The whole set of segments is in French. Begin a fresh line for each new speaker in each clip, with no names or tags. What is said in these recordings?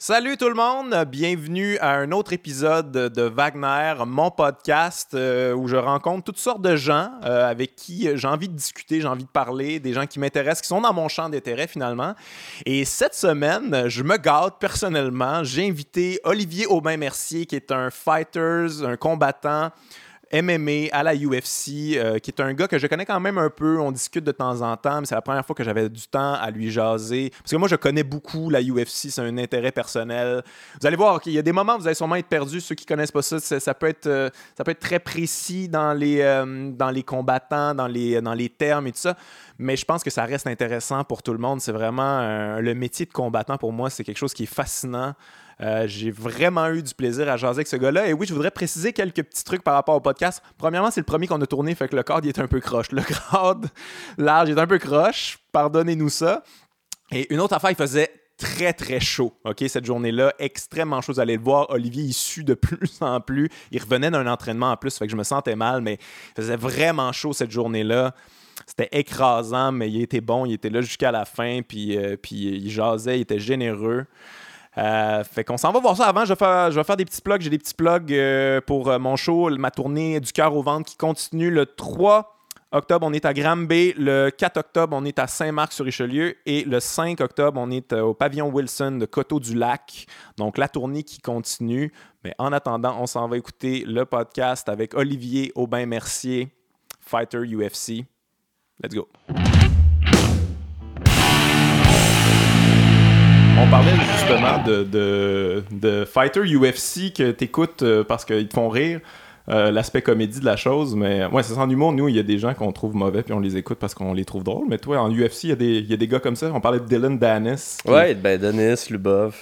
Salut tout le monde, bienvenue à un autre épisode de Wagner, mon podcast euh, où je rencontre toutes sortes de gens euh, avec qui j'ai envie de discuter, j'ai envie de parler, des gens qui m'intéressent, qui sont dans mon champ d'intérêt finalement. Et cette semaine, je me gâte personnellement, j'ai invité Olivier Aubin-Mercier qui est un fighters, un combattant. MMA à la UFC, euh, qui est un gars que je connais quand même un peu. On discute de temps en temps, mais c'est la première fois que j'avais du temps à lui jaser. Parce que moi, je connais beaucoup la UFC, c'est un intérêt personnel. Vous allez voir, qu'il y a des moments où vous allez sûrement être perdu. Ceux qui connaissent pas ça, ça peut être, euh, ça peut être très précis dans les, euh, dans les combattants, dans les, dans les termes et tout ça. Mais je pense que ça reste intéressant pour tout le monde. C'est vraiment euh, le métier de combattant pour moi, c'est quelque chose qui est fascinant. Euh, j'ai vraiment eu du plaisir à jaser avec ce gars-là. Et oui, je voudrais préciser quelques petits trucs par rapport au podcast. Premièrement, c'est le premier qu'on a tourné, fait que le cadre il est un peu croche. Le cadre large est un peu croche. Pardonnez-nous ça. Et une autre affaire, il faisait très très chaud. OK, cette journée-là, extrêmement chaud. Vous allez le voir, Olivier il sue de plus en plus. Il revenait d'un entraînement en plus, fait que je me sentais mal, mais il faisait vraiment chaud cette journée-là c'était écrasant, mais il était bon, il était là jusqu'à la fin, puis, euh, puis il jasait, il était généreux. Euh, fait qu'on s'en va voir ça avant. Je vais faire, je vais faire des petits plugs. J'ai des petits plugs euh, pour mon show, ma tournée du cœur au ventre qui continue le 3 octobre, on est à Granby. Le 4 octobre, on est à Saint-Marc-sur-Richelieu. Et le 5 octobre, on est euh, au pavillon Wilson de Coteau-du-Lac. Donc, la tournée qui continue. Mais en attendant, on s'en va écouter le podcast avec Olivier Aubin-Mercier, Fighter UFC. Let's go. On parlait justement de, de, de Fighter UFC que t'écoutes euh, parce qu'ils te font rire, euh, l'aspect comédie de la chose, mais ouais, c'est sans humour, nous, il y a des gens qu'on trouve mauvais puis on les écoute parce qu'on les trouve drôles, mais toi, en UFC, il y, a des- il y a des gars comme ça, on parlait de Dylan Danis. qui-
Ouais, ben Denis, Lubov.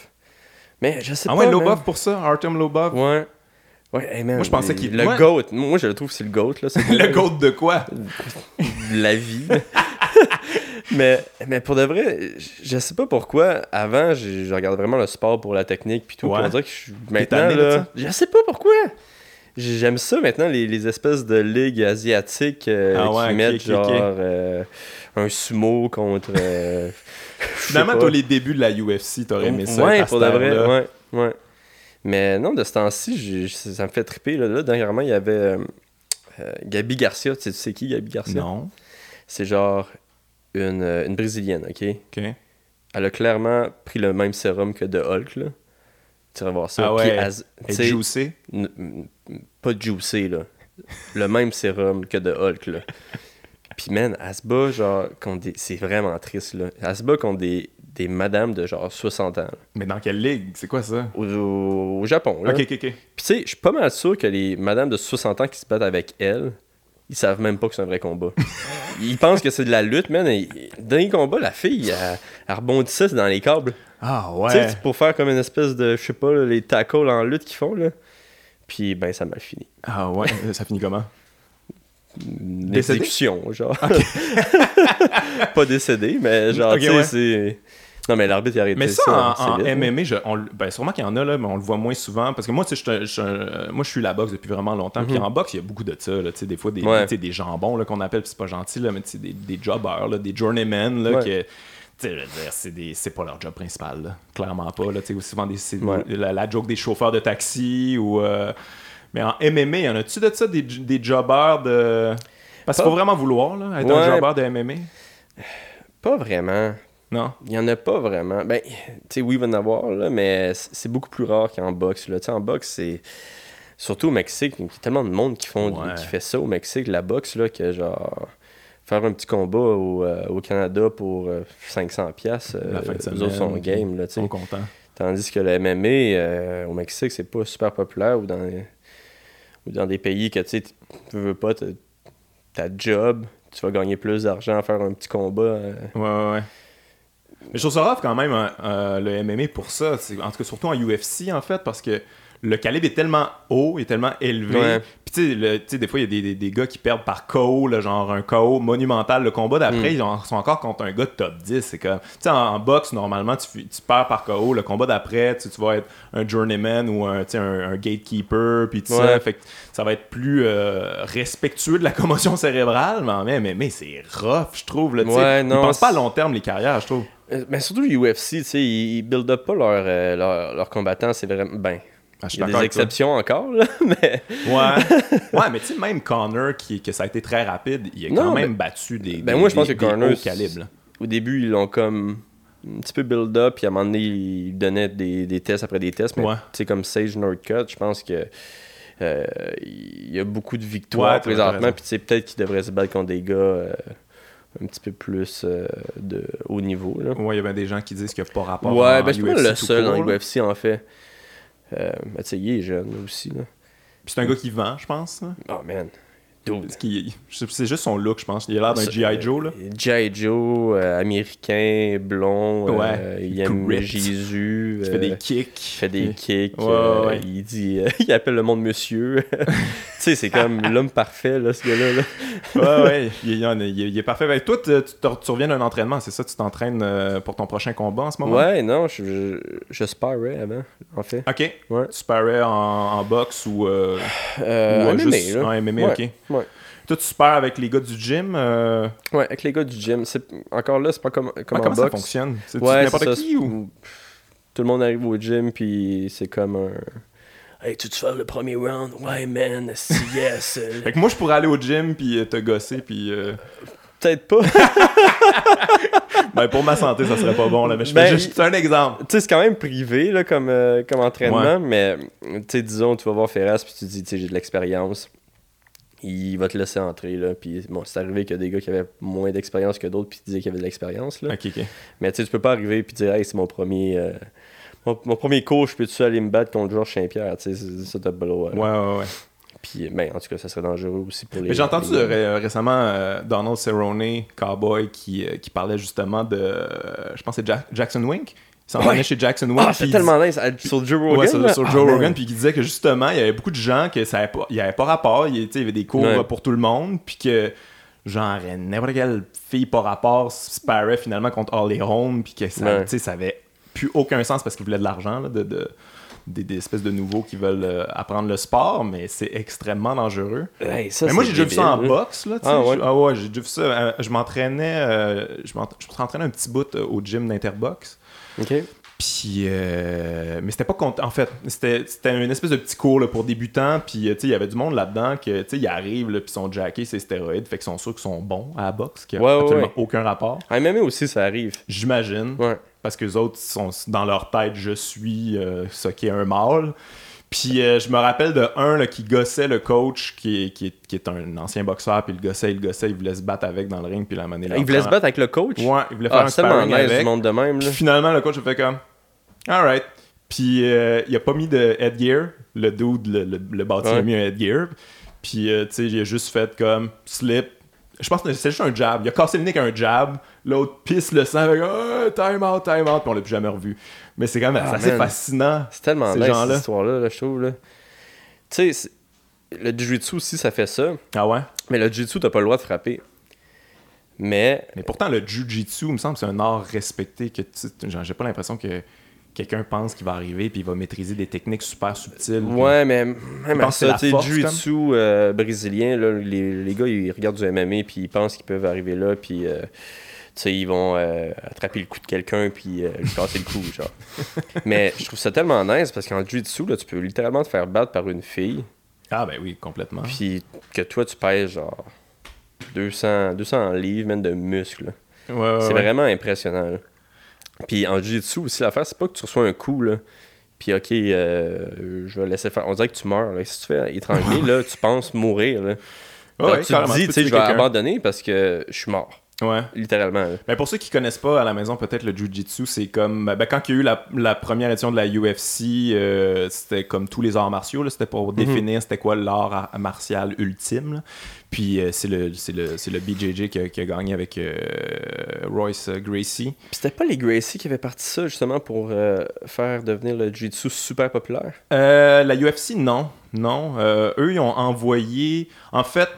Mais je sais
Ah
pas.
ouais,
man.
Lobov pour ça, Artem Lobov.
Ouais. Ouais, hey, man,
Moi, je pensais qu'il-
Le
ouais.
GOAT. Moi, je le trouve, c'est le GOAT, là. c'est
Le goat de quoi?
La vie. mais, mais pour de vrai, je- je sais pas pourquoi. Avant, je, je regardais vraiment le sport pour la technique puis tout.
Ouais.
Puis on dirait que je suis maintenant,
tanné de ça?
là. Je sais pas pourquoi. J- J'aime ça maintenant, les, les espèces de ligues asiatiques euh,
Ah ouais,
qui
ok,
mettent
ok,
genre
ok.
euh, un sumo contre. euh, je sais
Finalement,
pas.
toi, les débuts de la UFC, t'aurais aimé ça.
Ouais,
à
pour de
cette
vrai.
ère-là.
Ouais, ouais. Mais non, de ce temps-ci, j'ai- j'ai- ça me fait triper. Là, Là, dernièrement, il y avait euh, euh, Gabi Garcia. Tu sais, tu sais qui, Gabi Garcia?
Non.
C'est genre une, euh, une Brésilienne, OK?
OK.
Elle a clairement pris le même sérum que de Hulk, là. Tu vas voir ça.
Ah
Puis
ouais.
elle s- tu
Et
sais,
Juicy.
n- n- pas juicé, là. Le même sérum que de Hulk, là. Puis, man, elle se bat, genre, contre des... C'est vraiment triste, là. Elle se bat contre des, des madames de, genre, 60 ans, là.
Mais dans quelle ligue? C'est quoi ça?
au, au- au Japon, là.
Ok, ok, ok.
Puis tu sais, je suis pas mal sûr que les madames de 60 ans qui se battent avec elle, ils savent même pas que c'est un vrai combat. ils pensent que c'est de la lutte, man. et- et- Dernier combat, la fille, elle, elle rebondissait dans les câbles.
Ah
Tu sais, c'est pour faire comme une espèce de, je sais pas, là, les tacos en lutte qu'ils font, là. Puis ben, ça m'a fini.
Ah ouais, Euh, ça finit comment?
Une
Décédé?
exécution, genre. pas décédé, mais genre,
Ok,
tu sais,
ouais.
c'est... Non, mais l'arbitre, il a arrêté
Mais ça,
c'est
en, en
vite, hein.
MMA, je- on le- ben, sûrement qu'il y en a, là, mais on le voit moins souvent. Parce que moi, tu sais, je suis un- je suis un- euh, moi, je suis la boxe depuis vraiment longtemps. Puis
Mhm.
en boxe, il y a beaucoup de ça. Là, tu sais, des fois, des,
Ouais.
tu sais, des jambons là, qu'on appelle, puis c'est pas gentil, là, mais tu sais, des, des jobbers, là, des journeymen. Là,
Ouais.
que, tu sais, je veux dire, c'est, des- c'est pas leur job principal. là. Clairement pas. Là, tu sais, ou souvent, des, c'est
Ouais.
la, la joke des chauffeurs de taxi. ou euh, Mais en MMA, y en a-tu de ça, des, des jobbers de. Parce qu'il faut
Pas-
vraiment vouloir là, être un
Ouais.
jobber de MMA.
Pas vraiment.
Non?
Il n'y en a pas vraiment. Ben, tu sais, oui, il va y en avoir, là, mais c- c'est beaucoup plus rare qu'en boxe. Là. Tu sais, En boxe, c'est. Surtout au Mexique, il y a tellement de monde qui, font,
Ouais.
qui fait ça au Mexique, la boxe, là, que genre. Faire un petit combat au, euh, au Canada pour euh, 500$, piastres, euh,
La fin de
eux autres sont
semaine.
game. Là, tu
Ils
sais.
sont contents.
Tandis que le MMA euh, au Mexique, c'est pas super populaire ou dans, ou dans des pays que tu sais, tu tu veux pas, t'as- ta job, tu vas gagner plus d'argent à faire un petit combat. euh,
Ouais, ouais, ouais. Mais je trouve ça rough quand même hein, euh, le MMA pour ça. C'est- En tout cas, surtout en UFC, en fait, parce que le calibre est tellement haut, est tellement élevé.
Ouais.
Puis tu sais, le- tu sais, des fois, il y a des, des- des gars qui perdent par KO, là, genre un KO monumental. Le combat d'après,
Mm.
ils en- sont encore contre un gars de top 10. C'est comme, tu sais, en, en boxe, normalement, tu, fi- tu perds par KO. Le combat d'après, tu, tu vas être un journeyman ou un, tu sais, un, un gatekeeper. Puis tout ça.
Ouais.
Fait que ça va être plus euh, respectueux de la commotion cérébrale. Mais, mais, mais, mais c'est rough, je trouve. Là, tu sais.
Ouais,
ils
non,
pensent pas à
c'est-
long terme, les carrières, je trouve.
Euh, Mais surtout l'UFC, tu sais, ils, ils build up pas leurs euh, leurs- leurs combattants, c'est vraiment. Ben,
Ah, je suis
il y a
d'accord
des
avec toi.
exceptions encore, là, mais.
Ouais. ouais, mais tu sais, même Connor, qui, que ça a été très rapide, il a quand
Non,
même battu des,
ben
des-
moi, je pense
des-
que
des
Connor,
hauts
c'est-
calibres, là.
Au début, ils l'ont comme un petit peu build up, puis à un moment donné, ils donnaient des, des tests après des tests. Mais
Ouais.
tu sais, comme Sage Northcutt, je pense que. euh, il y a beaucoup de
Ouais,
victoires
t'as- t'as
présentement,
raison.
puis tu sais, peut-être qu'ils devraient se battre contre des gars euh, un petit peu plus euh, de haut niveau. Là.
Ouais, il y a bien des gens qui disent qu'il n'y a pas rapport
Ouais,
en
ben, je suis pas
UFC
le
tout
seul
court,
en
là.
UFC, en fait. Euh, mais tu sais, il est jeune aussi. Là.
Puis c'est un gars qui vend, je pense. là.
Oh man. Dude.
Parce qu'il- je- C'est juste son look, je pense. Il a l'air d'un
Ça- euh,
G.I. Joe, là.
G.I. Joe, euh, américain, blond, euh,
Ouais.
il aime
Ripped.
Jésus.
Il
euh,
fait des kicks.
il fait des kicks.
Ouais,
euh,
ouais.
Il dit. euh, il appelle le monde monsieur. tu sais, c'est comme l'homme parfait, là, ce gars-là. là.
Ouais, ouais. Il, il en est- il est- il est parfait. Ben, toi, tu, tu te- tu reviens d'un entraînement, c'est ça? Tu t'entraînes euh, pour ton prochain combat en ce moment?
Ouais, non, je, je, je sparais avant, en fait.
OK.
Ouais.
Tu parais en, en boxe ou, euh,
Euh,
ou, euh,
MMA,
juste
là.
en MMA,
Ouais,
OK.
ouais.
Toi, tu pares avec les gars du gym. euh,
Ouais, avec les gars du gym. c'est- Encore là, c'est pas comme, comme
comment
en
comment ça
boxe.
fonctionne? C'est
Ouais,
n'importe
c'est ça,
qui
c'est-
ou...
Tout le monde arrive au gym, puis c'est comme un. Hey, tu te fais le premier round? Ouais, man, si, yes. euh,
Fait que moi, je pourrais aller au gym puis euh, te gosser puis. euh,
Peut-être pas.
Ben, pour ma santé, ça serait pas bon là, mais je
Ben,
fais juste c'est un exemple.
tu sais, c'est quand même privé là, comme, euh, comme entraînement, mais tu sais, disons, tu vas voir Ferras puis tu dis, tu sais, j'ai de l'expérience. Il va te laisser entrer. Là, puis, bon, c'est arrivé qu'il y a des gars qui avaient moins d'expérience que d'autres puis qui disaient qu'il y avait de l'expérience. là.
Ok, ok.
Mais tu sais, tu peux pas arriver puis dire, hey, c'est mon premier. euh, mon, mon premier coach, peux-tu aller me battre contre Georges Saint-Pierre? Tu sais, c'est- ça, t'as pas le droit, là.
Ouais, ouais, ouais.
Puis, ben, en tout cas, ça serait dangereux aussi pour les.
Mais j'ai entendu
les-
euh, ré- récemment euh, Donald Cerrone, cowboy, qui, euh, qui parlait justement de. euh, je pense que c'est Jack- Jackson Wink. Il s'entraînait
Ouais.
chez Jackson Wink.
Ah, c'est
puis il
tellement nice. Ah, Sur Joe Rogan.
Ouais, sur,
là?
sur
Ah,
Joe
man.
Rogan, puis qui disait que justement, il y avait beaucoup de gens que ça avait pas, il y avait pas rapport, il, tu sais, il y avait des cours
Ouais.
euh, pour tout le monde, puis que genre n'importe quelle fille pas rapport sparait finalement contre Holly Holm, puis que ça,
Ouais.
tu sais, ça avait plus aucun sens parce qu'ils voulaient de l'argent, là, de, de- des, des espèces de nouveaux qui veulent euh, apprendre le sport, mais c'est extrêmement dangereux.
Hey, ça,
Mais moi,
c'est
j'ai déjà vu ça en
débile, là.
boxe. Là, tu sais.
Ah ouais?
Je- ah ouais, j'ai déjà vu ça. Euh, je m'entraînais euh, je m'en- je m'entraînais un petit bout euh, au gym d'Interbox.
Ok.
Puis, euh, mais c'était pas compte. En fait, c'était c'était une espèce de petit cours là, pour débutants. Puis, euh, tu sais, il y avait du monde là-dedans que, tu sais, ils arrivent, là, puis ils sont jackés, ces stéroïdes. Fait qu'ils sont sûrs qu'ils sont bons à la boxe, qui a
Ouais, ouais,
absolument
ouais.
aucun rapport.
En MMA aussi, ça arrive.
J'imagine.
Ouais.
Parce que les autres sont dans leur tête, je suis euh, ce qu'est un mâle. Puis euh, je me rappelle de un là, qui gossait le coach, qui est, qui est, qui est un ancien boxeur, puis il le gossait, il le gossait, il voulait se battre avec dans le ring, puis la monnaie.
Il voulait se battre avec le coach.
Ouais, il voulait faire
Ah,
un
c'est tellement
sparring
nice
avec.
du monde de même.
Puis
Là.
finalement, le coach a fait comme Alright. Puis euh, il a pas mis de headgear. Le dude, le, le, le bâti, a
Ouais.
mis un headgear. Puis euh, tu sais, il a juste fait comme slip. Je pense que c'est juste un jab. Il a cassé le nez avec un jab. L'autre pisse le sang. Fait, Ah, time out, time out. Puis on l'a plus jamais revu. Mais c'est quand même
Ah,
assez
man.
fascinant.
C'est tellement
Ces
nice
gens-là.
cette histoire-là, là, je trouve. là. Tu sais, c'est- le jiu-jitsu aussi, ça fait ça.
Ah ouais?
Mais le jiu-jitsu, t'as pas le droit de frapper. Mais.
Mais pourtant, le jujitsu, il me semble, que c'est un art respecté. que tu sais, genre, J'ai pas l'impression que quelqu'un pense qu'il va arriver puis il va maîtriser des techniques super subtiles. puis-
Ouais, mais
Tu
même à
penses que c'est la
ça, tu sais,
force,
jiu-jitsu euh, brésilien, là, les, les gars, ils regardent du MMA, puis ils pensent qu'ils peuvent arriver là, puis euh, tu sais, ils vont euh, attraper le cou de quelqu'un, puis euh, lui casser le cou, genre. mais je trouve ça tellement nice, parce qu'en jiu-jitsu, là, tu peux littéralement te faire battre par une fille,
Ah ben oui, complètement.
puis que toi, tu pèses genre 200, 200 livres, même de muscles. là.
Ouais, ouais,
C'est
Ah, ouais.
vraiment impressionnant. là. Puis en jiu-jitsu aussi, l'affaire, c'est pas que tu reçois un coup, là. Puis ok, euh, je vais laisser faire. On dirait que tu meurs. là. Si tu fais étrangler, là, tu penses mourir. Là.
Ouais,
Genre,
ouais,
tu
carrément,
te
peux
dis, tu sais,
tuer
je vais
quelqu'un.
abandonner parce que je suis mort.
Ouais.
littéralement. là.
Mais pour ceux qui connaissent pas à la maison, peut-être le Jiu-Jitsu, c'est comme. ben, quand il y a eu la, la première édition de la UFC, euh, c'était comme tous les arts martiaux, là, c'était pour définir c'était quoi l'art a- martial ultime. là. Puis euh, c'est le, c'est le, c'est le BJJ qui a, qui a gagné avec euh, Royce Gracie.
Puis c'était pas les Gracie qui avaient parti ça justement pour euh, faire devenir le jiu-jitsu super populaire.
Euh, la UFC, non. Non. Euh, eux, ils ont envoyé. En fait.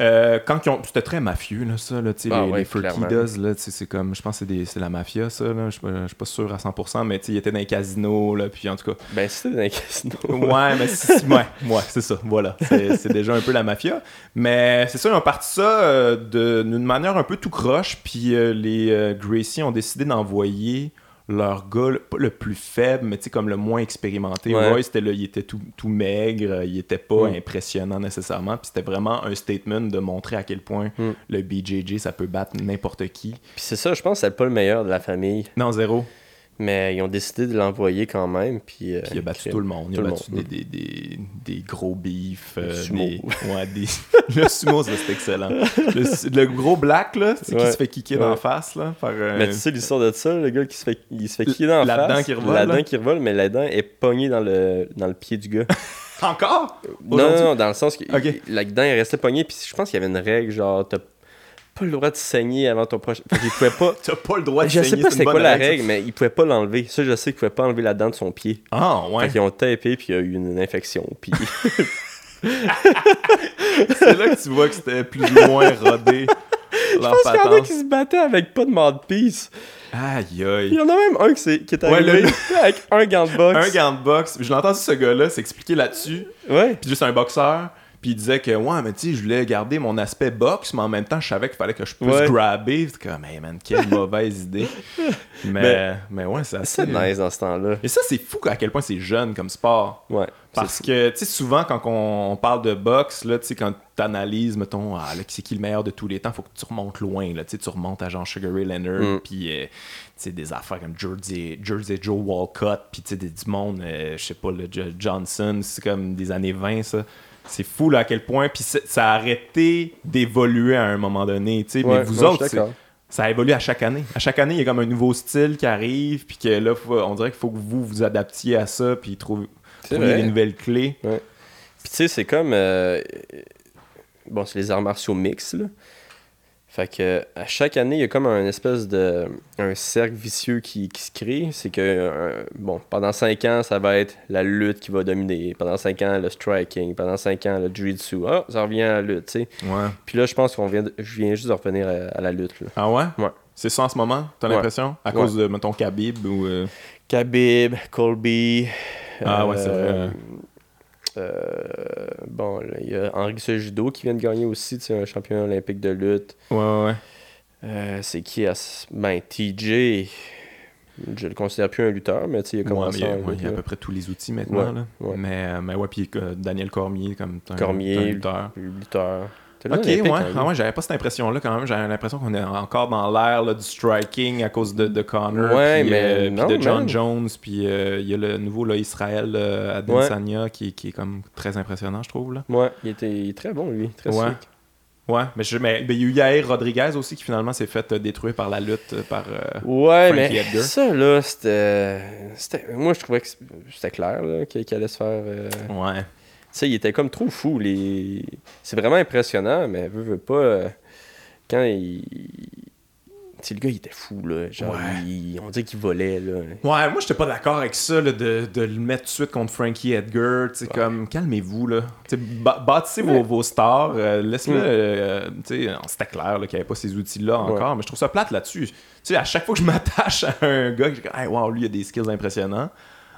euh, quand ils ont... C'était très mafieux, là, ça, là, tu sais,
Ah
les,
ouais,
les Fertitas,
clairement.
là, tu sais, c'est comme, je pense que c'est des- c'est la mafia, ça, là, je suis pas- je suis pas sûr à 100%, mais tu sais, ils étaient dans les casinos, là, puis en tout cas,
Ben c'était dans les casinos.
Ouais, mais c'est- ouais, ouais, c'est ça, voilà. C'est c'est déjà un peu la mafia. Mais c'est ça, ils ont parti ça euh, de- d'une manière un peu tout croche, puis euh, les euh, Gracie ont décidé d'envoyer leur gars, le, pas le plus faible, mais tu sais, comme le moins expérimenté.
Ouais.
Roy, c'était le- il était tout, tout maigre, euh, il était pas
Mm.
impressionnant nécessairement, puis c'était vraiment un statement de montrer à quel point
Mm.
le BJJ, ça peut battre n'importe qui.
Puis c'est ça, je pense que c'est pas le meilleur de la famille,
Non, zéro.
mais ils ont décidé de l'envoyer quand même. Puis, euh,
Puis il a battu
crème.
tout le monde. Il a
Tout le
battu des,
monde.
des, des, des gros beefs.
Le
euh,
sumo.
des- ouais, des- le sumo, ça, c'est excellent. Le, su- le gros black, là, c'est qui
Ouais.
se fait kicker d'en
Ouais.
face, là, par... euh,
Mais tu sais l'histoire de ça, le gars qui se fait, il se fait kicker dans
La
la
dent
face.
qui revole,
La
là.
dent qui revole, mais la dent est pognée dans le, dans le pied du gars.
Encore?
non,
Aujourd'hui?
non, non, dans le sens que
Ok.
la dent elle restait pognée, puis je pense qu'il y avait une règle genre, t'as pas le droit de saigner avant ton prochain. Fait qu'il pouvait pas.
T'as pas le droit de
je sais
saigner,
pas
une
c'est quoi
bonne
la
ça.
règle, mais il pouvait pas l'enlever. Ça, je sais qu'il pouvait pas enlever la dent de son pied.
Ah,
Fait
ouais.
qu'ils ont tapé, puis il y a eu une infection. Puis
C'est là que tu vois que c'était plus ou moins rodé. leur
je pense qu'il y en a
patente.
qui se battaient avec pas de mouthpiece.
Aïe,
Il
aïe.
y en a même un qui, s'est- qui est
Ouais,
arrivé avec un gant de boxe.
Un gant de boxe. Je l'ai entendu, ce gars-là, s'expliquer là-dessus.
Ouais.
Puis juste un boxeur. Puis il disait que, ouais, mais tu sais, je voulais garder mon aspect boxe, mais en même temps, je savais qu'il fallait que je puisse
Ouais.
grabber. C'est comme, hey man, quelle mauvaise idée. Mais, mais,
Mais-
ouais, c'est assez.
Ah, C'est nice dans ce temps-là.
Et ça, c'est fou à quel point c'est jeune comme sport.
Ouais.
Parce que, tu sais, souvent, quand on, on parle de boxe, là, tu sais, quand t'analyses, mettons, ah, là, c'est qui le meilleur de tous les temps, faut que tu remontes loin, là, tu sais, tu remontes à Jean Sugar Ray Leonard,
Mm.
puis, euh, tu sais, des affaires comme Jersey, Jersey Joe Walcott, puis, tu sais, des- du monde, euh, je sais pas, le Jo- Johnson, c'est comme des années 20, ça. C'est fou, là, à quel point, puis c'est- ça a arrêté d'évoluer à un moment donné, tu sais, mais
Ouais,
vous
ouais,
autres,
je suis
c'est-
d'accord.
ça évolue à chaque année. À chaque année, il y a comme un nouveau style qui arrive, puis que là, faut- on dirait qu'il faut que vous vous adaptiez à ça, puis trouver
C'est
trouver
vrai.
des nouvelles clés.
Puis tu sais, c'est comme. euh, Bon, c'est les arts martiaux mixtes, là. Fait que à chaque année, il y a comme un espèce de. un cercle vicieux qui, qui se crée. C'est que, euh, bon, pendant 5 ans, ça va être la lutte qui va dominer. Pendant 5 ans, le striking. Pendant 5 ans, le jiu-jitsu. Ah, ça revient à la lutte, tu sais.
Ouais.
Puis là, je pense qu'on vient. de- Je viens juste de revenir à, à la lutte, là.
Ah ouais?
Ouais.
C'est ça en ce moment, t'as
Ouais.
l'impression? À
Ouais.
cause de, mettons, Khabib ou... euh,
Khabib, Colby.
Ah ouais, c'est
euh,
vrai.
euh, bon, là, il y a Henri Sejudo qui vient de gagner aussi, tu sais, un champion olympique de lutte.
Ouais, ouais, ouais.
Euh, c'est qui à ce- Ben, TJ. Je le considère plus un lutteur, mais tu sais, il a
Ouais,
commencé
mais,
en
ouais,
lutte,
il y a à
là.
peu près tous les outils maintenant,
Ouais,
là.
ouais.
Mais, euh, mais ouais, puis euh, Daniel Cormier, comme t'es un,
Cormier,
t'es un lutteur.
lutteur. T'as le
Ok, ouais.
olympique, hein, lui.
Ah ouais, j'avais pas cette impression-là quand même. J'avais l'impression qu'on est encore dans l'ère là, du striking à cause de, de Connor,
Ouais,
puis,
mais
euh, puis
non,
de John
man.
Jones, puis euh, il y a le nouveau là, Israël euh, Adesanya qui, qui est comme très impressionnant, je trouve. Là.
Ouais, il était il est très bon, lui. Très
Ouais.
slick.
Ouais, mais, je- mais- mais il y a eu Yair Rodriguez aussi qui finalement s'est fait euh, détruire par la lutte, euh, par... euh,
Ouais,
Frankie
mais
Edgar.
ça, là, c'était. c'était- Moi, je trouvais que c'était clair, là, qu'il qu'il allait se faire. euh,
Ouais.
Tu sais, il était comme trop fou. Les... C'est vraiment impressionnant, mais veut, veut pas. euh, Quand il. Tu sais, le gars, il était fou, là. Genre,
Ouais.
il- on dirait qu'il volait, là.
Ouais, moi j'étais pas d'accord avec ça là, de, de le mettre tout de suite contre Frankie Edgar. Tu sais, comme calmez-vous là. Tu sais, ba- bâtissez vos, vos stars. euh, Laisse-le.
Ouais.
euh, tu sais, c'était clair là, qu'il n'y avait pas ces outils-là encore, mais je trouve ça plate là-dessus. Tu sais, à chaque fois que je m'attache à un gars, que je dis, hey, wow, lui il a des skills impressionnants.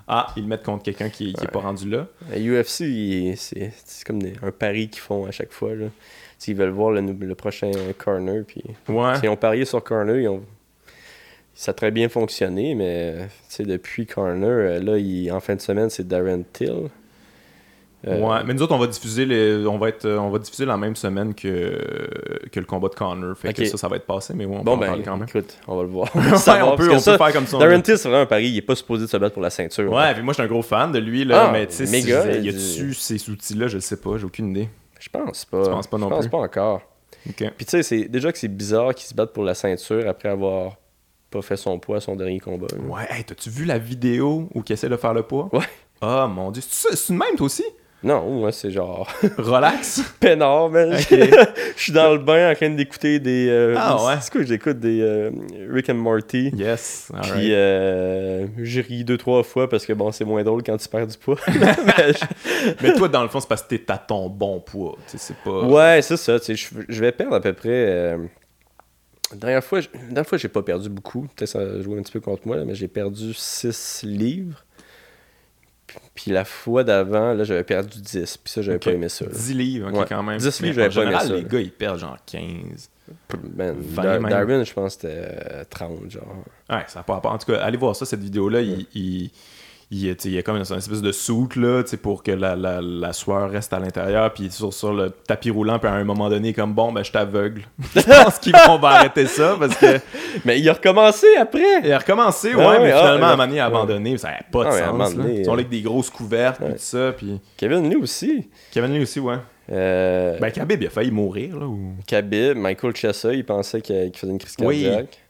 Ah, ils le mettent contre quelqu'un qui, qui est pas rendu là.
La UFC, il- c'est c'est comme des- un pari qu'ils font à chaque fois, là. Tu sais, ils veulent voir le, nou- le prochain corner, puis.
Ouais.
Ils ont parié sur corner, ils ont. Ça a très bien fonctionné, mais euh, tu sais, depuis Corner, euh, là, il- en fin de semaine, c'est Darren Till. Euh,
Ouais, mais nous autres, on va diffuser les, on va être, euh, on va diffuser la même semaine que, que le combat de Connor. Fait
Ok.
que ça, ça va être passé, mais ouais, on peut
Bon,
en
ben,
parler quand même.
écoute, on va le voir.
Ouais,
Savoir,
on peut,
parce que
on peut
ça,
faire comme ça. on
Darren Till, c'est vraiment un pari. Il est pas supposé de se battre pour la ceinture.
Ouais, puis moi, je suis un gros fan de lui, là,
Ah,
mais tu sais, si
méga,
il y a
du-
dessus ces outils-là, je le sais pas, j'ai aucune idée.
Je pense pas.
Tu penses pas non
Je pense
plus?
pas encore.
OK.
Puis tu sais, c'est déjà que c'est bizarre qu'il se batte pour la ceinture après avoir pas fait son poids à son dernier combat. là.
Ouais, hey, t'as-tu vu la vidéo où il essaie de faire le poids?
Mm. Ouais.
Ah, mon dieu. C'est c'est une même, toi aussi?
Non, moi c'est genre
Relax.
peinard, man.
Ok.
Je suis dans le bain en train d'écouter des. euh,
Ah ouais.
C'est quoi que j'écoute des euh, Rick and Morty.
yes. all right.
Puis euh, j'ai ri deux, trois fois parce que bon, c'est moins drôle quand tu perds du poids. Mais je-
Mais toi, dans le fond, c'est parce que t'es à ton bon poids. Tu sais, c'est pas.
Ouais, c'est ça. tu sais, Je, je vais perdre à peu près. euh, la dernière fois, je- la dernière fois, j'ai pas perdu beaucoup. Peut-être ça a joué un petit peu contre moi, là, mais j'ai perdu 6 livres. Puis- Puis la fois d'avant, là, j'avais perdu 10. Puis ça, j'avais
Ok.
pas aimé ça. là.
10 livres, ok,
Ouais.
quand même.
10
Mais
livres, j'avais
en
pas aimé
général,
ça,
les
là.
gars, ils perdent genre 15.
Man,
Vingt
Ben, Dar-
même.
Darwin, je pense que c'était euh, 30, genre.
Ouais, ça n'a pas rapport. En tout cas, allez voir ça, cette vidéo-là. Il, il, il- tu sais, il y a comme une espèce de soute là, tu sais, pour que la, la, la sueur reste à l'intérieur. Puis sur, sur le tapis roulant, puis à un moment donné, comme bon, ben je t'aveugle. je pense qu'ils vont ben, arrêter ça parce que.
Mais il a recommencé après!
Il a recommencé, ouais,
Ah ouais,
mais
ah,
finalement, à un
ouais.
moment donné, il a abandonné. Ça n'avait pas de
Ah ouais, à un moment
sens. là.
donné,
Ils sont
euh,
là avec des grosses couvertes, puis tout ça. Puis
Kevin Lee aussi.
Kevin Lee aussi, ouais.
Euh,
Ben, Khabib, il a failli mourir, là. Ou...
Khabib, Michael Chassa, il pensait qu'il qu'il faisait une crise
Oui.
cardiaque.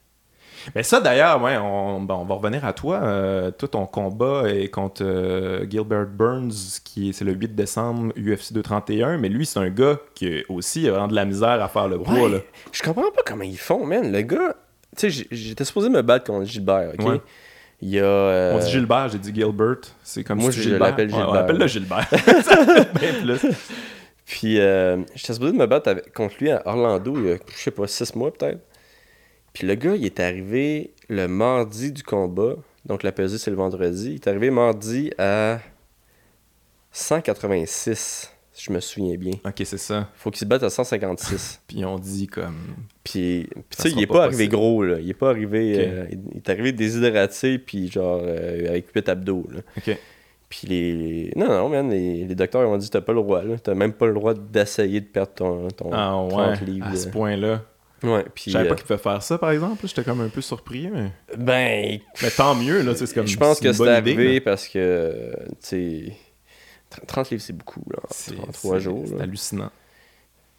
Mais ça, d'ailleurs, ouais, on, bon, on va revenir à toi. Euh, toi, ton combat est contre euh, Gilbert Burns, qui est- c'est le 8 décembre, UFC 231. Mais lui, c'est un gars qui aussi a vraiment de la misère à faire le poids.
Ouais.
Là.
Je comprends pas comment ils font, man. Le gars, tu sais, j- j'étais supposé me battre contre Gilbert, ok?
Ouais.
Il y a. euh,
On dit Gilbert, j'ai dit Gilbert. C'est comme
Moi,
si
je
Gilbert.
l'appelle
Ouais, on
Gilbert.
appelle le Gilbert. Ça fait bien plus.
Puis, euh, j'étais supposé me battre avec- contre lui à Orlando il y a, je sais pas, six mois peut-être. Puis le gars, il est arrivé le mardi du combat. Donc la pesée, c'est le vendredi. Il est arrivé mardi à 186, si je me souviens bien.
Ok, c'est ça.
Faut qu'il se batte à 156.
Puis on dit comme.
Puis, puis tu
Ça
sais,
sera
il est
pas
pas, arrivé
possible.
gros, là. Il est pas arrivé.
Ok.
euh, il- il est arrivé déshydraté, puis genre euh, avec 8 abdos, là.
Ok.
Puis les. Non, non, man, les, les docteurs ils m'ont dit t'as pas le droit, là. T'as même pas le droit d'essayer de perdre ton, ton
Ah
30
ouais,
livres.
à ce
là.
point-là.
Ouais, puis.
Je savais
euh,
pas qu'il pouvait faire ça, par exemple. J'étais comme un peu surpris, mais.
ben,
Mais tant mieux, là. tu sais, C'est comme
je pense
c'est une
que c'est
bonne idée,
arrivé
là.
parce que, euh, tu sais, 30 livres, c'est beaucoup, là,
C'est-
en 3
c'est-
jours.
C'est
là.
hallucinant.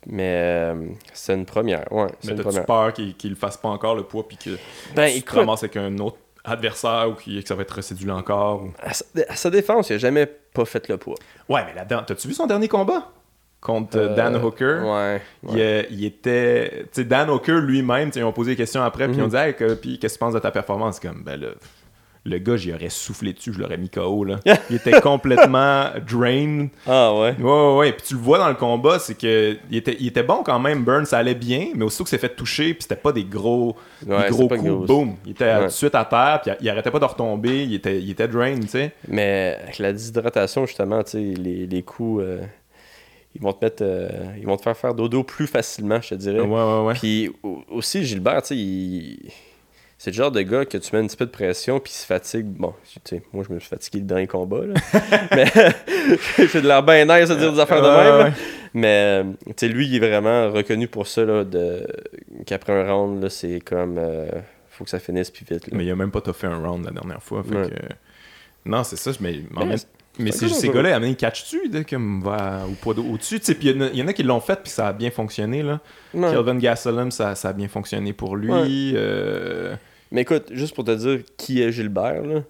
Mais euh, c'est une première, ouais, c'est
Mais
une
t'as-tu
première.
peur qu'il qu'il le fasse pas encore le poids puis que
Ben,
tu te
écoute,
ramasses avec un autre adversaire ou qu'il- que ça va être recédulé encore? ou-
à sa, à sa défense, il a jamais pas fait le poids.
Ouais, mais là-dedans, t'as-tu vu son dernier combat? Contre euh,
Euh,
Dan Hooker?
Ouais,
Il,
ouais.
euh, il était. Tu sais, Dan Hooker lui-même, tu sais, ils ont posé des questions après, puis ils ont
Mhm.
dit, Hey, que- puis qu'est-ce que tu penses de ta performance? Comme, ben là, le gars, j'y aurais soufflé dessus, je l'aurais mis KO, là. Il était complètement drained.
Ah ouais.
Ouais, ouais, ouais. Puis tu le vois dans le combat, c'est que il était, il était bon quand même, Burns, ça allait bien, mais aussitôt que c'est fait toucher, puis c'était pas des gros,
Ouais,
des
c'est
gros
pas
coups,
gros.
boum. Il était
Ouais.
tout de suite à terre, puis il arrêtait pas de retomber, il était, il était drained, tu sais.
Mais avec la déshydratation, justement, tu sais, les, les coups, euh, ils vont te mettre, euh, ils vont te faire faire dodo plus facilement, je te dirais.
Ah Ouais, ouais, ouais.
Puis au- aussi, Gilbert, tu sais, il- c'est le genre de gars que tu mets un petit peu de pression, puis il se fatigue. Bon, tu sais, moi, je me suis fatigué le dernier combat, là. mais j'ai de l'air bien nice à dire des affaires de
Ouais,
même.
Ah ouais.
Mais, euh, tu sais, lui, il est vraiment reconnu pour ça, là, de... qu'après un round, là, c'est comme, euh, faut que ça finisse plus vite, là.
Mais il a même pas fait un round la dernière fois, fait
Ouais.
que- Non, c'est ça, je- mais en
Mais
même-
c'est-
Mais ces,
c'est un gars
ces
dangereux.
gars-là, à un moment, ils catchent-tu, dès comme va au poids d'eau- au-dessus, tu sais. Puis il y en a- il y, en a qui l'ont fait, puis ça a bien fonctionné, là.
Ouais.
Kelvin Gastelum, ça, ça a bien fonctionné pour lui.
Ouais.
euh,
Mais écoute, juste pour te dire qui est Gilbert, là.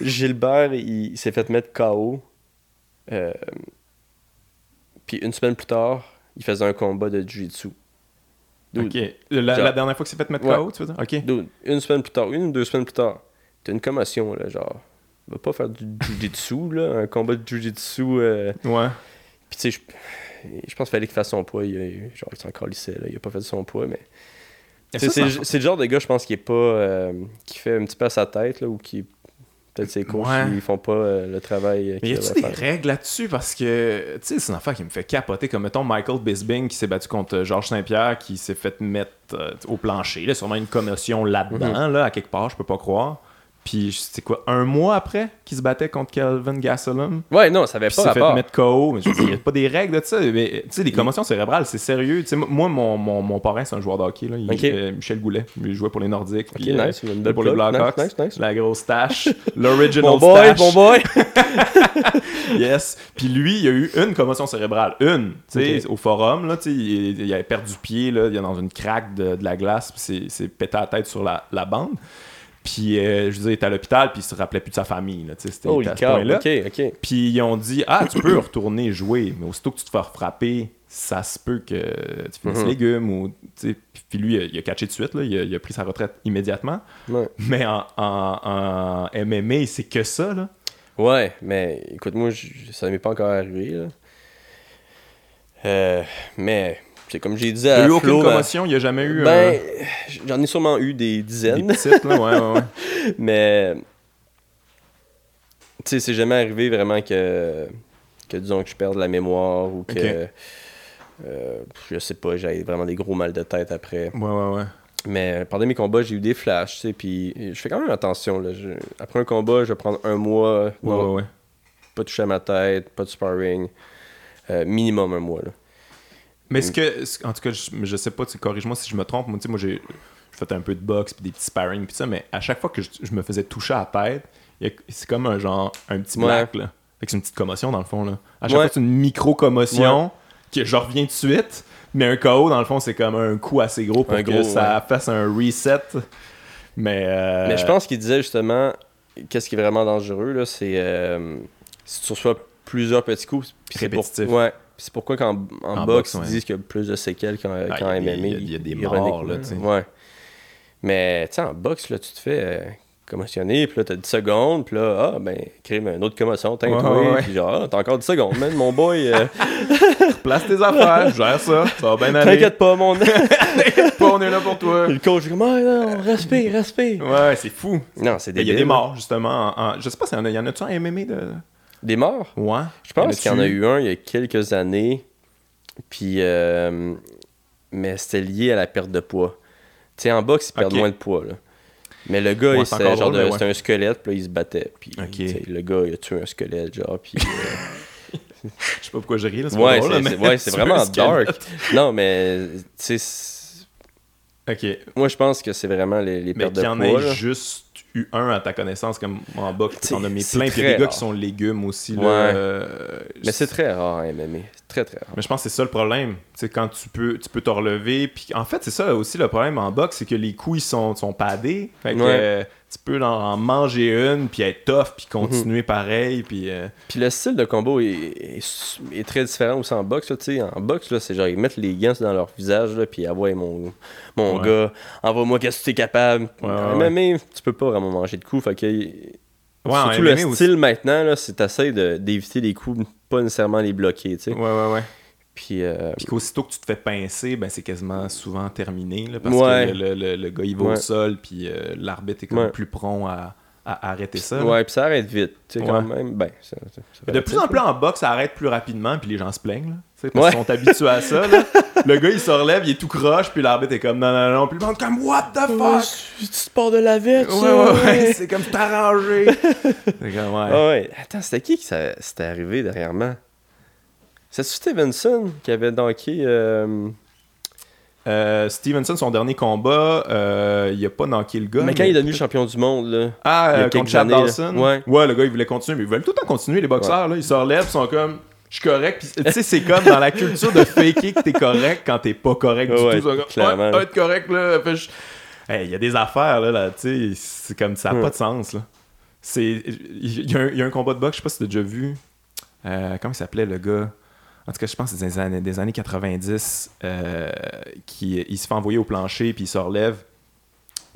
Gilbert, il, il s'est fait mettre KO. euh, puis une semaine plus tard, il faisait un combat de Jiu-Jitsu. Dude,
Ok. La,
Genre-
la dernière fois que c'est fait mettre
Ouais.
KO, tu veux dire? Ok.
dude, une semaine plus tard, une ou deux semaines plus tard, t'as une commotion, là, genre. Va pas faire du Jiu-Jitsu, là, un combat de Jiu-Jitsu. euh,
Ouais.
Puis tu sais, je, je pense qu'il fallait qu'il fasse son poids. Il, a- genre, il s'en calissait, là. Il a pas fait son poids, mais.
Et
C'est
ça,
c'est
ça-
le- c'est le genre de gars, je pense, qui est pas. euh, qui fait un petit peu à sa tête, là, ou qui. Peut-être ses coachs,
Ouais.
ils font pas euh, le travail. euh,
Mais y
qu'ils
a-tu
devraient
des
faire.
règles là-dessus? Parce que, tu sais, c'est une affaire qui me fait capoter. Comme, mettons, Michael Bisbing qui s'est battu contre euh, Georges Saint-Pierre, qui
Mhm.
s'est fait mettre euh, au plancher. Là, sûrement une commotion là-dedans, là, à quelque part, je peux pas croire. Puis c'était quoi, un mois après qu'il se battait contre Calvin Gastelum?
Ouais, non, ça avait
Puis il
pas
s'est fait
rapport.
mettre KO. Mais je veux dire, il n'y a pas des règles de ça. Mais, tu sais, les commotions cérébrales, c'est sérieux. Tu sais, moi, mon, mon, mon parrain, c'est un joueur de hockey. Là. Il,
Ok.
euh, Michel Goulet. Il jouait pour les Nordiques.
Ok,
puis, euh,
nice, une belle
pour les
plug.
Blackhawks.
Nice, nice, nice.
La grosse tache. L'original
Bon boy,
stache.
bon boy.
Yes. Puis lui, il a eu une commotion cérébrale. Une. Tu sais,
Ok.
au forum, là, tu sais, il, il avait perdu pied, là, il est dans une craque de, de la glace, puis c'est- c'est pété la tête sur la, la bande. Puis, euh, je veux dire, il était à l'hôpital, puis il se rappelait plus de sa famille. là, tu sais, C'était
Holy
c'était à ce
cow,
point-là.
ok, ok.
Puis ils ont dit Ah, tu peux retourner jouer, mais aussitôt que tu te fais frapper, ça se peut que tu finisses
Mhm.
légumes. Ou, tu sais. puis lui, il a, il a catché de suite, là, il, a, il a pris sa retraite immédiatement.
Ouais.
Mais en, en- en MMA, c'est que ça. Là.
Ouais, mais écoute, moi, je- ça m'est pas encore arrivé. là. Euh, mais, c'est comme j'ai dit
Il n'y
à
a eu aucune
Euh, Flo, ma-
commotion, euh. il n'y a jamais eu
ben, j'en ai sûrement eu des
euh, des
dizaines,
petites. Là, ouais, ouais, ouais.
mais tu sais, c'est jamais arrivé vraiment que, que disons que je perde la mémoire ou que
Ok.
euh, je sais pas, j'ai vraiment des gros mal de tête après.
Ouais, ouais, ouais.
Mais pendant mes combats, j'ai eu des flashs, tu sais, puis je fais quand même attention. Là. Je- après un combat, je vais prendre un mois,
Ouais,
non,
ouais, ouais.
pas toucher à ma tête, pas de sparring. Euh, minimum un mois. Là.
Mais est-ce que, est-ce- en tout cas, je, je sais pas, tu corriges-moi si je me trompe. Moi, tu sais, moi, j'ai je faisais un peu de boxe puis des petits sparring puis ça, mais à chaque fois que je, je me faisais toucher à la tête, il y a- c'est comme un genre, un petit
Ouais.
black, là. Fait que c'est une petite commotion, dans le fond, là. À chaque
Ouais.
fois, c'est une micro-commotion que je reviens de suite, mais un KO, dans le fond, c'est comme un coup assez gros pour
Un
que
gros,
ça fasse un reset. Mais, euh,
Mais je pense qu'il disait justement, qu'est-ce qui est vraiment dangereux, là, c'est euh, si tu reçois plusieurs petits coups. puis c'est pour-
Répétitif.
ouais. Puis C'est pourquoi qu'en en
En boxe,
boxe,
ouais.
ils disent qu'il y a plus de séquelles qu'en
Ah,
qu'en
il y a des-
MMA.
il y a des
ironiquement.
morts, là, tu sais.
Ouais. Mais tu sais, en boxe, là, tu te fais euh, commotionner, puis là, t'as 10 secondes, puis là, ah, ben, crime, une autre commotion, t'es
Ouais, ouais, ouais.
puis genre, ah, t'as encore 10 secondes, man, mon boy, euh,
place tes affaires, gère ça, ça va bien aller.
t'inquiète pas, mon. le
Pas, on est là pour toi.
coach, comment, on Ah, respire, respire.
Ouais, c'est fou.
Non, c'est
Mais
des
Il y a des morts, justement. en- en- je sais pas s'il y en a, il y en a-tu en MMA de.
Des morts?
Ouais.
Je pense
tu-
qu'il y en a eu un il y a quelques années. Puis, euh, mais c'était lié à la perte de poids. Tu sais, en boxe, ils perdent
Ok.
moins de poids. là. Mais le gars,
Ouais,
il-
c'est
c'était
encore
genre
drôle, mais
de-
ouais.
c'était un squelette, puis là, il se battait. Puis,
Ok.
tu sais, le gars, il a tué un squelette, genre. Puis, euh,
Je sais pas pourquoi je ris, là. C'est
ouais,
pas drôle, là,
c'est- c'est
mais
ouais, c'est
tu
vraiment
veux ce qu'il y a
dark. Non, mais, tu sais, c'est-
là. Ok.
moi, je pense que c'est vraiment les, les
Mais
pertes
qu'il y en
de poids. là.
ait juste eu un à ta connaissance, comme en boxe,
C'est-
t'en as mis
c'est
plein. Puis il y a des
très
gars
rare.
qui sont légumes aussi, là.
Ouais.
euh,
Mais c'est très rare, hein, MMA. C'est très, très rare.
Mais je pense que c'est ça le problème. C'est quand tu peux tu peux te relever. Puis en fait, c'est ça aussi le problème en boxe, c'est que les coups, ils sont, sont padés. Fait que
Ouais. Mhm.
euh, tu peux en, en manger une, puis être tough, puis continuer pareil. Puis euh,
Puis le style de combo est, est- est très différent aussi en boxe. là, tu sais. en boxe, là, c'est genre ils mettent les gants dans leur visage, là, puis ah ouais, mon, mon
Ouais.
gars, envoie-moi qu'est-ce que tu es capable.
Ouais,
en
ouais,
MMA, tu peux pas vraiment manger de coups. Fait que,
ouais, en
surtout le
MMA
style
aussi.
maintenant, là, c'est assez de- d'éviter les coups, pas nécessairement les bloquer. tu sais.
Ouais, ouais, ouais.
Puis euh,
Puis qu'aussitôt que tu te fais pincer, ben c'est quasiment souvent terminé. là, parce
Ouais.
que le, le- le gars, il va au
Ouais.
sol, puis euh, l'arbitre est comme
Ouais.
plus prompt à, à arrêter ça. là.
ouais, puis ça arrête vite. tu sais,
Ouais.
quand même. Ben, ça- ça- ça
Mais De
arrête
plus
vite,
en plus en boxe, ça arrête plus rapidement, puis les gens se plaignent. là. Tu sais, Parce qu'ils sont habitués à ça. là. Le gars, il se relève, il est tout croche, puis l'arbitre est comme non, non, non. Puis le monde comme What the
Ouais,
fuck?
c'est- c'est du sport de la vette.
Ouais,
ça,
ouais, ouais,
ouais.
c'est comme c'est arrangé. C'est comme, ouais.
Ah ouais. Attends, c'était qui qui ça- c'était arrivé dernièrement? C'est-tu Stevenson qui avait donké... euh,
Euh, Stevenson, son dernier combat, euh, il a pas knocké le gars.
mais quand
mais-
il est devenu champion du monde, là.
Ah,
Il y a
euh, contre
quelques
Chad
années, là.
Dawson.
Ouais.
le gars, il voulait continuer, mais ils veulent tout le temps continuer, les boxeurs. Là. Ils se relèvent, ils sont comme, je suis correct. Puis, tu sais, c'est comme dans la culture de faker que t'es correct quand t'es pas correct du
Ouais,
tout. Ils sont comme,
clairement,
Ouais,
là.
être correct, là. Fait, je- Hey, il y a des affaires, là, là tu sais, c'est comme, ça n'a
Ouais.
pas de sens, là. C'est- Il y, a un- il y a un combat de boxe, je sais pas si t'as déjà vu. Euh, comment il s'appelait, le gars en tout cas, je pense que c'est des années, des années 90 euh, qui il se fait envoyer au plancher puis il se relève.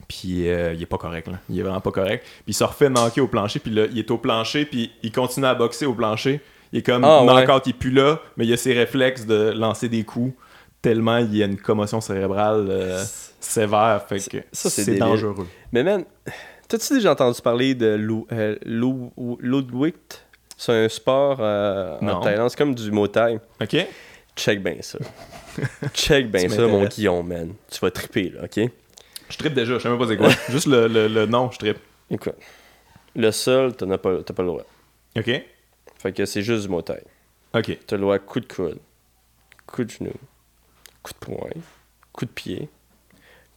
Puis euh, il est pas correct, là. Il est vraiment pas correct. Puis il se refait knocker au plancher, puis là, il est au plancher, puis il continue à boxer au plancher. Il est comme
Ah, ouais.
knock out, il est plus là, mais il a ses réflexes de lancer des coups tellement il y a une commotion cérébrale euh, sévère. Fait que
Ça,
c'est
c'est débile.
dangereux.
Mais man, t'as-tu déjà entendu parler de Lu- euh, Lu- Ludwig? C'est un sport euh,
Non.
en Thaïlande, c'est comme du Muay Thai.
OK?
Check bien ça. Check bien
Tu
ça, mon
m'intéresses.
Guillaume, man. Tu vas triper, là, OK?
Je trippe déjà, je sais même pas c'est quoi. Juste le, le- le nom, je trippe.
Écoute, Le sol, t'en as pas, t'as pas le droit.
OK.
Fait que c'est juste du mot taille.
OK.
T'as le droit à coup de coude, coup de genou, coup de poing, coup de pied,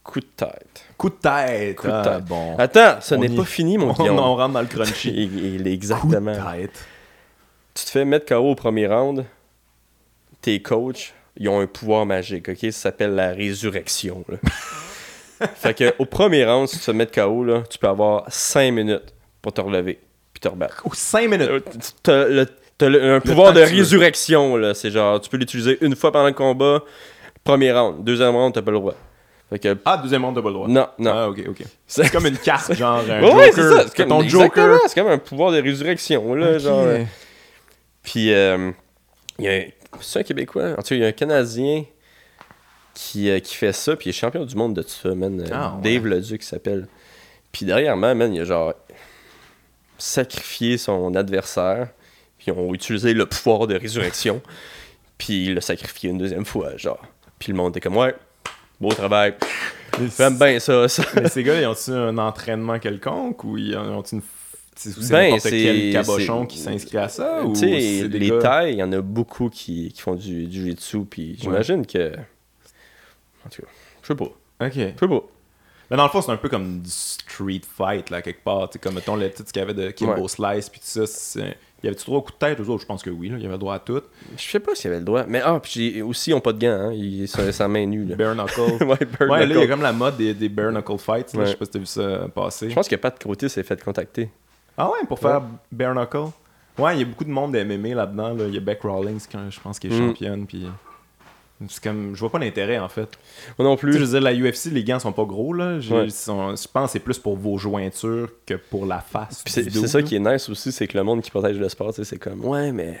coup de tête.
Coup de tête.
Coup de
Ah,
tête.
bon.
Attends, ce
on
n'est
y-
pas fini, mon
on,
Guillaume.
on rentre dans le crunchy.
Il, il est
Coup
exactement.
de tête.
Tu te fais mettre KO au premier round, tes coachs, ils ont un pouvoir magique, ok? Ça s'appelle la résurrection. là. fait que au premier round, si tu te fais mettre KO, là, tu peux avoir 5 minutes pour te relever puis te rebattre.
Ou 5 minutes.
Euh, T'as le- t'as le- un pouvoir
temps
de
que tu veux.
résurrection, là. C'est genre, tu peux l'utiliser une fois pendant le combat, premier round. Deuxième round, t'as pas le droit. Fait que,
Ah, deuxième round, de pas le droit.
non, non.
Ah, OK, OK.
C'est-
C'est comme une carte, genre un
Ouais, ouais, c'est
Joker.
ça. C'est comme,
ton
exactement,
Joker. euh,
C'est comme un pouvoir de résurrection, là.
Ok.
Genre, euh. puis, euh, il y a un, c'est un Québécois, en tout cas, il y a un Canadien qui, euh, qui fait ça, puis il est champion du monde de tout ça, man. Euh,
Ah, ouais.
Dave Leduc, il s'appelle. Puis derrière moi, man, il a genre sacrifié son adversaire, puis ils ont utilisé le pouvoir de résurrection, puis il l'a sacrifié une deuxième fois, genre. Puis le monde était comme, ouais, beau travail,
Mais
j'aime bien ça, ça.
ben- Mais ces gars, ils ont-tu un entraînement quelconque ou ils ont une. f- C'est ou c'est
Ben,
n'importe
c'est-
quel cabochon
c'est-
qui s'inscrit à ça ou
Euh, Tu
c'est
sais,
des
les
gars-
tailles, il y en a beaucoup qui, qui font du, du jiu-jitsu, puis j'imagine que. En tout cas, je sais pas.
Ok.
Je sais pas.
Mais dans le fond, c'est un peu comme du street fight, là, quelque part. Tu sais, comme, mettons, le titre qu'il y avait de Kimbo
Ouais.
Slice, puis tout ça. c'est- Il y avait-tu droit au coup de tête aux autres Je pense que oui, là. Il y avait le droit à tout.
Je sais pas s'il y avait le droit. Mais ah, puis j'ai- aussi, ils ont pas de gants. Hein. Ils sont sa main nue. Là.
Bare knuckle.
Ouais, bare
ouais, là, il y a
knuckle.
comme la mode des, des bare knuckle fights. là.
Ouais.
Je sais pas si t'as vu ça passer.
Je pense que Pat Côté s'est fait contacter.
Ah ouais, pour faire bare knuckle. Ouais, il y a beaucoup de monde de MMA là-dedans. là. Il y a Beck Rawlings, qui, je pense, qui est
Mm.
championne. Puis c'est comme, je vois pas l'intérêt en fait.
Moi non
Tu sais, je
plus.
veux dire, la UFC, les gants sont pas gros là. J'ai-
Mm. Ouais.
ils sont- je pense que c'est plus pour vos jointures que pour la face.
Puis c'est
du
c'est
dos,
ça
là.
qui est nice aussi, c'est que le monde qui protège le sport, tu sais, c'est comme ouais, mais tu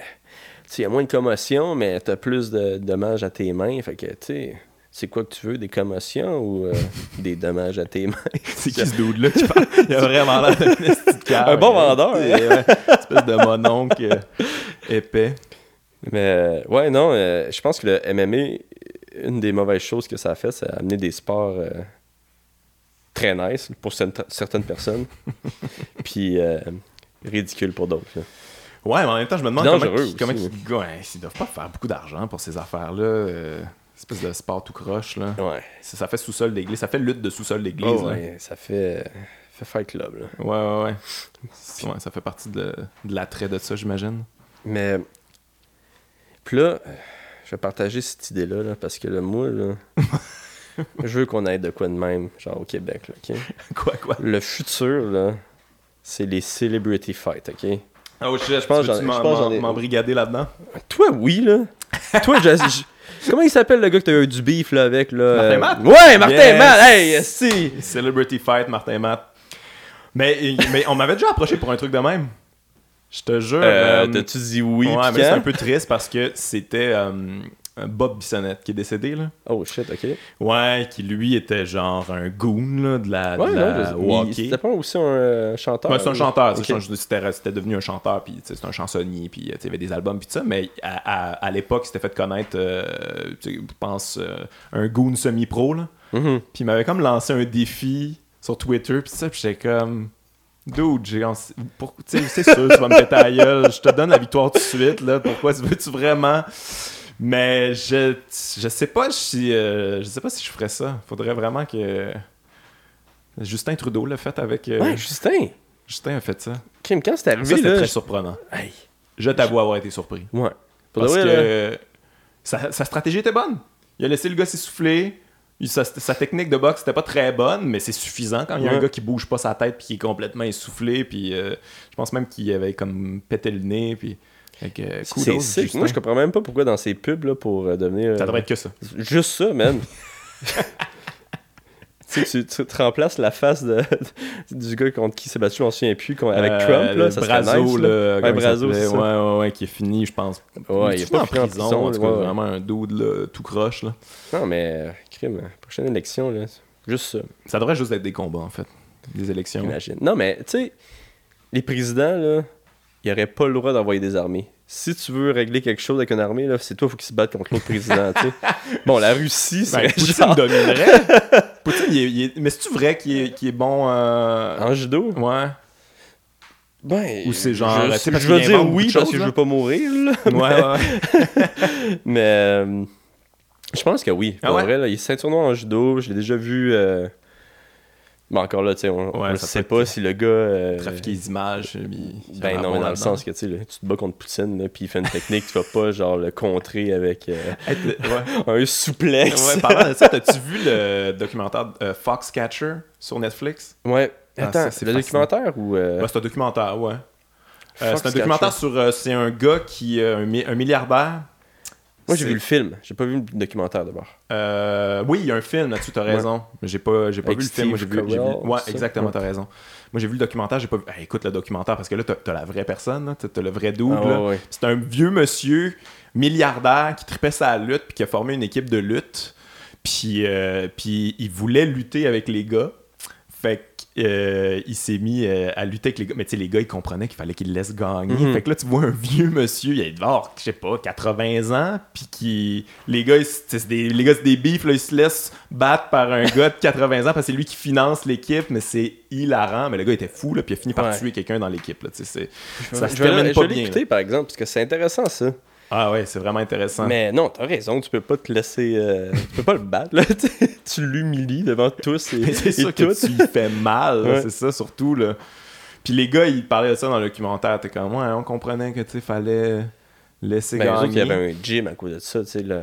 sais, il y a moins de commotion, mais t'as plus de dommages à tes mains. Fait que tu sais, c'est quoi que tu veux, des commotions ou euh, des dommages à tes mains
C'est qui ce dude là qui parle Il a vraiment l'air d'un esti de cave.
Un bon vendeur, hein.
Et, ouais, espèce de mononcle euh, épais.
Mais euh, ouais, non, euh, je pense que le MMA, une des mauvaises choses que ça a fait, c'est amener des sports euh, très nice pour cer- certaines personnes, puis euh, ridicule pour d'autres. là.
Ouais, mais en même temps, je me demande
Puis
comment,
dangereux
ils- comment
aussi. hein.
ils- ouais, ils doivent pas faire beaucoup d'argent pour ces affaires-là. euh, espèce de sport tout croche, là.
Ouais.
Ça, ça fait sous-sol d'église. Ça fait lutte de sous-sol d'église,
Oh,
là.
ouais, ça fait, euh, fait Fight Club. là.
Ouais, ouais, ouais. C'est- ouais, ça fait partie de, de l'attrait de ça, j'imagine.
Mais puis là, euh, je vais partager cette idée-là là, parce que là, moi, là, je veux qu'on aide de quoi de même, genre au Québec. là, ok?
Quoi, quoi?
Le futur, là, c'est les celebrity fights, ok?
Oh, je,
pense que
pense que
j'en- je pense que j'en ai-
j'en m'embrigader là-dedans.
Toi, oui, là. Toi, je, je- Comment il s'appelle le gars que t'as eu du beef, là, avec, là?
Martin
euh,
Matt?
Ouais, Martin
Yes.
Matt! Hey, si!
Celebrity Fight, Martin Matt. Mais, mais on m'avait déjà approché pour un truc de même. Je te jure.
Euh,
euh,
T'as-tu dit oui,
ouais,
puis
mais c'est
quand?
un peu triste parce que c'était euh, Bob Bissonnette qui est décédé, là.
Oh, shit, OK.
Ouais, qui lui était genre un goon, là, de la, de
Ouais,
la
non, je-
au
mais
hockey.
C'était pas aussi un euh, chanteur?
Ouais, c'est un chanteur, tu sais,
Ok.
je- c'était c'était devenu un chanteur, puis tu sais, c'est un chansonnier, puis euh, tu sais, il y avait des albums, puis tout ça, mais à, à- à l'époque, il s'était fait connaître, euh, tu sais, je pense, euh, un goon semi-pro, là.
Mhm.
Puis il m'avait comme lancé un défi sur Twitter, puis ça, puis j'étais comme. Dude, j'ai- on- pour- tu sais, c'est sûr, tu vas me péter à la gueule. Je te donne la victoire tout de suite, là. Pourquoi veux-tu vraiment. Mais je, je sais pas si euh, je sais pas si je ferais ça. Faudrait vraiment que Justin Trudeau l'a fait avec euh,
Ouais, Justin!
Justin a fait ça.
Kim, quand c'est
Ça
arrivé,
c'était
là...
très
je-
surprenant.
Hey,
Je t'avoue avoir été surpris.
ouais. Pour de
Parce
vrai, là,
que sa, sa stratégie était bonne. Il a laissé le gars s'essouffler. Il- Sa, sa technique de boxe n'était pas très bonne, mais c'est suffisant quand il y a
Ouais.
un gars qui bouge pas sa tête puis qui est complètement essoufflé. Puis euh, je pense même qu'il avait comme pété le nez. Puis fait que, kudos,
c'est sick.
Justin.
Moi, je comprends même pas pourquoi dans ces pubs, là, pour euh, devenir... euh,
Ça devrait être que ça.
Juste ça, man. tu, sais, tu, tu te remplaces la face de, du gars contre qui s'est battu, je m'en souviens plus, quand- avec
Euh,
Trump, là,
le
ça serait
Brazo,
nice, là.
là, comment il
Brazo,
s'appelait.
c'est ça.
Ouais, ouais, ouais, qui est fini, je pense.
Ouais, il est
tout en
pas pris
prison,
en prison,
en tout
ouais,
cas,
ouais.
vraiment un dude là, tout croche. Là.
Non, mais, euh, crime, hein, prochaine élection, là, juste ça,
Ça devrait juste être des combats, en fait. Des élections.
j'imagine. Non, mais, tu sais, les présidents, là, ils n'auraient pas le droit d'envoyer des armées. Si tu veux régler quelque chose avec une armée, là, c'est toi, faut qu'ils se battent contre l'autre président, tu sais. Bon, la Russie,
Ben,
c'est
Poutine
genre...
dominerait.
Ah.
Poutine, il est, il est- mais c'est-tu vrai qu'il est, qu'il est bon euh,
En judo?
Ouais.
Ben,
Ou c'est genre, tu
Je,
sais, parce
je veux
qu'il
dire
invente beaucoup
oui
de
parce
choses,
que je
là.
veux pas mourir, là.
Ouais, ouais.
Mais euh, je pense que oui.
Ah
Pour
ouais?
vrai, là, il est ceinture noire en judo. Je l'ai déjà vu. euh, Mais encore là, tu sais, on
Ouais,
ne
ça
sait
peut
pas si le gars. euh,
Trafiquer les images. puis-
Ben non, mais dans le sens que tu sais, là, tu te bats contre Poutine, là, puis il fait une technique, tu vas pas genre le contrer avec euh,
Hey, t- ouais.
un souplex.
Ouais, parlant de ça, t'as-tu vu le documentaire euh, Foxcatcher sur Netflix?
Ouais.
Ah,
Attends,
ça, c'est
c'est le
fascinant.
documentaire ou. euh,
Ouais, c'est un documentaire, ouais. Euh, c'est un
Foxcatcher?
documentaire sur. euh, c'est un gars qui. euh, un, mi- un milliardaire.
Moi, j'ai
C'est-
vu le film. J'ai pas vu le documentaire d'abord.
Euh, oui, il y a un film là-dessus, t'as raison. Mais j'ai pas, j'ai pas
Avec
vu le film. Moi, j'ai
Steve
vu, j'ai vu-
Carell,
Ouais,
ça.
exactement,
Ouais.
t'as raison. Moi, j'ai vu le documentaire, j'ai pas vu. Ah, écoute le documentaire parce que là, t'as, t'as la vraie personne, là, t'as, t'as le vrai double.
Ah, ouais, ouais.
C'est un vieux monsieur milliardaire qui tripait sa lutte puis qui a formé une équipe de lutte. Puis, euh, puis il voulait lutter avec les gars. Fait qu'il s'est mis euh, à lutter avec les gars. Mais tu sais, les gars, ils comprenaient qu'il fallait qu'ils le laissent gagner.
Mhm.
Fait que là, tu vois un vieux monsieur, il est dehors, je sais pas, 80 ans, puis qui... Les gars, ils se- tu sais, c'est des, les gars, c'est des beefs, là, ils se laissent battre par un gars de 80 ans parce que c'est lui qui finance l'équipe, mais c'est hilarant. Mais le gars était fou, là, puis il a fini par
Ouais.
tuer quelqu'un dans l'équipe, là, tu sais, c'est-
Je
Ça
vais-
se
je vais
termine
le-
pas
je vais
bien,
l'écouter, par exemple, parce que c'est intéressant, ça.
Ah ouais, c'est vraiment intéressant.
Mais non, t'as raison, tu peux pas te laisser. euh, tu peux pas le battre, là. tu sais. tu l'humilies devant tous et,
Mais c'est
et
sûr que
toutes.
tu lui fais mal, là,
Ouais.
c'est ça surtout. Là. Puis les gars, ils parlaient de ça dans le documentaire. T'es comme, ouais, on comprenait que tu fallait laisser
Ben, eux autres, il
gagner.
y avait un gym à cause de ça, tu sais. là.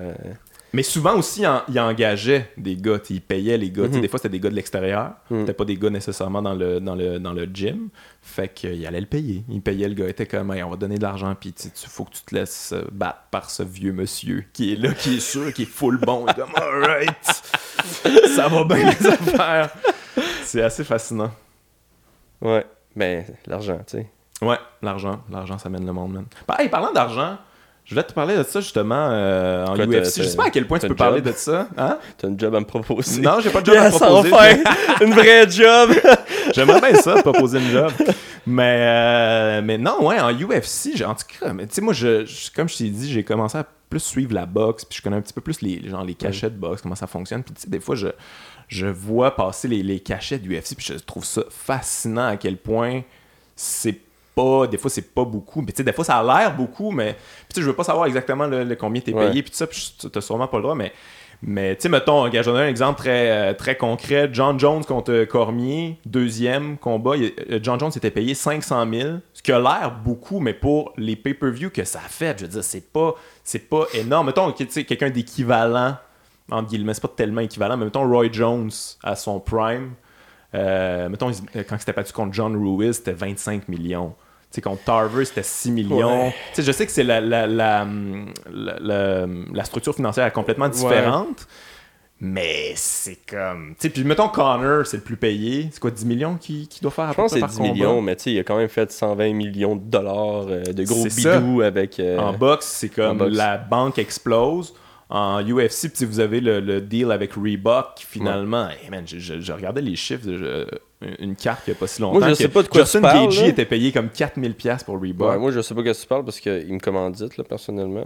Mais souvent aussi, en- ils engageaient des gars, tu sais, ils payaient les gars. Tu sais,
Mhm.
Des fois, c'était des gars de l'extérieur,
Mhm.
c'était pas des gars nécessairement dans le, dans le, dans le gym. Fait qu'ils allaient le payer. Ils payaient le gars, il était comme, Hey, on va donner de l'argent, puis tu sais, tu- faut que tu te laisses euh, battre par ce vieux monsieur qui est là, qui est sûr, qui est full bon. Il est comme, alright, ça va bien les affaires. C'est assez fascinant.
Ouais, ben, l'argent, tu sais.
Ouais, l'argent. L'argent, ça mène le monde, man. Bah, hey, parlant d'argent, je voulais te parler de ça justement euh, en
Quoi, t'as-
UFC. Je sais
t'as-
pas à quel point tu
t'as
peux
une job?
parler de ça. Hein?
T'as une job à me proposer.
Non, j'ai pas de job à
Yes,
proposer.
enfin! une vraie job!
J'aimerais bien ça, de proposer une job. Mais, euh, mais non, ouais, en UFC, j'ai- en tout cas, mais tu sais, moi, je, je- comme je t'ai dit, j'ai commencé à plus suivre la boxe, puis je connais un petit peu plus les, genre, les cachets de boxe, comment ça fonctionne. Puis tu sais, des fois, je, je vois passer les, les cachets de UFC, puis je trouve ça fascinant à quel point c'est pas, des fois, c'est pas beaucoup. Mais tu sais, des fois, ça a l'air beaucoup, mais puis tu sais, je veux pas savoir exactement le, le combien t'es
Ouais.
payé, puis tout ça, puis je- t'as sûrement pas le droit, mais. Mais tu sais, mettons, regarde, je donne un exemple très, euh, très concret. John Jones contre Cormier, deuxième combat. il- euh, John Jones était payé 500 000, ce qui a l'air beaucoup, mais pour les pay-per-view que ça a fait, je veux dire, c'est pas, c'est pas énorme. Mettons, tu sais, quelqu'un d'équivalent, entre guillemets, c'est pas tellement équivalent, mais mettons Roy Jones à son prime. euh, mettons, il- euh, quand il s'était battu contre John Ruiz, c'était 25 millions. Tu sais, contre Tarver, c'était 6 millions.
Ouais.
Tu sais, je sais que c'est la, la, la, la, la- la structure financière est complètement différente, mais c'est comme. Tu sais, puis mettons Connor, c'est le plus payé. C'est quoi, 10 millions qui, qui doit faire à
Je
peu
pense
près
que c'est
par
10
combat?
millions, mais tu sais, il a quand même fait 120 millions de dollars euh, de gros
C'est ça.
bidous avec. euh,
En boxe, c'est
en
comme
boxe.
la banque explose. En UFC, puis si vous avez le, le deal avec Reebok, qui finalement, hey, man, je, je- je regardais les chiffres, je- une carte il n'y a pas si longtemps.
Moi, je
que
sais pas de quoi tu
Justin
parles,
Gaethje
là.
était payé comme 4000$ piastres pour Reebok.
Ouais, moi, je sais pas de quoi tu parles parce qu'il me commandite, là, personnellement.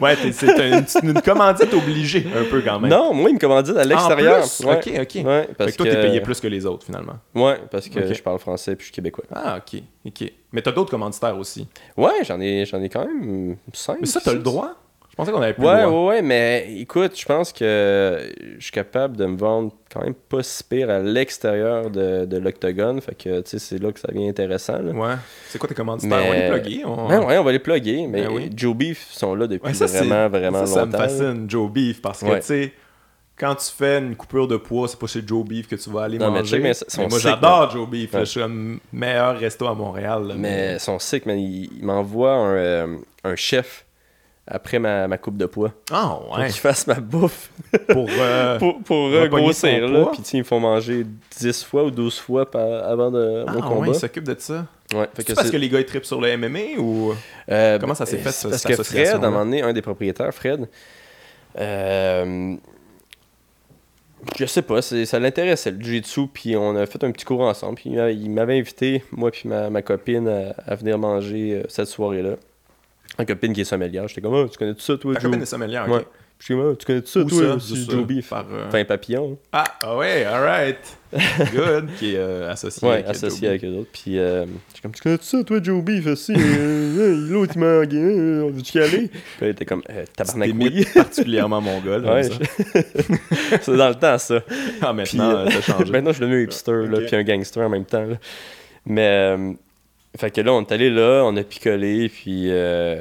Ouais, t'es- c'est un- une, petite- une commandite obligée, un peu quand même.
non, moi, il me commandite à l'extérieur.
En plus?
Ouais.
Ok, ok.
Ouais,
Fait
parce
que toi, t'es payé plus que les autres, finalement.
Ouais, parce que
Ok.
je parle français puis je suis québécois.
Ah, ok, ok. Mais t'as d'autres commanditaires aussi.
Ouais, j'en ai, j'en ai quand même 5.
Mais ça, t'as le droit? Je pensais qu'on avait plus
Ouais,
le droit.
ouais, ouais, mais écoute, je pense que je suis capable de me vendre quand même pas si pire à l'extérieur de, de l'octogone. Fait que, tu sais, c'est là que ça devient intéressant. là.
Ouais. C'est quoi tes commanditaires?
Mais-
On les pluguer. On...
Ben ouais, on va les plugger, mais
Ben oui.
Joe Beef sont là depuis
Ouais, ça, c'est-
vraiment, vraiment
ça, ça me
longtemps.
fascine, Joe Beef, parce que,
Ouais.
tu sais, quand tu fais une coupure de poids, c'est pas chez Joe Beef que tu vas aller
Non, mais
manger.
tu sais, mais ça- ils sont
moi,
sick,
j'adore Joe Beef. là.
Ouais.
je suis le meilleur resto à Montréal. là,
mais ils sont sick, man. Ils ils m'envoient un, euh, un chef après ma, ma coupe de poids
Ah,
pour
ouais.
qu'il fasse ma bouffe
Pour, euh,
pour, pour
va pogner
regrossir.
son
Là.
poids.
Puis, tu sais, ils me font manger 10 fois ou 12 fois par- avant de,
Ah,
mon
ouais, ils
combat.
s'occupent de ça.
Ouais, fait que
C'est parce
c'est-
que les gars, ils trippent sur le MMA ou...
Euh,
Comment ça s'est fait,
c'est
ça,
Parce
cette
que Fred, à un
association-là?
moment donné, un des propriétaires, Fred, euh, je sais pas, c'est- ça l'intéressait le jiu-jitsu, puis on a fait un petit cours ensemble, puis il m'a- il m'avait invité, moi puis ma, ma copine, à, à venir manger euh, cette soirée-là. Ma copine qui est sommelière, j'étais comme, Ah, tu connais tout ça, toi,
Ta
Joe?
copine est sommelière, ok.
Ouais. Je sais pas, tu connais ça,
Où
toi,
ça?
aussi,
Juste,
Joby?
euh, par, euh,
Fin papillon.
Ah, ah ouais, alright. Good, qui est euh, associé
Ouais,
avec euh,
associé
Joby.
avec eux autres. Puis, euh, j'étais comme, tu connais ça, toi, Joby? Il fait si, l'autre, il m'a euh, on veut-tu y aller? Puis là, il était comme, euh, tabarnak,
C'était
oui.
particulièrement mongol.
Ouais,
j'aime ça.
je- c'est dans le temps, ça.
Ah, maintenant,
Puis, ben,
euh, t'as changé.
Maintenant, je suis devenu hipster, là,
Ok.
puis un gangster en même temps. là. Mais, euh, fait que là, on est allé là, on a picolé, puis euh,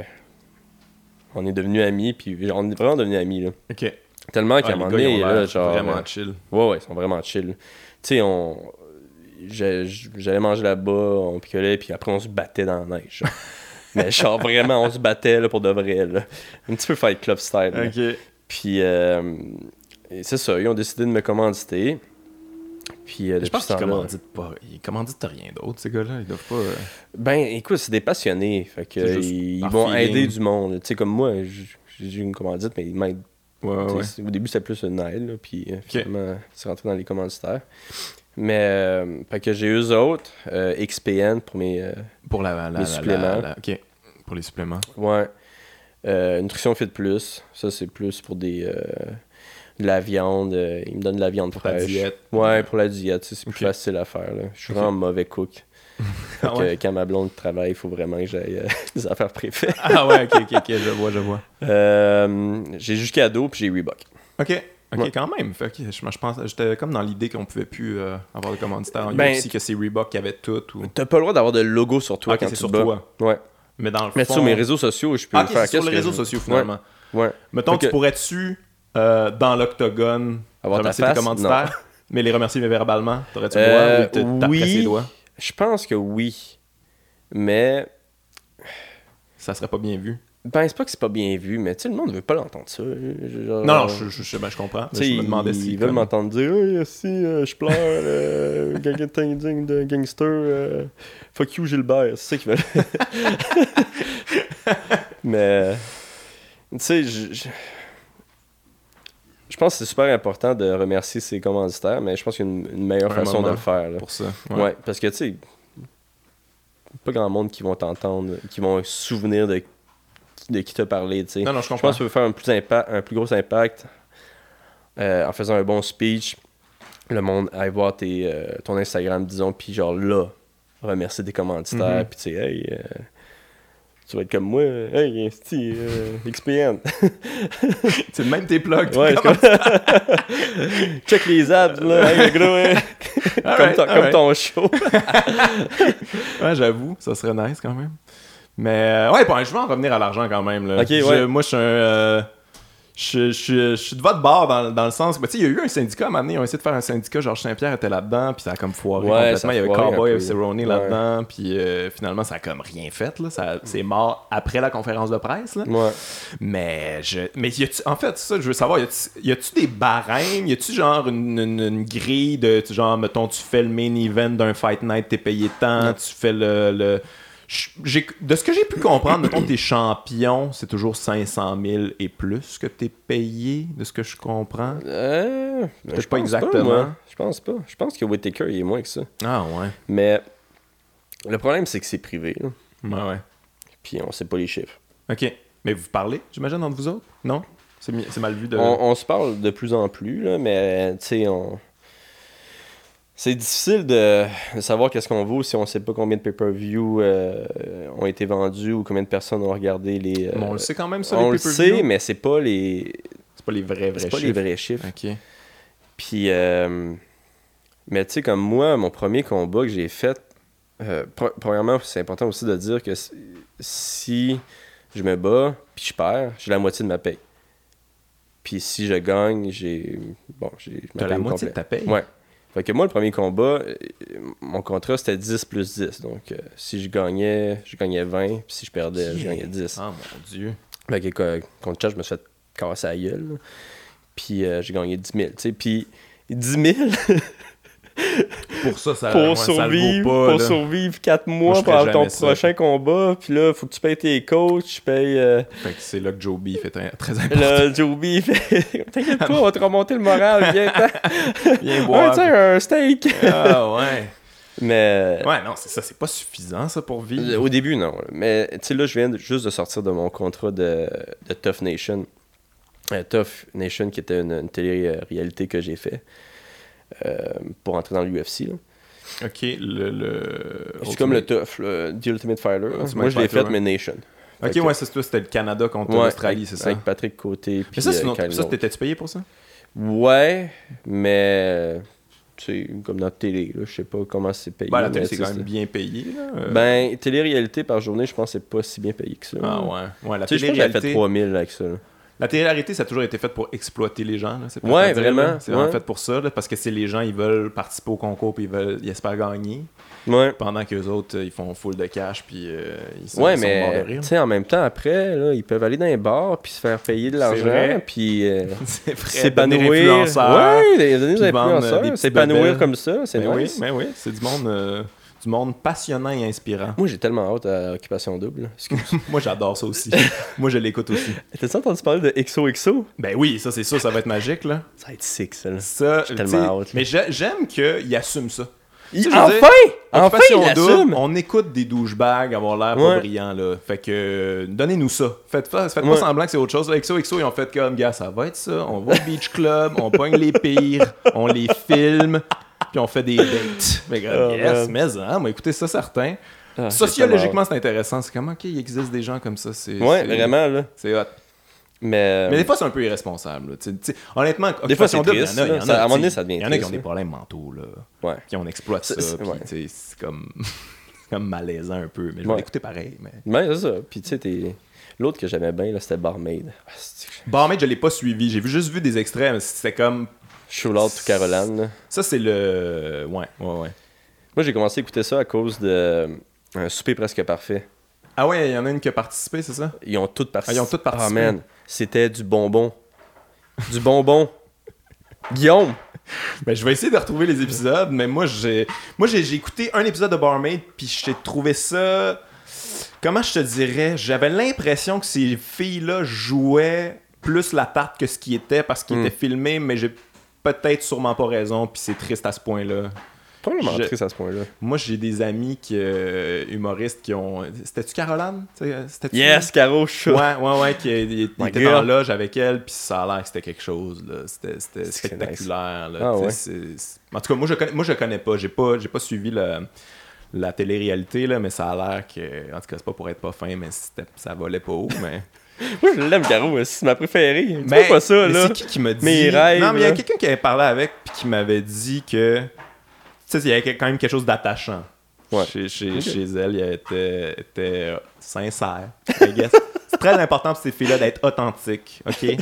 on est devenus amis, puis genre, on est vraiment devenus amis, là.
Ok. Ah,
Tellement qu'à un
les
moment
gars, ils ont
donné,
l'air
là, genre.
Vraiment
euh,
chill.
ouais, ouais, ils sont vraiment chill. Tu sais, on. j'ai- J'allais manger là-bas, on picolait, puis après, on se battait dans la neige. genre. Mais genre, vraiment, on se battait, là, pour de vrai, là. Un petit peu Fight Club style. là.
Ok.
Puis, euh, et c'est ça, ils ont décidé de me commanditer. Puis,
Je
euh, depuis
pense
ce
qu'ils
temps-là-
commanditent pas. Ils commanditent rien d'autre, ces gars-là. Ils doivent pas. euh,
Ben, écoute, c'est des passionnés. Fait que
C'est juste
ils, ils
par
vont
feeling.
aider du monde. Tu sais, comme moi, j- j'ai une commandite, mais ils m'aident.
Ouais, ouais,
Tu sais,
Ah ouais.
c'est- Au début, c'était plus une aide, là, puis euh, finalement, c'est rentré dans les commanditaires. Mais, euh, fait que j'ai eux autres, euh, XPN pour mes. euh,
Pour la, la- la-
Les
la-
suppléments.
la- ok. Pour les suppléments.
ouais. Euh, nutrition Fit Plus. Ça, c'est plus pour des. euh, de la viande. euh, ils me donnent de la viande
Pour ta
fraîche.
diète.
Ouais, pour la diète, tu sais, c'est plus
Ok.
facile à faire. Là. Je suis
Ok.
vraiment mauvais cook. Fait
Ah
que,
ouais.
Quand ma blonde travaille, il faut vraiment que j'aille euh, des affaires préfaites.
Ah ouais, ok, ok, ok, je vois, je vois.
Euh, j'ai jusqu'à dos puis j'ai Reebok.
Ok. Ok,
Ouais.
quand même. Fait que je, je pense, j'étais comme dans l'idée qu'on pouvait plus euh, avoir de commanditaire en
Ben,
UFC, que c'est Reebok qui avait tout. Ou...
T'as pas le droit d'avoir de logo sur
Ah,
toi
ok,
quand
c'est
tu
sur
te bats.
toi.
Ouais.
Mais dans le
Mais
fond.
sur mes réseaux sociaux, je peux
Ah, ok,
faire
c'est sur
qu'est-ce
les
que
réseaux
je-
sociaux finalement.
Ouais. ouais.
Mettons,
Fait
tu
que-
pourrais-tu, euh, dans l'octogone,
Avoir ta
remercier
face?
tes commanditaires, mais les remercier verbalement T'aurais-tu le
Euh,
droit ou te taperais
oui.
ses doigts
Je pense que oui. Mais
Ça serait pas bien vu.
ben c'est pas que c'est pas bien vu, mais tu sais le monde veut pas l'entendre ça. Genre-
Non, non, je, je, je- ben, je comprends. mais
Tu sais,
je me demandais
ils,
si.
ils veulent
comme-
m'entendre dire Oui, si euh, je pleure, euh, quelqu'un digne de gangster, euh, fuck you Gilbert, c'est ça qu'ils veulent. Mais, tu sais, je, je- je pense que c'est super important de remercier ses commanditaires, mais je pense qu'il y a une, une meilleure
Un
façon
moment
de le faire. là.
Pour ça.
Ouais. parce que tu sais, pas grand monde qui vont t'entendre, qui vont se souvenir de, de qui t'a parlé, tu sais.
Non, non, je
Je
comprends.
pense que tu peux faire un plus, impa- un plus gros impact euh, en faisant un bon speech. Le monde aille voir tes, euh, ton Instagram, disons, puis genre là, remercier tes commanditaires,
Mhm.
puis tu sais, hey, euh, tu vas être comme moi, hey, esti, euh, XPN.
C'est même tes plugs.
Ouais,
comme
c'est comme- Check les abs, là, hey, gros, hein.
Ah
comme, ton, comme ton show.
Ouais, j'avoue, ça serait nice quand même. Mais euh, ouais, bon, je vais en revenir à l'argent quand même. Là.
Ok,
Je-
ouais.
moi, je suis un. euh, je, je- je suis de votre bord dans, dans le sens que, tu sais, il y a eu un syndicat à un moment donné, ils ont essayé de faire un syndicat, Georges Saint-Pierre était là-dedans, puis ça a comme foiré
Ouais, ça
complètement.
a
Il y avait
foiré un
Cowboy
peu.
FC Roney
Ouais. Hmm.
là-dedans, puis euh, finalement, ça a comme rien fait. Là. Ça, c'est mort après la conférence de presse. Là.
Ouais.
Mais, je, mais y a-tu- en fait, ça, je veux savoir, y a-tu- y a-tu des barèmes? Y a-tu genre une, une- une grille de, tu- genre, mettons, tu fais le main event d'un Fight Night, t'es payé tant, tu fais le... le- je- j'ai- de ce que j'ai pu comprendre, mettons, t'es champion, c'est toujours 500 000 et plus que t'es payé, de ce que je comprends.
Euh, ben,
Peut-être
je
pas
pense
exactement.
moi. je pense pas. Je pense que Whittaker, il est moins que ça.
Ah ouais.
Mais le problème, c'est que c'est privé. là.
Ouais, ouais.
Puis on sait pas les chiffres.
OK. Mais vous parlez, j'imagine, entre vous autres? Non? C'est mi- c'est mal vu de...
On, on se parle de plus en plus, là, mais tu sais, on... c'est difficile de de savoir qu'est-ce qu'on vaut si on sait pas combien de pay-per-view euh, ont été vendus ou combien de personnes ont regardé les. euh,
Bon, on le sait quand même, ça,
on
les
le
pay-per-views?
sait, mais c'est pas les,
C'est pas les vrais, vrais
c'est pas les
chiffres.
vrais chiffres.
OK.
Puis, euh, mais tu sais, comme moi, mon premier combat que j'ai fait, euh, pre- premièrement, c'est important aussi de dire que si- si je me bats puis je perds, j'ai la moitié de ma paye. Puis si je gagne, j'ai. Bon, j'ai ma
T'as la
paye
moitié de
complète.
ta paye?
Ouais. Fait que moi, le premier combat, euh, mon contrat c'était 10 plus 10. Donc, euh, si je gagnais, je gagnais 20. Puis si je perdais, je
Yeah.
gagnais 10.
Ah, mon Dieu.
Fait que euh, contre Chad, je me suis fait casser la gueule. là. Puis euh, j'ai gagné 10 000. tu sais. Puis 10 000
Pour ça, ça,
pour
ouais, ça le vaut
survivre,
pas,
pour
là.
survivre 4 mois
je
pour
ferais
avoir ton
jamais ça.
prochain combat. Puis là, faut que tu payes tes coachs, tu payes euh,
Fait que c'est là que Joby fait un- très important.
le Joby. Fait- T'inquiète pas, on va te remonter le moral. Viens,
Viens
ouais,
boire.
tiens, un steak.
ah ouais.
Mais
Ouais, non, c'est ça, c'est pas suffisant ça pour
euh,
vivre.
au début, non. là. Mais tu sais, là, je viens de- juste de sortir de mon contrat de, de Tough Nation. euh, Tough Nation, qui était une, une télé-réalité que j'ai fait euh, pour entrer dans l'UFC. là.
Ok, le. le...
C'est comme le Tough, le The Ultimate Fighter. là.
Ultimate
Moi, je l'ai
Fighter,
fait,
ouais.
mais Nation.
Ok,
Fait que-
ouais, c'est ça. C'était le Canada contre
Ouais,
l'Australie, c'est ça.
Avec Patrick Côté.
Mais
puis,
ça, c'est
euh,
une autre-
Kyle
ça,
Long.
t'étais-tu payé pour ça?
Ouais, mais c'est comme dans la télé, là, je sais pas comment c'est payé.
Ben, la
mais
télé, c'est
tu sais,
quand même bien payé, là. euh.
Ben, télé-réalité par journée, je pense que c'est pas si bien payé que ça.
Ah ouais. Ouais, la
Tu sais, je pense que j'avais fait
télé-réalité.
3000 avec ça. là.
La télé-réalité, ça a toujours été fait pour exploiter les gens. Là. C'est
Ouais,
plate à dire,
vraiment,
là. C'est vraiment
ouais.
fait pour ça, là, parce que c'est les gens, ils veulent participer au concours, puis ils, veulent, ils espèrent gagner,
Ouais.
pendant que les autres, euh, ils font full de cash, puis euh, ils sont,
Ouais,
ils sont morts de
mais
rire.
tu sais, en même temps, après, là, ils peuvent aller dans les bars puis se faire payer de
C'est vrai.
l'argent puis euh,
C'est vrai, devenir
s'épanouir.
influenceur.
Ouais, des- des
puis vendre, euh, des
influenceurs.
petites
S'épanouir
bebelles.
comme ça, c'est
Ben
nice.
oui, ben oui, c'est du monde, euh, du monde passionnant et inspirant.
Moi, j'ai tellement hâte à Occupation Double. là. Excuse.
Moi, j'adore ça aussi. Moi, je l'écoute aussi.
T'as-tu entendu parler de XOXO?
Ben oui, ça, c'est sûr, ça va être magique, là.
Ça va être sick, ça. là.
Ça, tu
J'ai tellement
sais,
hâte, là.
Mais j'ai- j'aime qu'il assume ça.
Il-
Tu sais, je veux
Enfin!
dire,
Ah, Enfin,
Occupation
il
Double,
l'assume!
on écoute des douchebags avoir l'air pas
Ouais.
brillant là. Fait que euh, donnez-nous ça. Faites, pas- faites
Ouais.
pas semblant que c'est autre chose. Là, XO, XO, ils ont fait comme gars, ça va être ça. On va au beach club, on pogne les pires, on les filme, puis on fait des dates. Mais comme,
Oh,
yes,
man.
mais hein, on va écouter ça certain.
Ah,
Sociologiquement, c'est intéressant. C'est comment qu'il existe des gens comme ça. C'est,
c'est tellement
c'est-
hâte. Ouais, vraiment, là.
C'est hot.
Mais, euh,
Mais des fois, c'est un peu irresponsable. là. Tu sais- tu sais, honnêtement,
Des fois, c'est
Occupation Double, il y en a-
triste,
il y en
là.
a,
Ça- à
tu
un moment donné,
sais,
ça devient
Il y en a qui ont
triste,
des
là.
problètes mentaux. là
ouais.
puis on exploite ça,
C'est- c'est-
puis
ouais.
tu sais, c'est comme c'est comme malaisant un peu, mais je vais
Ouais.
l'écouter pareil. Mais...
Ben, c'est ça. Puis, tu sais, t'es- l'autre que j'aimais bien, là, c'était Barmaid. Ah, c'est-
Barmaid, je l'ai pas suivi, j'ai vu juste vu des extraits, mais c'était comme
Shout out to Caroline. là.
ça c'est le ouais, ouais ouais.
Moi, j'ai commencé à écouter ça à cause de euh, un souper presque parfait.
Ah ouais, il y en a une qui a participé, c'est ça
Ils ont toutes participé.
Ah, ils ont toutes participé.
man, c'était du bonbon. Du bonbon. Guillaume.
Ben je vais essayer de retrouver les épisodes, mais moi j'ai moi j'ai j'ai écouté un épisode de Barmaid puis j'ai trouvé ça comment je te dirais, j'avais l'impression que ces filles-là jouaient plus la tarte que ce qui était parce qu'ils
Mm.
étaient filmés, mais j'ai peut-être sûrement pas raison, puis c'est triste à ce point-là.
Probablement
Je-
triste à ce point-là.
Moi, j'ai des amis qui, euh, humoristes qui ont. C'était-tu Caroline Tu sais, euh, C'était-tu
Yes, Mmh. Caro, chaud.
Ouais, ouais, ouais, qui euh, il- il
My
était
girl.
en loge avec elle, puis ça a l'air que c'était quelque chose, là. C'était c'était
C'est
spectaculaire, là.
Ah
Tu
ouais.
sais, c'est- c'est- En tout cas, moi, je connais, moi, je connais pas. J'ai pas, j'ai pas suivi le- la télé-réalité, là, mais ça a l'air que. En tout cas, c'est pas pour être pas fin, mais c'était- ça volait pas haut, mais.
Moi, je l'aime, Caro. C'est ma préférée. Dis
Mais-
pas ça,
mais
là.
C'est qui qui me dit
Mes rêves,
Non, mais il y a
là.
quelqu'un qui avait parlé avec puis qui m'avait dit que tu sais, il y avait quand même quelque chose d'attachant.
Ouais.
Chez, chez-
Ok.
chez elle, il était, était sincère. I guess. c'est très important pour ces filles-là d'être authentiques, ok?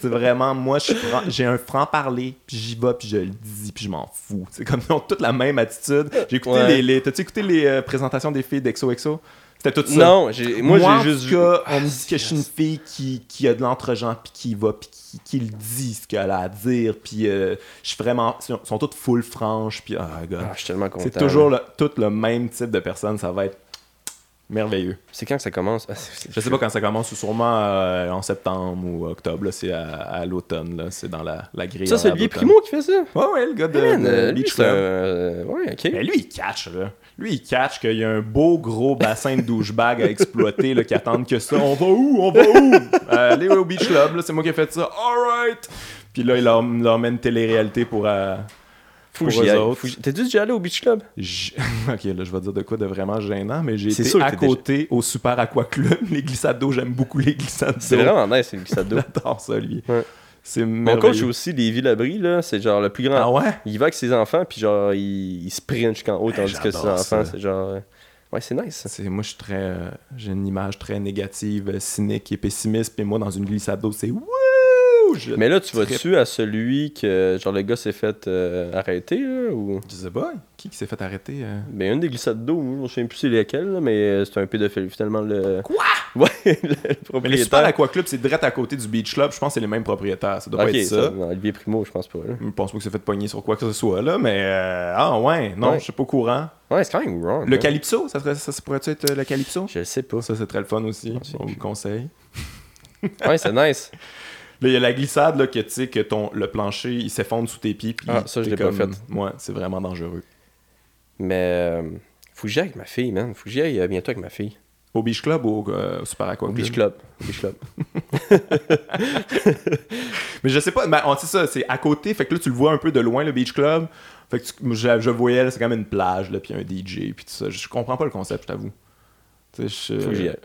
C'est vraiment, moi, je suis franc- j'ai un franc-parler, puis j'y vais, puis je le dis, puis je m'en fous. C'est comme, ils ont toutes la même attitude. J'ai écouté
Ouais.
les... les- T'as-tu écouté les euh, présentations des filles d'XOXO? C'était tout ça
Non, j'ai- moi, j'ai
en
juste. Ah,
tout cas, on me dit
c'est-
que je suis une fille qui, qui a de l'entre-gens, puis qui va, puis qui, qui le dit ce qu'elle a à dire, puis euh, je suis vraiment. Ils sont- sont toutes full franches, puis. Ah, gars.
Ah, je suis tellement content.
c'est toujours le, tout le même type de personne, ça va être merveilleux.
C'est quand que ça commence Ah, c'est-
Je sais pas quand ça commence, c'est sûrement euh, en septembre ou octobre, là, c'est à, à l'automne, là, c'est dans la, la grille.
Ça, c'est
horaire
Olivier
d'automne.
Primo qui fait ça.
Ouais, ouais, le gars de,
Man,
de
euh, lui,
Beach
c'est un-
Club.
euh, Ouais, ok.
Mais Ben, lui, il catch, là. Lui, il catch qu'il y a un beau gros bassin de douchebag à exploiter, là, qui attendent que ça. On va où? On va où? Euh, allez au Beach Club, là, c'est moi qui ai fait ça. Alright! Puis là, il leur, leur met une télé-réalité pour. euh, pour
Faut que j'y
eux
aille.
autres.
Faut que j'y- T'es déjà allé au Beach Club
j- ok, là, je vais dire de quoi de vraiment gênant, mais j'ai
C'est
été
sûr que
à
t'es déjà-
côté au Super Aqua Club. Les glissades d'eau, j'aime beaucoup les glissades d'eau.
C'est vraiment nice, c'est le glissade d'eau.
J'adore ça, lui.
Ouais.
C'est
Mon
merveilleux.
coach aussi, hein. les Labrie, là, c'est genre le plus grand.
Ah ouais?
Il va avec ses enfants, puis genre, il, il sprint jusqu'en haut,
Hey,
tandis que ses
j'adore ça.
enfants, c'est genre. euh, Ouais, c'est nice.
C'est- moi, je suis très, euh, j'ai une image très négative, euh, cynique et pessimiste. Puis moi, dans une glissade d'eau, c'est wouh! Je,
Mais là, tu
Trip.
vas-tu à celui que, genre, le gars s'est fait euh, arrêter, là, ou.
je sais pas, qui, qui s'est fait arrêter? euh?
Ben, une des glissades d'eau, moi, je ne sais plus c'est lesquelles, là, mais euh, c'est un pédophile, finalement, le.
Quoi?
Ouais, le
Mais le Super
propriétaire.
Aqua Club, c'est direct à côté du Beach Club. Je pense que c'est les mêmes propriétaires. Ça doit
Ok,
pas être ça.
non, Olivier Primo, je pense pas, là.
Je pense pas que c'est fait pogner sur quoi que ce soit, là. Mais euh, ah ouais, non,
Ouais.
je suis pas au courant.
Ouais, c'est quand même wrong.
Le
hein.
Calypso, ça, serait- ça pourrait-tu être euh, le Calypso?
Je le sais pas.
Ça, c'est très le fun aussi.
Je sais
On vous
plus.
le conseille.
Ouais, c'est nice.
Là, il y a la glissade, là, que tu sais, que ton, le plancher, il s'effondre sous tes pieds. puis
Ah, ça, je
t'es
l'ai pas
comme- Ouais, c'est vraiment dangereux.
Mais euh, faut que j'y aille avec ma fille, man. Faut que j'y aille euh, bientôt avec ma fille.
Au Beach Club ou au euh, Super Aqua
Au
Club?
Beach Club. Au Beach Club.
Mais je sais pas, mais on sait ça, c'est à côté, fait que là tu le vois un peu de loin le Beach Club. Fait que tu- je, je voyais, là, c'est quand même une plage, là, puis un DJ, puis tout ça. Je comprends pas le concept, je t'avoue. Tu sais, je-
Faut que j'y aille.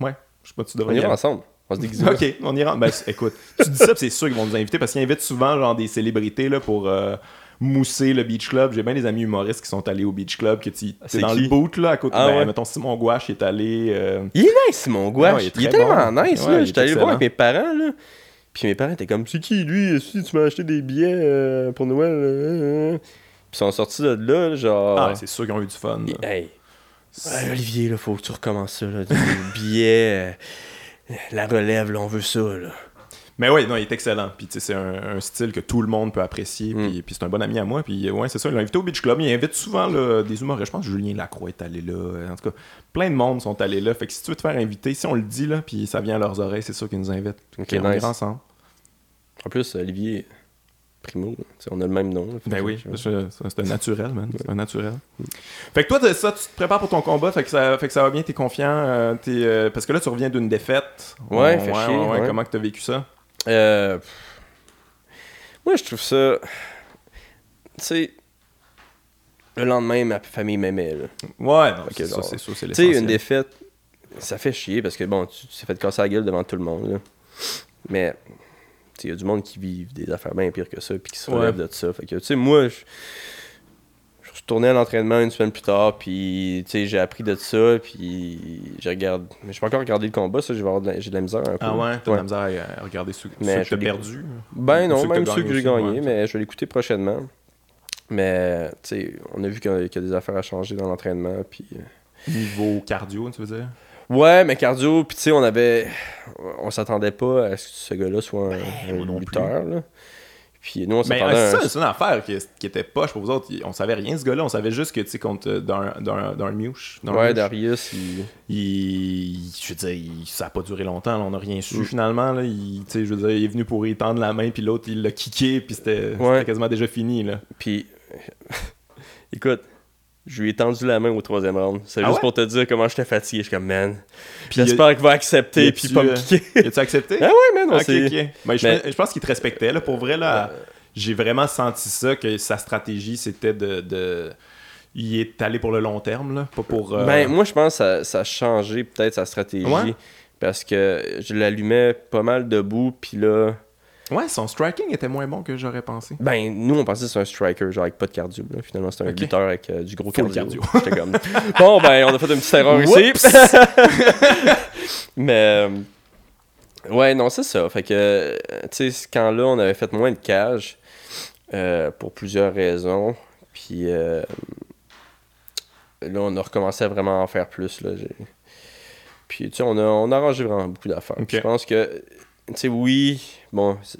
Ouais, je sais pas, tu
On
devrais y
ira
aller.
ensemble. On se déguise.
Ok, on ira. Ben, c- écoute, tu dis ça, puis c'est sûr qu'ils vont nous inviter parce qu'ils invitent souvent genre des célébrités là, pour euh, mousser le Beach Club. J'ai bien des amis humoristes qui sont allés au Beach Club, que tu t'es
C'est
dans
qui?
le boot là, à côté.
Ah
ben,
ouais.
mettons Simon Gouache il est allé. euh,
Il est nice, mon gouache.
Non, il
il,
est
est
très
tellement
bon.
nice,
Ouais, il
là.
est
J'étais allé le voir avec
excellent.
mes parents, là. Puis mes parents étaient comme, c'est qui, lui? Si tu m'as acheté des billets euh, pour Noël? euh, euh, euh. Puis ils sont sortis de là, genre...
Ah, c'est sûr qu'ils ont eu du fun. là.
Hey,
C'est-
ouais, Olivier, là, faut que tu recommences ça, là. Des billets, euh, la relève, là, on veut ça, là.
Mais ouais, non, il est excellent. Puis tu sais, c'est un, un style que tout le monde peut apprécier.
Mm.
Puis, puis c'est un bon ami à moi. Puis ouais, c'est ça. Il l'a invité au Beach Club. Il invite souvent là, des humoristes. Je pense que Julien Lacroix est allé là. En tout cas, plein de monde sont allés là. Fait que si tu veux te faire inviter, si on le dit là, puis ça vient à leurs oreilles, c'est sûr qu'ils nous invitent.
Ok,
Puis on
nice.
ira ensemble.
En plus, Olivier Primo, là, tu sais, on a le même nom. là. Fait
Ben
que,
oui,
je-
parce que ça, c'est un naturel, man. C'est un naturel.
Mm.
Fait que toi, t'as ça, tu te prépares pour ton combat. Fait que ça, fait que ça va bien, t'es confiant. euh, t'es, euh, parce que là, tu reviens d'une défaite.
Ouais, fait chier, ouais.
Comment que t'as vécu ça?
Euh, pff. moi, je trouve ça... Tu sais, le lendemain, ma famille m'aimait, là.
Ouais, non,
Ok,
c'est ça,
genre,
c'est ça, c'est
Tu sais,
l'essentiel.
une défaite, ça fait chier parce que bon, tu tu t'es fait casser la gueule devant tout le monde. là. Mais il y a du monde qui vit des affaires bien pires que ça puis qui se
Ouais.
relève de ça. Fait que, tu sais, moi, je je retournais à l'entraînement une semaine plus tard, puis tu sais, j'ai appris de ça, puis je regarde. Mais je pas encore regardé le combat, ça, je vais avoir de la- j'ai de la misère un peu.
Ah ouais, t'as de
Ouais.
la misère à- à regarder ceux, ceux
Mais
que
je
t'as
l'ai-
perdu. hein.
Ben
Ou
non,
ceux que
même
t'as
ceux que j'ai
aussi, ouais.
gagné, mais je vais l'écouter prochainement. Mais tu sais, on a vu qu'il y a- qu'il y a des affaires à changer dans l'entraînement, puis. euh,
Niveau cardio, tu veux dire?
Ouais, mais cardio, puis tu sais, on avait. On s'attendait pas à ce que ce gars-là soit un, un
Ben, moi non plus.
lutteur, là. Puis nous, on
Mais
s'attendait
euh,
à.
c'est
un-
ça, c'est une affaire qui, qui était poche pour vous autres. Il- On savait rien, ce gars-là. On savait juste que, tu sais, contre euh, d'un- d'un d'un Miouche. d'un
Ouais,
Miouche,
Darius, il-
il, je veux dire, il- ça a pas duré longtemps. là, on n'a rien su
Mm.
finalement. Là, il, tu sais, je veux dire, il est venu pour y tendre la main, puis l'autre, il l'a kické, puis c'était c'était
Ouais.
quasiment déjà fini. Là.
Puis. Écoute, je lui ai tendu la main au troisième round. C'est
Ah
juste
ouais?
pour te dire comment j'étais fatigué. Je suis comme, man.
Puis
J'espère qu'il va accepter,
y
puis
a-tu,
pas
euh,
me kicker.
il- As-tu accepté?
ah ouais, man, on
Ok,
s'est-
ok. Ben, je,
Mais-
je pense qu'il te respectait. Là, pour vrai, là, j'ai vraiment senti ça, que sa stratégie, c'était de, de- Il est allé pour le long terme, là, pas pour... euh,
Ben, moi, je pense que ça, ça a changé peut-être sa stratégie.
Ouais.
Parce que je l'allumais pas mal debout, puis là.
Ouais, son striking était moins bon que j'aurais pensé.
Ben, nous, on pensait que c'était un striker, genre avec pas de cardio. là. Finalement, c'était un
Ok.
lutteur avec euh, du gros
Full
cardio. J'étais comme, bon, ben, on a fait une petite erreur ici. Mais, euh, ouais, non, c'est ça. Fait que, euh, tu sais, ce camp-là, on avait fait moins de cage euh, pour plusieurs raisons. Puis, euh, là, on a recommencé à vraiment en faire plus. Là. J'ai- Puis, tu sais, on a, on a arrangé vraiment beaucoup d'affaires.
Ok.
Je pense que, tu sais, oui, bon, c'est-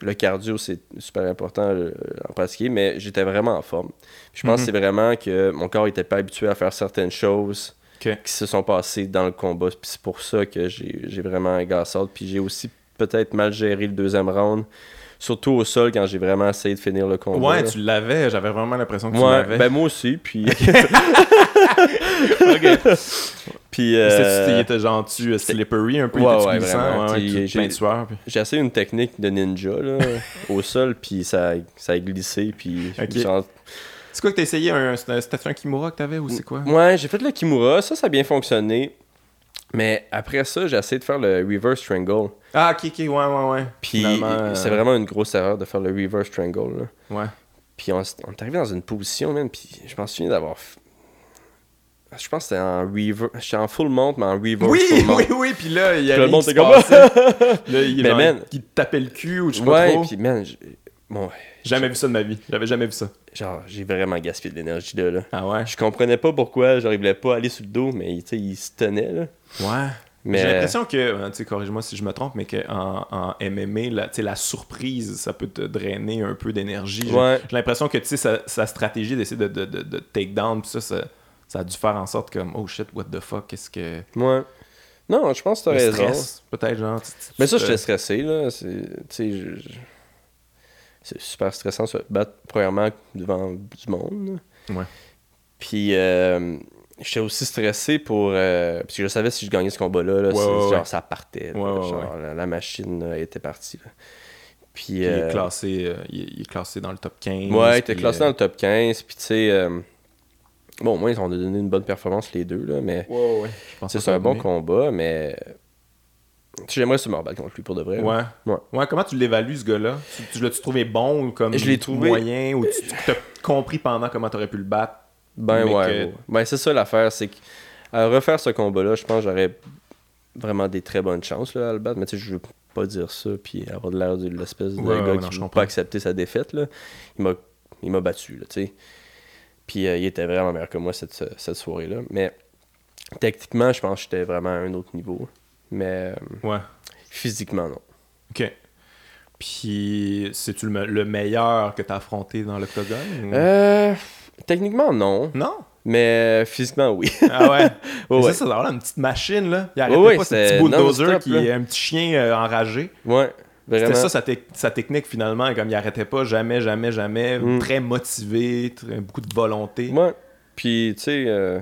le cardio, c'est super important euh, à pratiquer, mais j'étais vraiment en forme. Puis je pense
Mhm.
que c'est vraiment que mon corps n'était pas habitué à faire certaines choses
Ok.
qui se sont passées dans le combat. Puis c'est pour ça que j'ai j'ai vraiment gassade. Puis j'ai aussi peut-être mal géré le deuxième round, surtout au sol quand j'ai vraiment essayé de finir le combat.
Ouais,
là.
tu l'avais, j'avais vraiment l'impression que tu
Ouais,
l'avais.
ben moi aussi, puis...
Ok.
puis
Puis
euh,
c'était- il était gentil, euh, slippery un peu, il
Ouais,
était
ouais,
glissant,
vraiment.
ouais, ouais,
Puis
puis
j'ai-
plein de sueur, puis-
j'ai essayé une technique de ninja là, au sol, puis ça, a- ça a glissé, puis... je me
Ok.
suis rendu-
C'est quoi que t'as essayé, un, c'était c'était un Kimura que t'avais ou c'est quoi?
Ouais, j'ai fait le Kimura, ça, ça a bien fonctionné. Mais après ça, j'ai essayé de faire le reverse strangle.
Ah, ok, ok, ouais, ouais, ouais.
Puis
Finalement, euh,
c'est vraiment une grosse erreur de faire le reverse strangle. là.
Ouais.
Puis on, s- on est arrivé dans une position, même, puis je m'en souviens d'avoir. f- Je pense que c'était en reverse. J'étais en full mount, mais en reverse.
Oui,
full mount.
oui, oui, puis là, il y a
Puis le
rien
monde
qui se
était comme-
passait. Là, il,
Mais
genre,
man-
il te tapait le cul ou je sais pas
Ouais,
trop.
puis man, j'- bon,
Jamais vu ça de ma vie, j'avais jamais vu ça.
genre, j'ai vraiment gaspillé de l'énergie là, là.
Ah ouais?
Je comprenais pas pourquoi, j'arrivais pas à aller sur le dos, mais tu sais, il se tenait, là.
Ouais.
Mais.
J'ai l'impression que, euh, tu sais, corrige-moi si je me trompe, mais qu'en en MMA, la, tu sais, la surprise, ça peut te drainer un peu d'énergie. J'ai-
Ouais.
J'ai l'impression que tu sais, sa, sa stratégie d'essayer de, de, de, de take down, pis ça, ça, ça a dû faire en sorte comme, oh shit, what the fuck, qu'est-ce que.
Ouais. Non, je pense que t'as
Le
raison.
stress, Euh. peut-être, genre. tu- tu-
Mais ça,
tu te-
j'étais stressé, là. C'est, tu sais, je- je- c'est super stressant de se battre, premièrement, devant du monde. là.
Ouais.
Puis, euh, J'étais aussi stressé pour. euh, parce que je savais si je gagnais ce combat-là, là,
Ouais,
c'est-
ouais,
genre
ouais.
ça partait. là.
Ouais, ouais,
Genre, La, la machine là, était partie. là. Puis,
Il
euh,
est, classé, euh, il, est, il est classé dans le top 15.
Ouais, il était
puis,
classé dans
euh,
le top 15. Puis tu sais, euh, bon, au moins, ils ont donné une bonne performance les deux, là, mais
je pense
tu sais,
que
c'est un bon
aimé. combat.
combat, mais tu sais, j'aimerais se me rebattre contre lui pour de vrai. là.
Ouais.
Ouais.
Ouais, comment tu l'évalues, ce gars-là Tu, tu l'as-tu trouvé bon ou comme
Je l'ai trouvé-
moyen ou tu tu- t'as compris pendant comment t'aurais pu le battre
Ben
Mais
ouais,
que-
ouais. Ben c'est ça l'affaire, c'est que à refaire ce combat-là, je pense que j'aurais vraiment des très bonnes chances là, à le battre, mais tu sais, je veux pas dire ça, puis avoir de l'air de l'espèce de
Ouais, ouais,
gars
non, je
qui veut
comprends.
pas accepter sa défaite. Là. Il m'a- Il m'a battu, là, tu sais. Puis euh, il était vraiment meilleur que moi cette, cette soirée-là. Mais techniquement, je pense que j'étais vraiment à un autre niveau. Mais euh,
Ouais.
physiquement, non.
Ok. Puis, c'est-tu le, me- le meilleur que t'as affronté dans l'octogone ou-
Euh, techniquement, non.
Non
Mais physiquement, oui.
Ah ouais.
Ouais,
Mais
ouais.
Ça, ça doit avoir une petite machine, là. Il arrêtait
ouais,
pas ce petit
c'était
bulldozer
non-stop,
qui
là.
est un petit chien euh, enragé.
Ouais,
C'était
vraiment.
ça sa, tec- sa technique finalement, comme il arrêtait pas jamais, jamais, jamais,
Mm.
très motivé, très- beaucoup de volonté.
Ouais. Puis, tu sais, euh,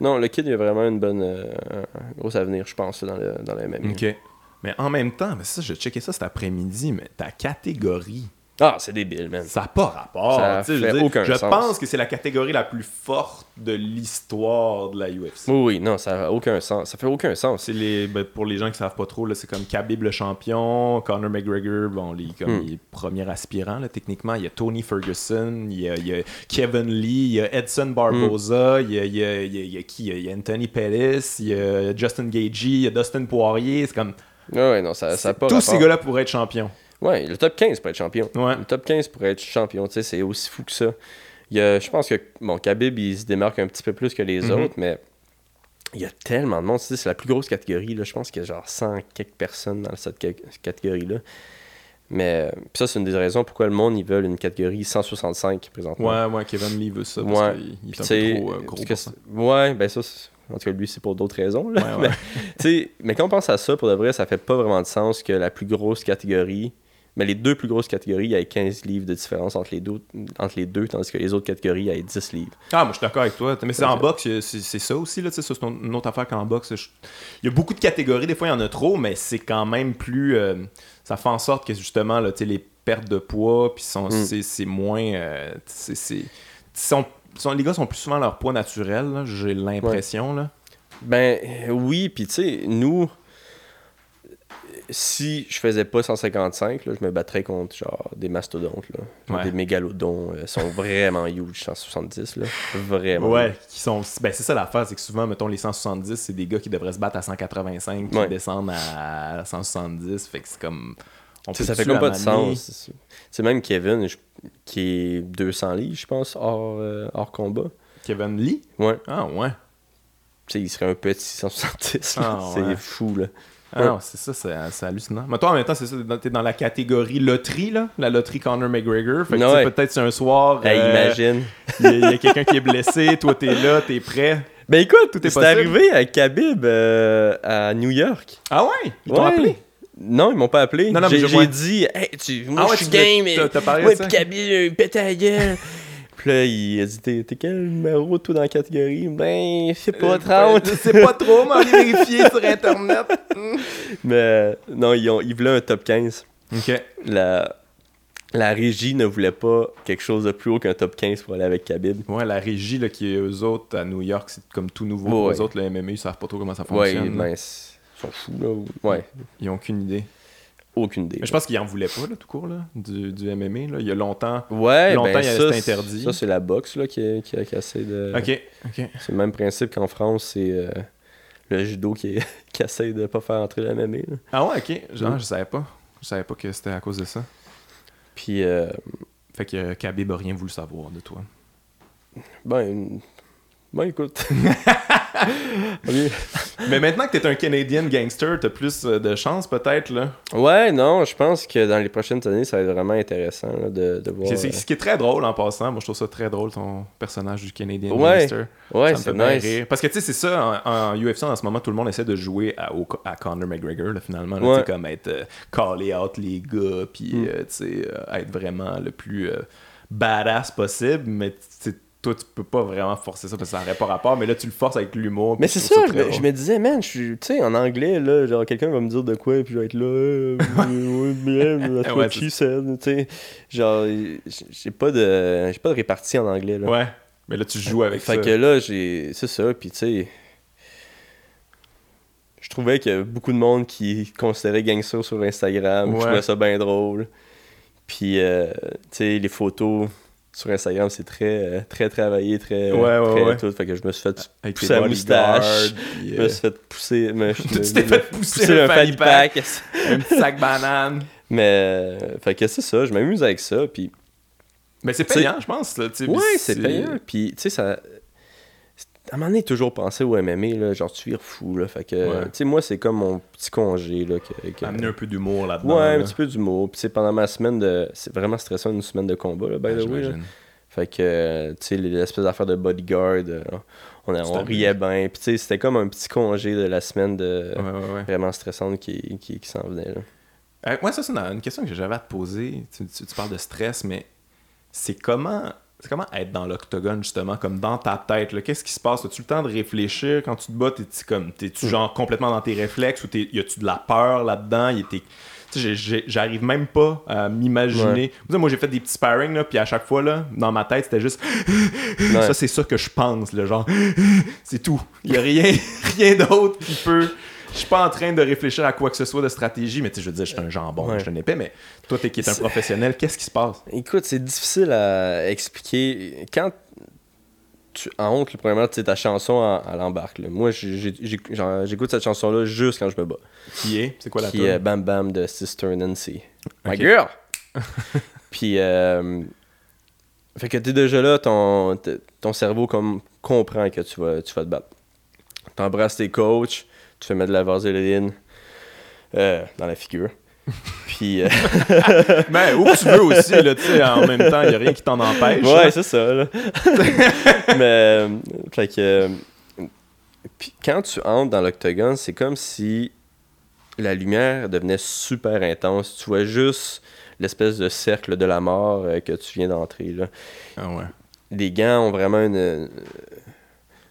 non, le kid, il a vraiment une bonne, euh, un gros avenir, je pense, dans le, dans le MMA.
Mm. Ok. Mais en même temps, mais ça, j'ai checké ça cet après-midi, mais ta catégorie,
Ah, c'est débile, man.
ça n'a pas rapport.
Ça
tu sais, je
fait
veux dire,
aucun
je
sens.
pense que c'est la catégorie la plus forte de l'histoire de la UFC.
Oui, oui, non, ça n'a aucun sens. Ça fait aucun sens.
C'est les, ben, pour les gens qui savent pas trop, là, c'est comme Khabib le champion, Conor McGregor, bon, les, comme
Hmm.
les premiers aspirants, là, techniquement. Il y a Tony Ferguson, il y a, il y a Kevin Lee, il y a Edson
Hmm.
Barboza, il, y a, il y a- il y a- il y a qui Il y a Anthony Pettis, il y a Justin Gagey, il y a Dustin Poirier. C'est comme.
Ouais, ouais, non, Euh, ça n'a pas
tous ces
rapport.
gars-là pourraient être champions.
Ouais, le top 15 pour être champion.
Ouais.
Le top 15 pour être champion, tu sais, c'est aussi fou que ça. Il y a- je pense que, bon, Khabib, il se démarque un petit peu plus que les
Mhm.
autres, mais il y a tellement de monde. Tu sais, c'est la plus grosse catégorie, là. Je pense qu'il y a genre 100 quelques personnes dans cette ca- catégorie-là. Mais puis ça, c'est une des raisons pourquoi le monde, ils veulent une catégorie 165 présentement.
Ouais, ouais, Kevin Lee veut ça parce
Ouais.
qu'il il
Puis,
est
tu
un
sais,
peu trop euh, gros.
parce
pour
que
ça.
c'est- ouais, ben ça, c'est- en tout cas, lui, c'est pour d'autres raisons. Là.
Ouais, ouais.
Mais, tu sais, mais quand on pense à ça, pour de vrai, ça fait pas vraiment de sens que la plus grosse catégorie, mais les deux plus grosses catégories, il y a 15 livres de différence entre les deux, entre les deux tandis que les autres catégories, il y a 10 livres.
Ah, moi, je suis d'accord avec toi. Mais c'est en
Ok.
boxe, c'est c'est ça aussi, là. tu sais, ça, C'est une une autre affaire qu'en boxe. Je- Il y a beaucoup de catégories, des fois, il y en a trop, mais c'est quand même plus. euh, ça fait en sorte que, justement, là, tu sais, les pertes de poids, puis sont-
Mm.
c'est c'est moins. euh, c'est- c'est- sont- sont- les gars sont plus souvent à leur poids naturel, là, j'ai l'impression. là.
Ben euh, oui, puis tu sais, nous, si je faisais pas 155, là, je me battrais contre genre des mastodontes, là.
Ouais.
des mégalodons, euh, sont vraiment huge 170, là. vraiment.
Ouais, qui sont. Ben, c'est ça l'affaire, c'est que souvent, mettons, les 170, c'est des gars qui devraient se battre à 185, qui
Ouais.
descendent à 170. Fait que c'est comme. On
Tu sais, ça
peut-tu,
fait comme
à
pas de
un moment donné-
sens. C'est- C'est même Kevin, je- qui est 200 livres, je pense, hors, euh, hors combat.
Kevin Lee
Ouais. Tu
Ah, ouais.
sais, il serait un petit 170. là.
Ah,
c'est
ouais.
fou, là.
Ah
Ouais.
non, c'est ça, c'est c'est hallucinant. Mais toi, en même temps, c'est ça, t'es dans- t'es dans la catégorie loterie, là, la loterie Conor McGregor. Fait que
Ouais.
tu sais, peut-être c'est un soir,
Hey,
euh,
imagine.
il y, a- il y a quelqu'un qui est blessé, toi t'es là, t'es prêt.
Ben écoute,
tout est
c'est
possible.
arrivé à Khabib euh, à New York.
Ah ouais? Ils t'ont
Ouais.
appelé?
Non, ils m'ont pas appelé.
Non, non, mais je
J'ai
vois.
j'ai dit, hey, tu, moi
Ah ouais,
je suis
tu l'as-
game. mais-
t'as- t'as parlé de
ouais,
ça.
puis Khabib, euh, il pète à la gueule. Puis là, il a dit, t'es t'es quel numéro, toi, dans la catégorie? Ben, c'est pas 30.
Euh, c'est pas trop, mais on est vérifié sur Internet.
Mais euh, non, ils, ont, ils voulaient un top 15.
OK.
la, la régie ne voulait pas quelque chose de plus haut qu'un top 15 pour aller avec Khabib.
Ouais, la régie, là, qui est eux autres à New York, c'est comme tout nouveau. pour
Ouais.
Eux autres, le MMA, ils savent pas trop comment ça
Ouais,
fonctionne. là.
ben, c'est- ils sont fous, là. Ouais,
Ils ont aucune idée.
aucune idée.
Mais je pense qu'ils en voulaient pas, là, tout court, là, du, du MMA, là. Il y a longtemps.
Ouais,
longtemps,
ben,
il y a-
ça,
c'était interdit.
Ça, c'est la boxe, là, qui a, qui a cassé de...
OK, OK.
C'est le même principe qu'en France, c'est euh, le judo qui, qui essaie de pas faire entrer la MMA, là.
Ah ouais, OK. Genre,
Mm.
je savais pas. Je savais pas que c'était à cause de ça.
Puis, euh,
Fait que euh, Khabib a rien voulu savoir de toi.
ben... une- Ben, écoute. Ok.
Mais maintenant que t'es un Canadian gangster, t'as plus euh, de chance peut-être, là.
Ouais, non, je pense que dans les prochaines années, ça va être vraiment intéressant là, de, de voir.
C'est- c'est- Ce qui est très drôle en passant. Moi, je trouve ça très drôle, ton personnage du Canadian
Ouais,
gangster.
euh, Ouais,
ça me fait
c'est
bien
nice.
rire. Parce que, tu sais, c'est ça, en, en UFC, en ce moment, tout le monde essaie de jouer à, au- à Conor McGregor, là, finalement. là,
Ouais.
tu sais, comme être euh, callé out les gars, puis
Mm.
euh, tu sais, euh, être vraiment le plus euh, badass possible. Mais tu sais, toi, tu peux pas vraiment forcer ça parce que ça n'aurait pas rapport, mais là, tu le forces avec l'humour.
Mais
puis
c'est
je
ça,
trouve
je
très
me, je
drôle.
me disais, man, je suis, tu sais, en anglais, là, genre, quelqu'un va me dire de quoi, puis je vais être là, euh, ouais, man, that's what
Ouais,
she said, tu sais. Genre, j- j'ai pas de, j'ai pas de répartie en anglais, là.
Ouais, mais là, tu joues avec
fait
ça.
que là, j'ai, c'est ça, puis tu sais, je trouvais que beaucoup de monde qui considérait gangster sur Instagram,
Ouais.
je trouvais ça bien drôle. Puis, euh, tu sais, les photos sur Instagram, c'est très, euh, très travaillé, très,
Ouais, ouais,
très
ouais. Ah,
tout. Fait que je me suis fait
Avec
pousser
tes
la
bodyguards,
moustache.
puis,
Je
euh,
me suis fait pousser. me-
Tu
me-
t'es
me-
fait pousser
pousser
un
un fanny
fanny pack.
pack.
un petit sac banane.
Mais, euh, fait que c'est ça, je m'amuse avec ça. Puis,
Mais c'est
C'est-
payant, je pense. Là, tu sais,
ouais,
puis
c'est payant. Puis, tu sais, ça. c'est- À un moment donné, toujours penser au MMA, là, genre tu vires fou. Là, fait que,
Ouais.
tu sais, moi, c'est comme mon petit congé. Là, que, que-
Amener un peu d'humour là-dedans.
Ouais, un
là.
petit peu d'humour. Puis, tu sais, pendant ma semaine de. C'est vraiment stressant une semaine de combat, là, by
Ouais,
the way. là.
j'imagine.
Fait que, euh, tu sais, l'espèce d'affaire de bodyguard, euh, on, a-
Tu
on
t'amuses.
riait bien. Puis, tu sais, c'était comme un petit congé de la semaine de.
Ouais, ouais, ouais.
Vraiment stressante qui, qui, qui s'en venait. Là.
Euh, ouais, ça, c'est une, une question que j'avais à te poser. Tu, tu- tu parles de stress, mais c'est comment. C'est comment être dans l'octogone, justement, comme dans ta tête? là? Qu'est-ce qui se passe? As-tu le temps de réfléchir quand tu te bats? T'es-tu comme. T'es-tu genre complètement dans tes réflexes ou t'es- y a-tu de la peur là-dedans? Y a- t'es- tu sais, j'ai- j'ai- J'arrive même pas à m'imaginer.
Ouais.
Tu sais, Moi, j'ai fait des petits sparring, là, puis à chaque fois, là, dans ma tête, c'était juste.
Ouais.
Ça, c'est ça que je pense, le genre. C'est tout. Il n'y a rien, rien d'autre qui peut. Je suis pas en train de réfléchir à quoi que ce soit de stratégie, mais tu sais, je veux dire, je suis un jambon,
Ouais.
je suis un épais, mais toi, t'es qui est un
C'est-
professionnel, qu'est-ce qui se passe?
Écoute, c'est difficile à expliquer. Quand tu en honte, le premièrement, tu sais, ta chanson à, l'embarque. là. Moi, j'ai- j'ai- j'ai- genre, j'écoute cette chanson-là juste quand je me bats.
Qui est? C'est quoi la
qui est
tune?
Bam Bam de Sister Nancy. My
Ok.
girl! Puis, euh, fait que t'es déjà là, ton, t- ton cerveau comme comprend que tu vas, tu vas te battre. T'embrasses tes coachs, tu fais mettre de la vaseline euh, dans la figure. Puis, euh,
Ben, où tu veux aussi, là, tu sais, en même temps, il n'y a rien qui t'en empêche.
Ouais, c'est ça, là. Mais, euh, fait que. euh, Puis quand tu entres dans l'octogone, c'est comme si la lumière devenait super intense. Tu vois juste l'espèce de cercle de la mort euh, que tu viens d'entrer, là.
Ah ouais.
Les gants ont vraiment une. une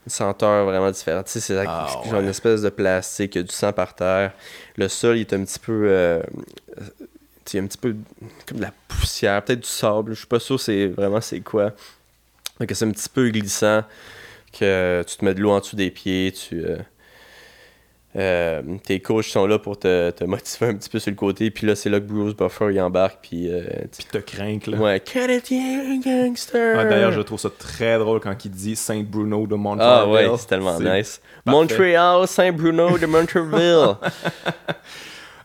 senteur vraiment différente. Tu sais, c'est la-
Ah,
genre
ouais.
une espèce de plastique, il y a du sang par terre. Le sol, il est un petit peu. euh, tu sais, il y a un petit peu comme de la poussière, peut-être du sable. Je suis pas sûr c'est vraiment c'est quoi. Fait que c'est un petit peu glissant, que tu te mets de l'eau en dessous des pieds, tu. euh, euh, tes coachs sont là pour te, te motiver un petit peu sur le côté, puis là c'est là que Bruce Buffer il embarque, puis euh, tu-
Puis te crains, là.
ouais, Canadien gangster.
Ah, D'ailleurs, je trouve ça très drôle quand il dit Saint Bruno de Montreal.
Ah ouais, c'est tellement nice.
parfait.
Montréal, Saint-Bruno de Montreville.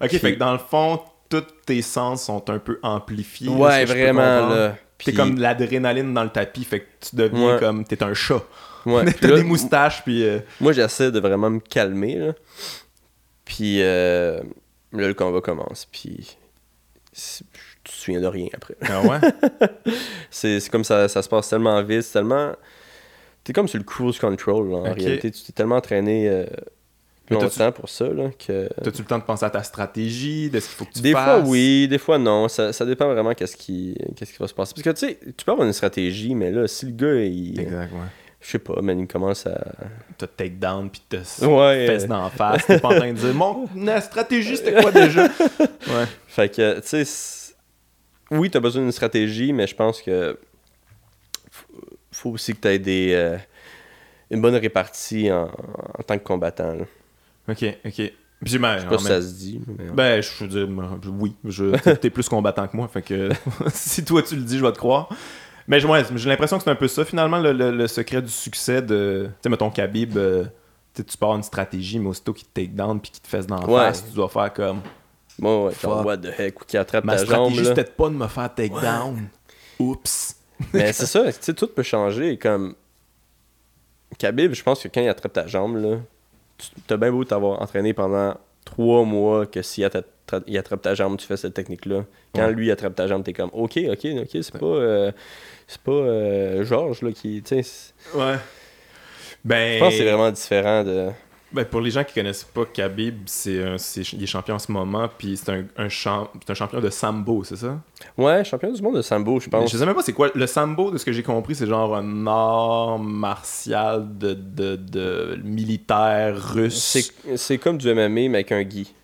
Ok,
Puis-
fait que dans le fond, tous tes sens sont un peu amplifiés. là,
ouais,
ce que je peux
vraiment
comprendre.
là.
T'es
Puis-
comme de l'adrénaline dans le tapis, fait que tu deviens
Ouais.
comme. T'es un chat.
ouais, puis
T'as
là,
des moustaches, puis. euh,
Moi, j'essaie de vraiment me calmer. Là. Puis euh, là, le combat commence. Puis c'est- je te souviens de rien après.
Ah ouais?
C'est c'est comme ça, ça se passe tellement vite, c'est tellement. T'es comme sur le cruise control. là, en
Ok.
réalité, tu t'es tellement entraîné euh,
Mais t'as-tu-
longtemps pour ça là, que.
T'as-tu le temps de penser à ta stratégie, de ce qu'il faut que tu
Des fois
fasses?
oui, des fois non. Ça, ça dépend vraiment qu'est-ce qui, qu'est-ce qui va se passer. Parce que tu sais, tu peux avoir une stratégie, mais là, si le gars, il,
Exact, ouais.
je sais pas, mais il commence à.
T'as te take down, puis t'as te
Ouais.
fesse d'en face. T'es pas en train de dire, mon la stratégie, c'était quoi déjà? ouais.
Fait que, tu sais, c'est- oui, t'as besoin d'une stratégie, mais je pense que f- faut aussi que t'aies des, euh, une bonne répartie en, en tant que combattant. là.
Ok, ok. Puis, ben,
Je sais
en
pas si
même-
ça se dit. mais-
ben, je veux dire, moi, je- oui, je... t'es- t'es plus combattant que moi, fait que si toi tu le dis, je vais te croire. Mais je- ouais, j'ai l'impression que c'est un peu ça, finalement, le, le- le secret du succès de. Tu sais, mettons, Khabib, euh, tu sais, tu pars une stratégie, mais aussitôt qu'il te take down, puis qu'il te fesse d'en
Ouais.
face, tu dois faire comme.
Bon, ouais, genre,
Fuck.
what the heck, ou qui attrape
Ma
ta jambe.
stratégie,
là.
c'était de pas de me faire take down. Oups.
Mais c'est ça, tu sais, tout peut changer. Comme Khabib, je pense que quand il attrape ta jambe, là, tu- t'as bien beau t'avoir entraîné pendant trois mois que s'il attrape, tra- il attrape ta jambe, tu fais cette technique-là. Quand
Ouais.
lui il attrape ta jambe, t'es comme OK, OK, OK, c'est pas, euh, c'est pas euh, Georges là, qui. tu sais, c'est-
Ouais. Ben.
Je pense que c'est vraiment différent de.
Ben, pour les gens qui connaissent pas Khabib, c'est un- c'est- il est champion en ce moment, puis c'est un, un champ- c'est un champion de sambo, c'est ça?
Ouais, champion du monde de sambo, je pense.
Je sais même pas c'est quoi. Le sambo, de ce que j'ai compris, c'est genre un art martial de, de, de militaire russe.
C'est c'est comme du MMA, mais avec un gui.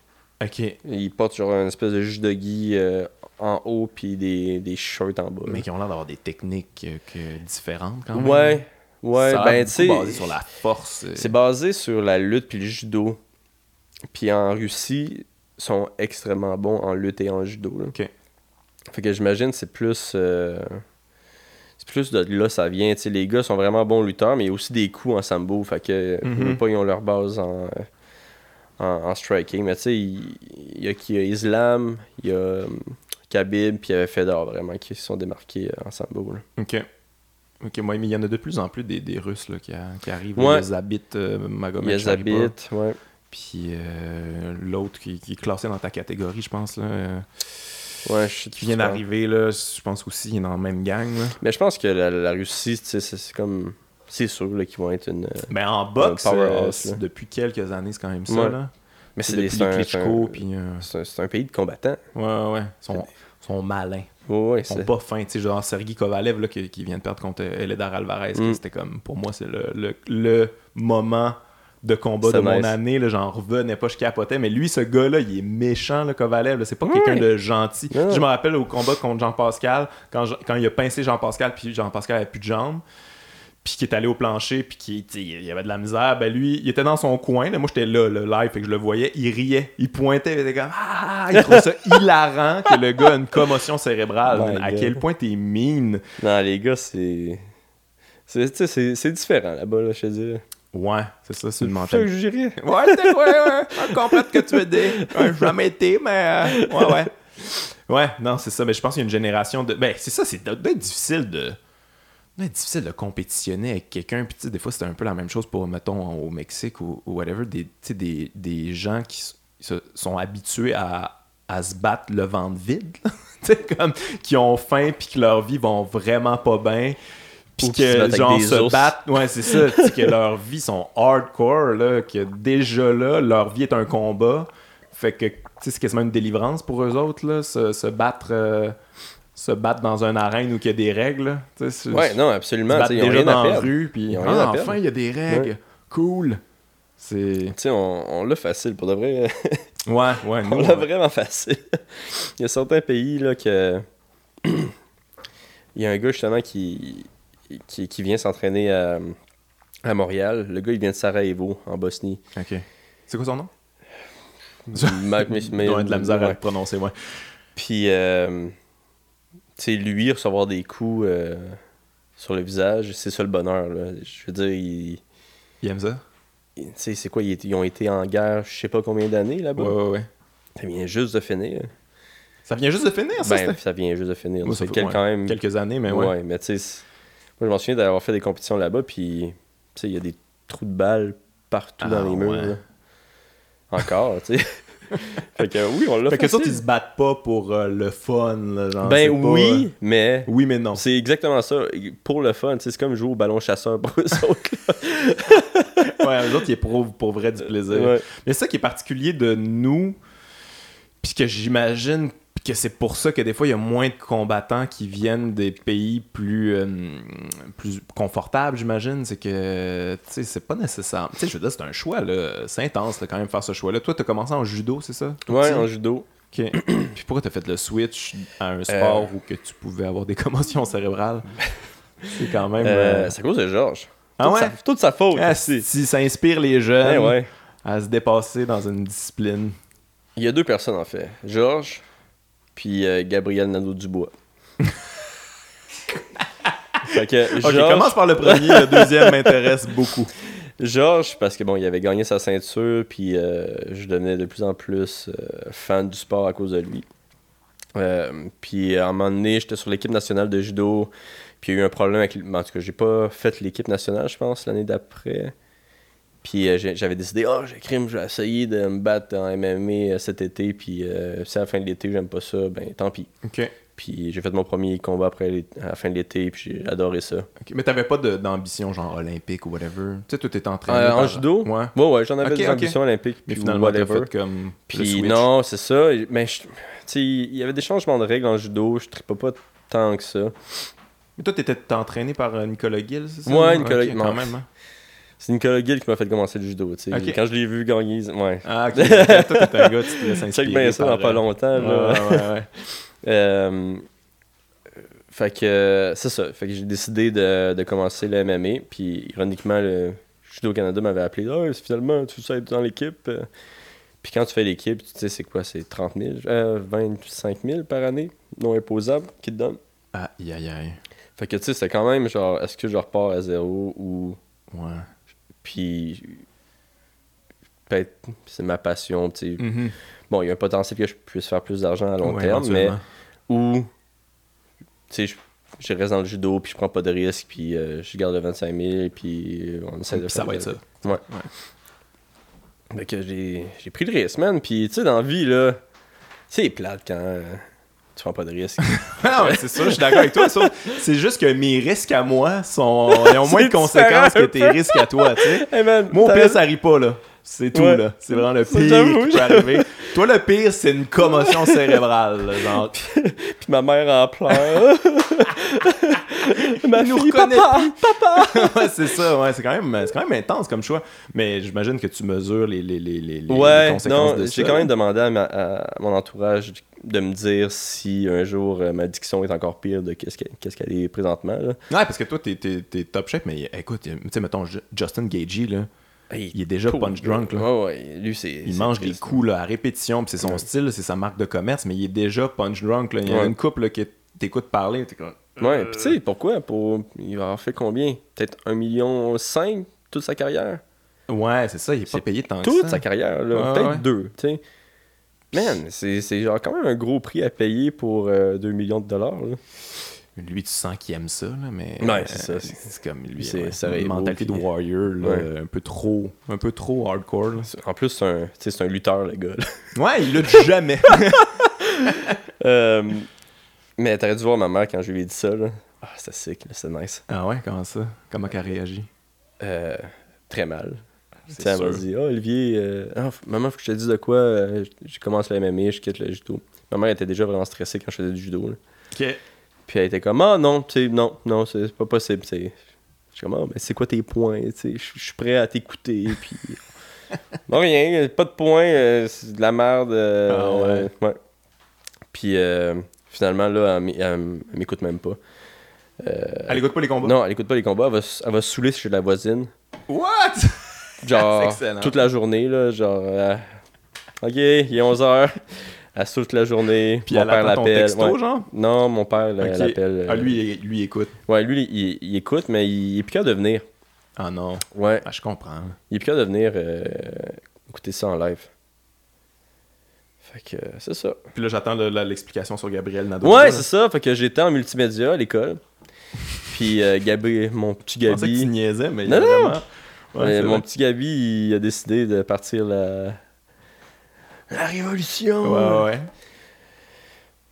Ok.
Il porte genre une espèce de juge de gui euh, en haut, puis des, des shirts en bas. là.
Mais qui ont l'air d'avoir des techniques euh, que- différentes quand même.
ouais, ouais,
Ça a l'air
ben tu
beaucoup
sais.
basé sur la force. euh.
C'est basé sur la lutte puis le judo. Puis en Russie, ils sont extrêmement bons en lutte et en judo. là.
Ok.
Fait que j'imagine c'est plus. euh, C'est plus de là ça vient. Tu sais, les gars sont vraiment bons lutteurs, mais il y a aussi des coups en sambo. Fait que
Mhm.
eux pas, ils ont leur base en, euh, en, en striking. Mais tu sais, il il y, a qui- il y a Islam, il y a euh, Khabib, puis il y avait Fedor vraiment qui se sont démarqués euh, en sambo. là.
Ok. Ok, moi, mais il y en a de plus en plus des, des Russes là, qui, a- qui arrivent.
Ouais.
Ils habitent Magomed
Ils
Sharipov.
habitent, ouais.
Puis euh, l'autre qui, qui est classé dans ta catégorie, je pense, là, euh,
ouais je sais
qui
qui
vient
tu parles.
d'arriver, là, je pense aussi, il est dans la même gang. Là.
Mais je pense que la, la Russie, tu sais, c'est c'est comme. C'est sûr là, qu'ils vont être une. euh,
Mais Ben, en boxe,
Un powerhouse,
euh,
là.
c'est- depuis quelques années, c'est quand même ça.
Ouais.
Là.
Mais c'est
Depuis
des- c'est un,
les
c'est
Klitschko,
un-
puis, euh,
c'est un- c'est un pays de combattants.
ouais, ouais, ils sont, sont malins.
Ouais, ouais,
Ils sont
c'est-
pas fins. Tu sais, genre Sergi Kovalev là, qui, qui vient de perdre contre euh, Eledar Alvarez, que
Mm.
c'était comme, pour moi, c'est le, le, le moment de combat de
C'était
mon
nice.
année. là. J'en revenais pas, je capotais. Mais lui, ce gars-là, il est méchant, le Kovalev. là. C'est pas
Ouais.
quelqu'un de gentil.
Non.
Je me rappelle au combat contre Jean-Pascal, quand, Jean- quand il a pincé Jean-Pascal, puis Jean-Pascal avait plus de jambes. Puis qui est allé au plancher, puis qui tu sais, il y avait de la misère. Ben lui, il était dans son coin. Là, moi, j'étais là, le live, fait que je le voyais. Il riait, il pointait, il était comme ah, il trouvait ça hilarant que le gars a une commotion cérébrale.
My
à
God.
quel point t'es mine.
Non, les gars, c'est. C'est tu sais, c'est- c'est différent là-bas, là, je te dis.
Ouais, c'est ça, c'est une
Ça,
mentalité.
je dirais.
Ouais, c'est ouais, ouais, un complète que tu veux dire. Un jamais été, mais euh, ouais, ouais. Ouais, non, c'est ça. Mais je pense qu'il y a une génération de. Ben, c'est ça, c'est d'être difficile de. d'être difficile de compétitionner avec quelqu'un. Puis, tu sais, des fois, c'est un peu la même chose pour, mettons, au Mexique ou, ou whatever. Des, tu sais, des, des gens qui s- se sont habitués à, à se battre le ventre vide. là. tu sais, comme, qui ont faim, puis que leur vie vont vraiment pas bien. Puis
Ou qui se battent
que,
avec
genre,
des
se
ours.
battent. Ouais, c'est ça. tu sais, que leur vie sont hardcore, là. Que déjà là, leur vie est un combat. Fait que, tu sais, c'est quasiment une délivrance pour eux autres, là, se, se battre. euh, se battre dans une arène où il y a des règles. là. Tu sais, c'est-
Ouais, non,
se
absolument. tu
battre
sais, Ils ont
déjà
rien
dans
à
la
perdre.
rue, puis
Ils ont
Ah,
rien à perdre.
enfin, il y a des règles. Cool. C'est.
Tu sais, on, on l'a facile, pour de vrai.
Ouais, ouais, nous,
on l'a
on-
vraiment facile. Il y a certains pays, là, que. Il y a un gars, justement, qui, qui, qui vient s'entraîner à, à Montréal. Le gars, il vient de Sarajevo, en Bosnie.
Ok. C'est quoi son nom
Ma- mais- mais-
Il doit de la misère à
ouais.
le prononcer, ouais.
Puis, euh, tu sais, lui, recevoir des coups euh, sur le visage, c'est ça le bonheur. là. Je veux dire, il-
Il aime ça
il- tu sais, c'est quoi, ils, étaient- ils ont été en guerre je sais pas combien d'années là-bas.
Ouais, ouais, ouais.
Ça vient juste de finir.
Ça vient juste de finir, ça,
ben,
c'était-
ça vient juste de finir.
Ouais, ça
c'est
fait-
quel-
ouais,
quand même...
Quelques années, mais
ouais.
ouais.
mais tu sais, c'est- moi je m'en souviens d'avoir fait des compétitions là-bas, puis tu sais, il y a des trous de balles partout
Ah,
dans les murs.
ouais.
là. Encore, tu sais. fait que oui, on l'a
Fait que ça,
facile.
ils se battent pas pour euh, le fun, là, genre.
Ben
c'est pas,
oui,
euh,
mais
Oui, mais non.
C'est exactement ça. Pour le fun, tu sais, c'est comme jouer au ballon chasseur pour eux autres.
Ouais, eux autres, ils éprouvent pour vrai du plaisir.
Ouais.
Mais c'est ça qui est particulier de nous, puis que j'imagine que c'est pour ça que des fois, il y a moins de combattants qui viennent des pays plus, euh, plus confortables, j'imagine. C'est que, tu sais, c'est pas nécessaire. Tu sais, je veux dire, c'est un choix, là. C'est intense, là, quand même, faire ce choix-là. Toi, t'as commencé en judo, c'est ça? tout
Ouais,
petit?
en judo.
Ok. puis pourquoi t'as fait le switch à
Euh.
un sport où que tu pouvais avoir des commotions cérébrales? c'est quand même...
Euh,
euh,
c'est à cause de Georges.
Ah
Toute
ouais?
sa- toute sa faute.
ah,
c'est-
si, ça inspire les
Eh
jeunes
ouais.
à se dépasser dans une discipline.
Il y a deux personnes en fait. Georges, puis euh, Gabriel Nadeau-Dubois. fait que
Ok,
Georges,
commence par le premier, le deuxième m'intéresse beaucoup.
Georges, parce que bon, il avait gagné sa ceinture, puis euh, je devenais de plus en plus euh, fan du sport à cause de lui. Euh, puis à un moment donné, j'étais sur l'équipe nationale de judo, puis il y a eu un problème avec. ben, En tout cas, j'ai pas fait l'équipe nationale, je pense, l'année d'après. Puis euh, j'ai- j'avais décidé, oh, j'ai crime, je vais essayer de euh, me battre en MMA cet été, puis euh, si à la fin de l'été, j'aime pas ça, ben tant pis.
Ok.
Puis j'ai fait mon premier combat après les- à la fin de l'été, puis j'ai adoré ça.
Ok, Mais t'avais pas de- d'ambition, genre olympique ou whatever. Tu sais, toi, t'étais entraîné.
Euh, en
par-
judo?
Ouais.
Ouais, ouais, j'en avais
Ok,
des
ok.
ambitions olympiques,
Mais
puis
finalement, t'as
whatever.
fait comme. le
Puis
switch.
non, c'est ça. Mais je- tu sais, il y avait des changements de règles en judo, je tripais pas tant que ça.
Mais toi, t'étais t'es entraîné par euh, Nicolas Gill, c'est ça?
Ouais,
non?
Nicolas-
Ok, quand
non.
même. hein.
C'est Nicolas Gill qui m'a fait commencer le judo, tu sais.
Ok.
Quand je l'ai vu gagner, ouais.
Ah, ok. ok, toi, t'es un gars, tu te laisses
Check
inspirer
bien ça
par,
dans pas
euh,
longtemps, là.
Ouais, ouais, ouais.
Euh, fait que euh, c'est ça. Fait que j'ai décidé de, de commencer le MMA. Puis ironiquement, le Judo Canada m'avait appelé. Ah, c'est finalement, tu sais être dans l'équipe. Euh, Puis quand tu fais l'équipe, tu sais, c'est quoi C'est 30 000, euh, 25 000 par année, non imposable, qui te donne.
Aïe, aïe, aïe.
Fait que tu sais, c'est quand même genre, est-ce que je repars à zéro ou.
Ouais.
Puis. Peut-être, c'est ma passion. tu sais. Bon, il y a un potentiel que je puisse faire plus d'argent à Mhm. long
Mm. Ouais,
terme, mais
éventuellement.
ou tu sais je, je reste dans le judo puis je prends pas de risque puis euh, je garde le 25 000 puis euh, on essaie de
Puis ça
faire
va
le-
être ça.
Fait que j'ai j'ai pris le risque man puis tu sais dans la vie là c'est plate quand euh, tu prends pas de risque
Ah non, mais c'est ça, je suis d'accord avec toi. sauf- C'est juste que mes risques à moi sont, ils ont moins de
C'est
conséquences que
différent,
tes risques à toi, tu sais.
hey man
Moi, au
t'as
pire,
raison.
ça arrive pas, là. C'est tout,
Ouais.
là. C'est vraiment le
Ça,
pire
j'avoue,
qui peut arriver. Toi, le pire, c'est une commotion cérébrale, là, genre.
puis ma mère en pleure ma
Il nous
fille
reconnaît
papa
ouais, c'est ça, ouais. C'est quand, même- c'est quand même intense comme choix. Mais j'imagine que tu mesures les, les, les, les, les
ouais
conséquences
non
de ça.
j'ai quand même demandé à, ma- à mon entourage de me dire si un jour euh, ma diction est encore pire de qu'est-ce qu'elle qu'est-ce qu'elle est présentement là.
Ouais, parce que toi, t'es, t'es, t'es top shape, mais écoute, tu sais, mettons, Ju- Justin Gagey, là, il est déjà
Cool.
punch drunk, là.
Ouais, ouais, lui, c'est.
Il
c'est
mange des
triste. hein.
coups là, à répétition, puis c'est son
Ouais.
style, c'est sa marque de commerce, mais il est déjà punch drunk. Là. Il y en a
Ouais.
une couple là, qui t'écoute parler, t'es comme.
Ouais, pis tu sais, pourquoi pour... Il va avoir fait combien Peut-être 1,5 million toute sa carrière
Ouais, c'est ça, il est pas
C'est
payé tant
Toute
que ça.
sa carrière, là.
Ouais, ouais.
Peut-être deux, tu sais. Man, c'est c'est genre quand même un gros prix à payer pour euh, 2 millions de dollars. là.
Lui, tu sens qu'il aime ça, là, mais.
Ouais, c'est
euh,
ça, c'est-
C'est comme lui,
c'est-
ouais,
ça
une
arrive beau,
mentalité de
puis-
warrior, là,
Ouais.
un peu trop, un peu trop hardcore. là.
En plus, c'est un, tu sais, c'est un lutteur, le gars. là.
Ouais, il lutte jamais.
Euh, mais t'aurais dû voir ma mère quand je lui ai dit ça. là. Ah, c'est sick, là, c'est nice.
ah ouais, comment ça Comment qu'elle réagit
Euh, très mal.
C'est
Tu sais, elle m'a
sûr.
dit, ah, Olivier, euh, ah, f- maman, faut que je te dise de quoi. euh, je- je commence le MMA, je quitte le judo. Ma mère était déjà vraiment stressée quand je faisais du judo. là. Euh,
Ok.
Puis elle était comme, ah non, tu sais, non, non, c'est c'est pas possible. tu sais. Je suis comme, ah, mais c'est quoi tes points? tu sais, Je je suis prêt à t'écouter. Puis. euh, non, rien, pas de points, euh, c'est de la merde. euh,
Ah ouais.
euh, ouais. Puis euh, finalement, là, elle m'é- elle m- elle m'écoute même pas. Euh,
Elle écoute pas les combats.
non, elle écoute pas les combats, elle va, s- elle va se saouler chez la voisine.
What
Genre,
C'est excellent.
toute la journée, là, genre, euh, ok, il est 11h, elle se saoule toute la journée,
Puis
mon
elle
père
attend ton
l'appelle.
texto,
ouais.
genre
Non, mon père là,
Ok.
l'appelle.
Ah,
euh,
lui, il- lui il écoute.
Ouais, lui, il, il écoute, mais il, il est plus capable de venir.
Ah non.
Ouais,
Ah, je comprends.
il est plus capable de venir euh, écouter ça en live. Fait que, euh, c'est ça.
Puis là, j'attends le- la- l'explication sur Gabriel Nadeau.
Ouais, c'est ça, fait que j'étais en multimédia à l'école. Puis euh, Gabi, mon petit
Je pensais que tu
Gabi,
niaisais, mais il y
Non,
a
non.
vraiment- Ouais,
euh,
c'est
mon
vrai.
petit Gabi, il a décidé de partir la... La révolution!
Ouais, ouais.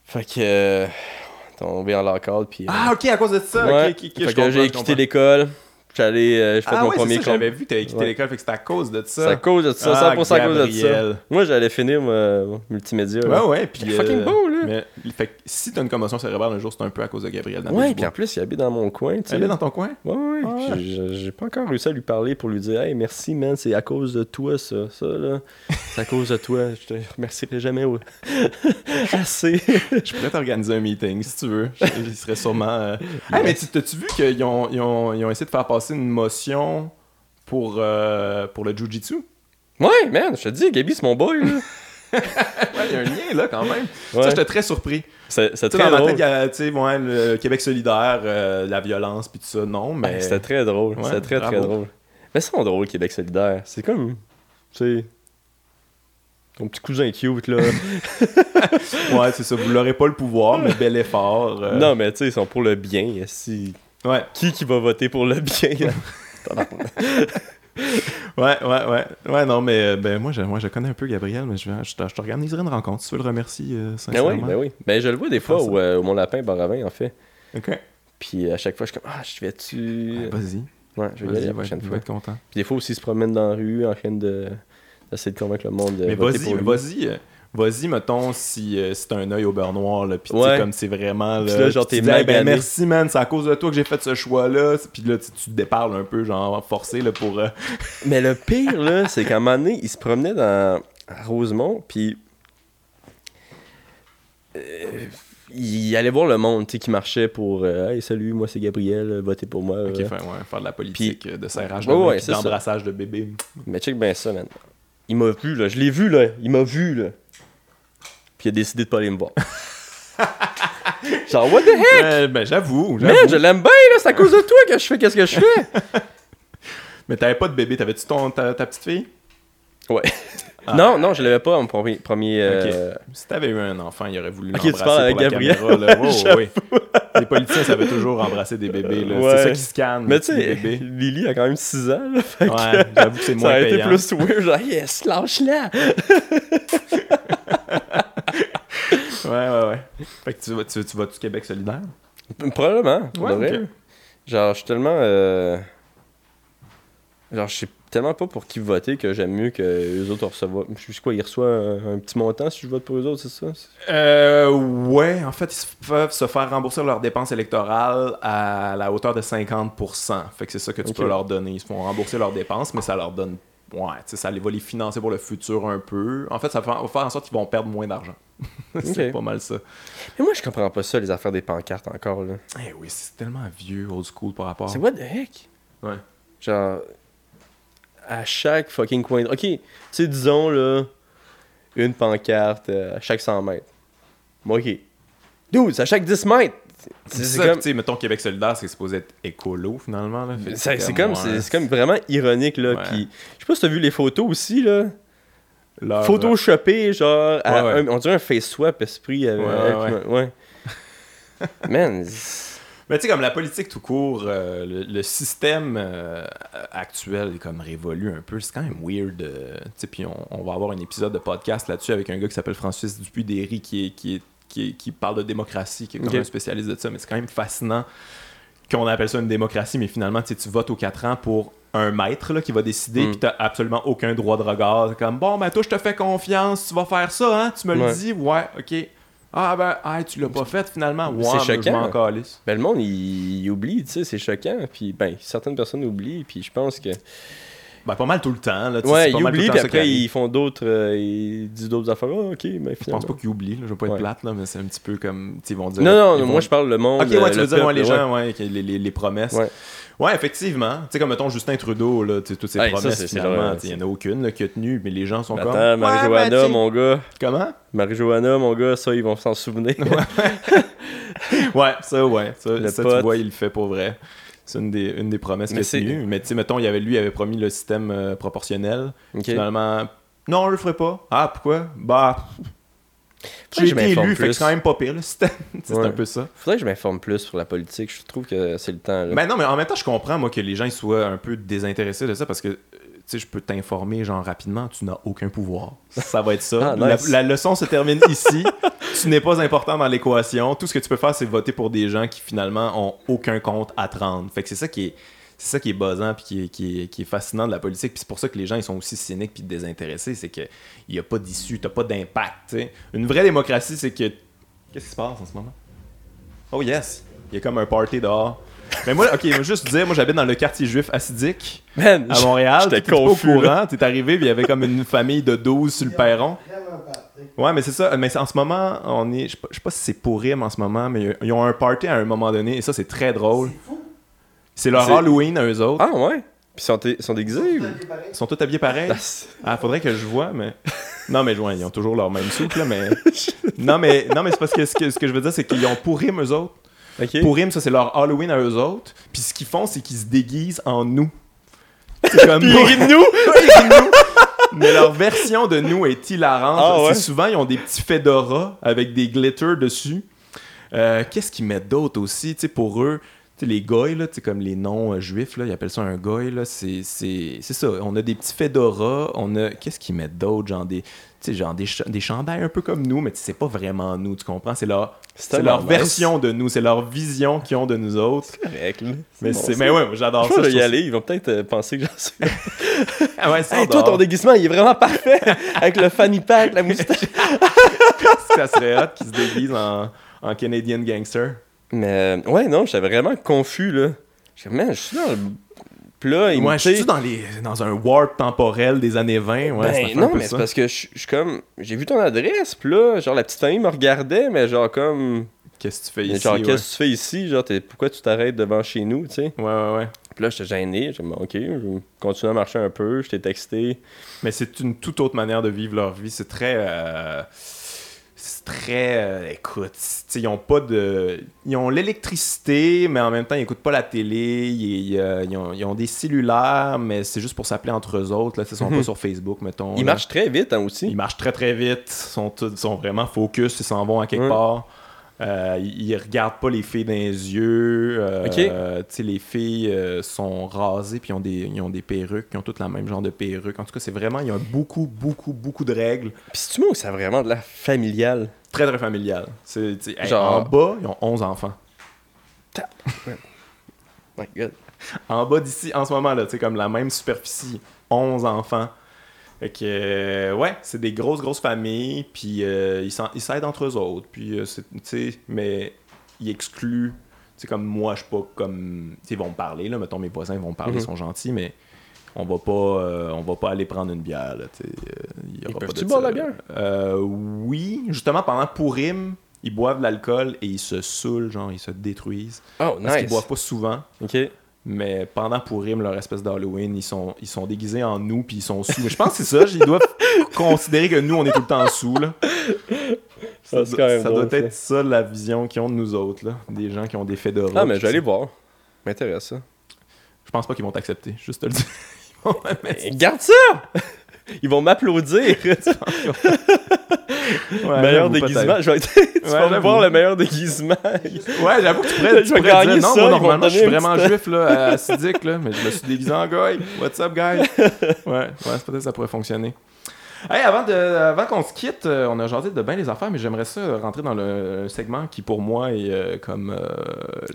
Fait que. euh, tombé en lock-out. Puis, euh,
Ah, ok, à cause de ça.
ouais.
ok, ok, ok,
Fait
je
que
comprends,
j'ai
je
quitté
comprends.
l'école. J'allais. euh, J'ai fait
Ah,
mon
ouais,
premier
c'est ça,
club.
j'avais vu, t'avais quitté
Ouais.
l'école, fait que c'était à cause de
C'est à
ça.
cause de ça,
Ah,
100% à cause de ça.
Gabriel.
Moi, j'allais finir mon multimédia. là. euh,
Ouais, ouais, puis. euh,
C'est fucking beau, hein. là.
mais- fait que si t'as une commotion cérébrale un jour, c'est un peu à cause de Gabriel. Nadeau-Dubois.
Ouais, puis en plus, il habite dans mon coin. Tu sais.
Elle est dans ton coin
Ouais, ouais.
Ah ouais.
puis j'ai- J'ai pas encore réussi à lui parler pour lui dire Hey, merci, man, c'est à cause de toi, ça. Ça, là. C'est à cause de toi. Je te remercierai jamais ouais. assez.
Je pourrais t'organiser un meeting si tu veux. Je- Il serait sûrement. euh, Ah, mais tu- t'as-tu vu qu'ils ont, ils ont, ils ont essayé de faire passer une motion pour, euh, pour le Jiu-Jitsu
ouais, man, je te dis, Gabi, c'est mon boy. là.
Ouais, il y a un lien là quand même. Ça,
Ouais.
j'étais très surpris.
C'est c'est
Tu sais,
très
dans ma
drôle.
tête, il y a, tu sais, ouais, le Québec solidaire, euh, la violence, puis tout ça, non, mais...
Ben, C'était très drôle.
Ouais,
C'était très, très
bravo.
drôle. Mais c'est drôle, Québec solidaire. C'est comme. Tu sais. Ton petit cousin cute, là.
ouais, c'est ça, vous l'aurez pas le pouvoir, mais bel effort. euh,
Non, mais tu sais, ils sont pour le bien. Si...
Ouais,
Qui qui va voter pour le bien
Ouais, ouais, ouais. Ouais, non, mais euh, ben, moi, je, moi, je connais un peu Gabriel, mais je, vais- je, te- je t'organiserai une rencontre. Si tu veux le remercier, euh,
Ben
sincèrement.
oui, ben oui. Ben je le vois des fois
Faire ça.
au, euh, au Mont Lapin, Baravin, en fait.
OK.
Euh, Puis à chaque fois, je suis comme, ah, je vais-tu.
Ouais, vas-y.
Ouais,
Vas-y,
je vais y aller la
ouais,
prochaine
il va
fois.
être content.
Puis des fois aussi, ils se promènent dans la rue en train de. d'essayer de convaincre le monde de.
Mais
voter
vas-y,
Euh, pour lui.
vas-y. euh, Vas-y, mettons, si, euh, si t'as un œil au beurre noir, là, pis tu sais,
Ouais.
comme c'est vraiment.
Puis là, genre,
puis tu
t'es
dis, Hey, ben,
magané.
merci, man, c'est à cause de toi que j'ai fait ce choix-là. Puis là, tu, tu te déparles un peu, genre, forcé, là, pour. euh,
Mais le pire, là, c'est qu'à un moment donné, il se promenait dans à Rosemont, puis. euh, il allait voir le monde, tu sais, qui marchait pour. euh, hey, salut, moi c'est Gabriel, votez pour moi. euh.
ok,
voilà.
faire, ouais, faire de la politique euh, de serrage de
Ouais,
main,
ouais,
puis
c'est ça.
d'embrassage de bébé.
Mais check bien ça, man. Il m'a vu, là. Je l'ai vu, là. Il m'a vu, là. Puis il a décidé de pas aller me voir. Genre, what the heck?
Euh, ben, j'avoue. j'avoue.
Man, je l'aime bien, là. C'est à cause de toi que je fais qu'est-ce que je fais.
Mais t'avais pas de bébé, t'avais-tu ton, ta, ta petite fille?
Ouais.
Ah.
Non, non, je l'avais pas en premier. premier euh,
Si t'avais eu un enfant, il aurait voulu
Ok, tu
l'embrasser
parles avec
pour la
Gabriel.
caméra, là. Wow, oui. Les politiciens savaient toujours embrasser des bébés. là.
Ouais.
C'est ça qui scanne.
Mais tu sais,
les bébés.
Lily a quand même 6 ans, là. Fait que
Ouais, j'avoue que c'est
ça
moins
a été
payant.
plus weird. Genre, yes, lâche-la.
Ouais, ouais, ouais. Fait que tu vas, tu, tu vas du Québec solidaire?
Probablement. pour
Ouais,
de vrai.
ok.
Genre, je suis tellement. euh, Genre, je sais tellement pas pour qui voter que j'aime mieux que les autres recevoir. Je sais quoi, ils reçoivent un, un petit montant si je vote pour eux autres, c'est ça?
Euh, ouais, en fait, ils se- peuvent se faire rembourser leurs dépenses électorales à la hauteur de 50%. Fait que c'est ça que tu
Ok.
peux leur donner. Ils se font rembourser leurs dépenses, mais ça leur donne... Ouais, tu sais, ça les va les financer pour le futur un peu. En fait, ça va faire en sorte qu'ils vont perdre moins d'argent. c'est
Ok.
pas mal ça.
Mais moi, je comprends pas ça, les affaires des pancartes encore, là.
Eh oui, c'est tellement vieux, old school par rapport.
C'est what the heck?
Ouais.
Genre, à chaque fucking coin. de- Ok, tu sais, disons, là, une pancarte euh, à chaque 100 mètres. Moi, ok. Dude, c'est à chaque 10 mètres!
C'est
C'est c'est
ça, que,
comme.
tu sais, mettons Québec solidaire, c'est supposé être écolo, finalement. là. Fait que
C'est c'est comme,
ouais,
c'est c'est comme vraiment ironique, là.
Ouais.
Puis, je sais pas si t'as vu les photos aussi, là.
leur-
Photoshopé, genre, à
Ah, Ouais, ouais.
un- on dirait un face swap esprit. avec-
Ouais,
avec- ouais. Man, c'est-
Mais tu sais, comme la politique tout court, euh, le, le système euh, actuel est comme révolu un peu. C'est quand même weird. euh, tu sais, puis on, on va avoir un épisode de podcast là-dessus avec un gars qui s'appelle Francis Dupuis-Derry qui, est, qui, est- qui, est- qui parle de démocratie, qui est comme
Ok.
un spécialiste de ça. Mais c'est quand même fascinant qu'on appelle ça une démocratie, mais finalement, tu sais, tu votes aux quatre ans pour un maître là, qui va décider,
Mm.
puis t'as absolument aucun droit de regard. C'est Comme, bon, ben toi, je te fais confiance, tu vas faire ça, hein? Tu me le
Ouais.
dis? Ouais, OK. Ah ben, ah, tu l'as pas fait finalement. Ouais,
C'est
mais je
choquant.
m'en calisse.
ben, le monde, il, il oublie, tu sais, c'est choquant. Puis, ben, certaines personnes oublient, puis je pense que.
Ben, pas mal tout le temps. Là, tu sais, c'est
Ouais,
pas
ils
mal tout le
oublient,
temps
puis
ça qui
après,
arrive.
ils font d'autres. euh, ils disent d'autres affaires. Ah, ok, mais
Je
finalement.
pense pas qu'ils oublient, là, je veux pas être
Ouais.
plate, là, mais c'est un petit peu comme. tu sais, Ils vont dire.
Non, non,
ils vont-
moi, je parle le monde.
Ok, ouais,
euh,
tu
le
veux dire, ouais, les
peuple,
gens, ouais, que les, les- les promesses. Ouais,
Ouais.
effectivement. Tu sais, comme mettons Justin Trudeau, là, tu sais, toutes ces
Ouais, ça,
promesses,
c'est- c'est
finalement,
vrai,
tu sais, il n'y en a aucune là, qui a tenu, mais les gens sont comme.
Attends,
ouais, ben,
Marie-Joanna,
tu sais,
mon gars.
Comment
Marie-Joanna, mon gars, ça, ils vont s'en souvenir.
Ouais, ça, ouais. Ça,
Le
ça, tu
pote.
vois, il le fait pour vrai. C'est une des, une des promesses qu'il
Mais
a
c'est-
tenues. Mais tu sais, mettons, il y avait, lui, il avait promis le système euh, proportionnel.
Ok.
Finalement, non, on le ferait pas. Ah, pourquoi Bah, j'ai
je
été
m'informe
élu, fait que
plus.
c'est quand même pas pire, le système. Tu sais, c'est
Ouais.
un peu ça.
Faudrait que je m'informe plus sur la politique. Je trouve que c'est le temps. Là.
Mais non, mais en même temps, je comprends, moi, que les gens ils soient un peu désintéressés de ça parce que, euh, tu sais, je peux t'informer, genre, rapidement, tu n'as aucun pouvoir. Ça va être ça.
Ah, nice.
la, la leçon se termine ici. tu n'es pas important dans l'équation. Tout ce que tu peux faire, c'est voter pour des gens qui, finalement, ont aucun compte à te rendre. Fait que c'est ça qui est. C'est ça qui est buzzant puis qui est, qui, est, qui est fascinant de la politique. Puis c'est pour ça que les gens ils sont aussi cyniques puis désintéressés. C'est qu'il n'y a pas d'issue, t'as pas d'impact. tu sais. Une vraie démocratie, c'est que. Qu'est-ce qui se passe en ce moment? Oh yes! Il y a comme un party dehors. Mais moi, ok, moi, juste dire, moi j'habite dans le quartier juif assidique
Man,
à
je-
Montréal.
j'étais
T'étais pas au
confus, là.
courant, t'es arrivé, puis il y avait comme une famille de 12 sur le perron. Ouais, mais c'est ça. Mais c'est- en ce moment, on est. Je sais pas- je sais pas si c'est pour rime en ce moment, mais ils ont un party à un moment donné, et ça c'est très drôle. C'est leur
C'est-
Halloween à eux autres.
Ah ouais? Puis ils sont, ils sont déguisés? ou-
Ils sont tous habillés pareil.
Ah, c'est-
Ah, faudrait que je vois, mais. Non, mais ouais, ils ont toujours leur même soupe, là, mais. Non, mais, non, mais c'est parce que ce, que ce que je veux dire, c'est qu'ils ont pour rime eux autres.
ok.
Pour Rim, ça c'est leur Halloween à eux autres. Puis ce qu'ils font, c'est qu'ils se déguisent en nous. C'est comme
Puis ils rient de nous!
Mais leur version de nous est hilarante.
Ah ouais?
C'est souvent, ils ont des petits fedoras avec des glitters dessus. Euh, Qu'est-ce qu'ils mettent d'autre aussi, tu sais, pour eux? Tu sais, les goy, là, tu sais, comme les noms euh, juifs, là, ils appellent ça un goy, là, c'est c'est- c'est ça. On a des petits fedoras, on a. Qu'est-ce qu'ils mettent d'autre? Genre des. Tu sais, genre des, cha- des chandails un peu comme nous, mais tu sais, c'est pas vraiment nous, tu comprends? C'est leur,
C'est
c'est
tellement
leur
nice.
version de nous, c'est leur vision qu'ils ont de nous autres.
Correct, là.
Mais,
bon,
c'est,
ça.
mais ouais, j'adore
Je
ça.
pense que
je
je vais y
trouve
aller. Ils vont peut-être euh, penser que j'en suis.
ça- Ah ouais, ça,
hey, toi,
j'adore.
ton déguisement, il est vraiment parfait. Avec le fanny pack, la moustache.
ça serait hot qu'ils se déguisent en, en Canadian gangster.
Mais euh, ouais, non, j'étais vraiment confus, là. Je man, je suis dans le. Puis là, il me-
Ouais, je
tu
suis
sais,
dans, les, dans un warp temporel des années 20. Ouais, c'est
ben,
un peu
non, mais c'est
ça.
parce que je je suis comme. J'ai vu ton adresse, puis là, genre, la petite famille me regardait, mais genre, comme.
Qu'est-ce que tu fais ici?
genre,
ouais.
qu'est-ce que tu fais ici? Genre, t'es- pourquoi tu t'arrêtes devant chez nous, tu sais?
ouais, ouais, ouais.
Puis là, j'étais gêné. J'ai dit, ok, je continue à marcher un peu. J'étais texté.
Mais c'est une toute autre manière de vivre leur vie. C'est très. euh, c'est très. euh, écoute, tu sais, ils ont pas de. Ils ont l'électricité, mais en même temps, ils écoutent pas la télé. Ils, ils, euh, ils ont, ils ont des cellulaires, mais c'est juste pour s'appeler entre eux autres. Là, tu sais, ils sont
Mhm.
pas sur Facebook, mettons.
Il
là.
marche très vite, hein, aussi.
Ils marchent très très vite, sont, tous- sont vraiment focus, ils s'en vont à quelque
Ouais.
part. Euh, ils ils regardent pas les filles dans les yeux. Euh,
Ok.
tu sais, les filles euh, sont rasées puis ils ont, des, ils ont des perruques, ils ont toutes la même genre de perruque. En tout cas, c'est vraiment, il y a beaucoup, beaucoup, beaucoup de règles.
Puis si tu m'as, ça a vraiment de la familiale.
Très très familiales. C'est, tu sais, hey,
Genre-
En bas, ils ont 11 enfants.
My God.
En bas d'ici, en ce moment, là, tu sais, comme la même superficie, 11 enfants. Fait que, euh, ouais, c'est des grosses, grosses familles, puis euh, ils s'en- ils s'aident entre eux autres, puis, euh, c'est- tu sais, mais ils excluent, tu sais, comme moi, je suis pas comme, tu sais, ils vont me parler, là, mettons, mes voisins ils vont me parler,
Mhm.
ils sont gentils, mais on va pas, euh, on va pas aller prendre une bière, là, tu sais, euh, il y aura pas
peuvent-tu
de
boire
ça,
la
là.
bière?
Euh, oui, justement, pendant Pourim, ils boivent de l'alcool et ils se saoulent, genre, ils se détruisent,
Oh,
parce qu'ils
nice.
boivent pas souvent.
Ok.
Mais pendant Pourim, leur espèce d'Halloween, ils sont, ils sont déguisés en nous puis ils sont sous. Mais je pense que c'est ça, ils doivent considérer que nous, on est tout le temps sous. Là. Ça,
Ah, c'est quand
doit,
même
ça
drôle,
doit être ça la vision qu'ils ont de nous autres, là. des gens qui ont des fedoras.
Ah, mais
pis
je vais aller
ça.
voir. M'intéresse ça.
Je pense pas qu'ils vont t'accepter, juste te le dire. Ils vont pas
Eh, Garde ça! Ils vont m'applaudir.
mettre- Ouais,
meilleur
j'avoue, peut-être.
déguisement. Je vais être- tu vas me
j'avoue.
voir le meilleur déguisement. Puis
Ouais, j'avoue que tu pourrais, tu
Je vais
pourrais
gagner
dire, non,
ça,
moi,
ils vont
normalement,
me
je suis
donner un
vraiment
petit-
juif, là, à Siddiq, là, mais je me suis déguisé en guy. What's up, guy? Ouais, ouais, c'est peut-être que ça pourrait fonctionner. Hey, avant de, avant qu'on se quitte, euh, on a jasé de bien les affaires, mais j'aimerais ça euh, rentrer dans le un segment qui, pour moi, est euh, comme euh,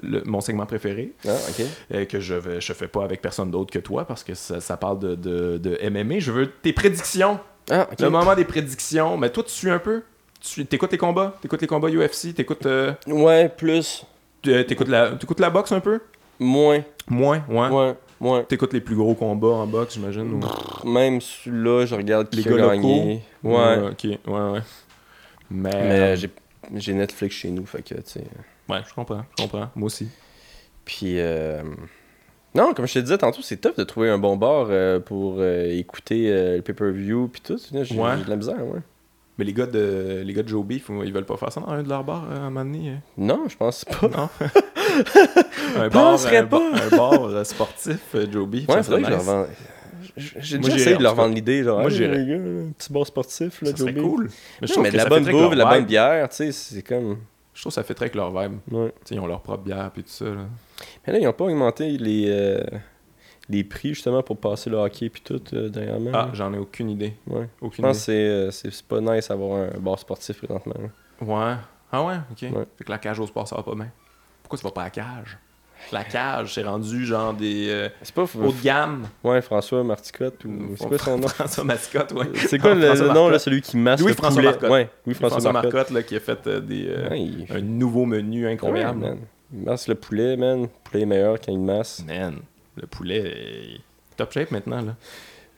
le- mon segment préféré,
Ah, ok.
euh, que je ne je fais pas avec personne d'autre que toi, parce que ça, ça parle de, de, de MMA. Je veux tes prédictions,
Ah, ok.
le moment des prédictions. Mais toi, tu suis un peu? Tu écoutes les combats? T'écoutes les combats UFC? T'écoutes... euh,
Ouais, plus,
euh, T'écoutes la, t'écoutes la boxe un peu?
moins,
Moins, ouais.
moins, moins.
T'écoutes les plus gros combats en boxe, j'imagine. ou-
Même là, je regarde qui
Les
a
gars
gagné. Ouais.
Ok, ouais, ouais. Mais. euh,
Mais j'ai- j'ai Netflix chez nous, fait que, tu sais.
Ouais, je comprends, je comprends. Moi aussi.
Puis, euh, non, comme je te disais tantôt, c'est tough de trouver un bon bar euh, pour euh, écouter euh, le pay-per-view, puis tout. Là, J'ai
Ouais.
j'ai de la misère, ouais.
Mais les gars de, les gars de Joe Beef, ils veulent pas faire ça dans un de leurs bars euh, à un moment donné. euh.
Non, je pense pas.
Non. un bar,
Penserais
un, bar-
pas.
un bar euh, sportif, euh, Joe Beef.
Ouais,
ça serait
faudrait que je leur
nice.
vende. J- J'ai
Moi,
déjà
j'irais,
essayé de
en
leur
tout cas.
vendre l'idée, genre.
Moi,
hey,
j'irais.
les gars, un petit bar sportif, là,
Ça serait
Joe Bee.
cool. Mais je
Non,
trouve
mais
que
de la
ça
bonne
fait très avec
bouffe, de la
leur
bonne
vibe.
bière, tu sais, c'est comme.
Je trouve que ça fait très que leur vibe.
Ouais.
Tu sais, ils ont leur propre bière puis tout ça. là.
Mais là, ils n'ont pas augmenté les, euh, les prix justement pour passer le hockey puis tout euh, dernièrement.
Ah,
là.
j'en ai aucune idée.
ouais. Je
Aucune
pense que c'est, euh, c'est, c'est pas nice d'avoir un bar sportif présentement. là.
Ouais. Ah ouais, ok.
Ouais.
Fait que la cage au sport, ça va pas bien. Pourquoi tu vas pas à la cage? La cage, c'est rendu genre des euh,
C'est pas.
haut de gamme.
Ouais, François Marticotte ou. C'est quoi son nom
François Mascotte, ouais.
C'est quoi le,
François
le nom, là,
Marcotte.
celui qui masse
Louis
le
François
poulet?
Marcotte.
Ouais, oui,
François,
François, Marcotte.
Marcotte, là, qui a fait euh, des, euh,
Ouais, il...
un nouveau menu incroyable.
ouais, man. Il masse le poulet, man. Le poulet est meilleur quand il masse.
man. le poulet est top shape maintenant, là.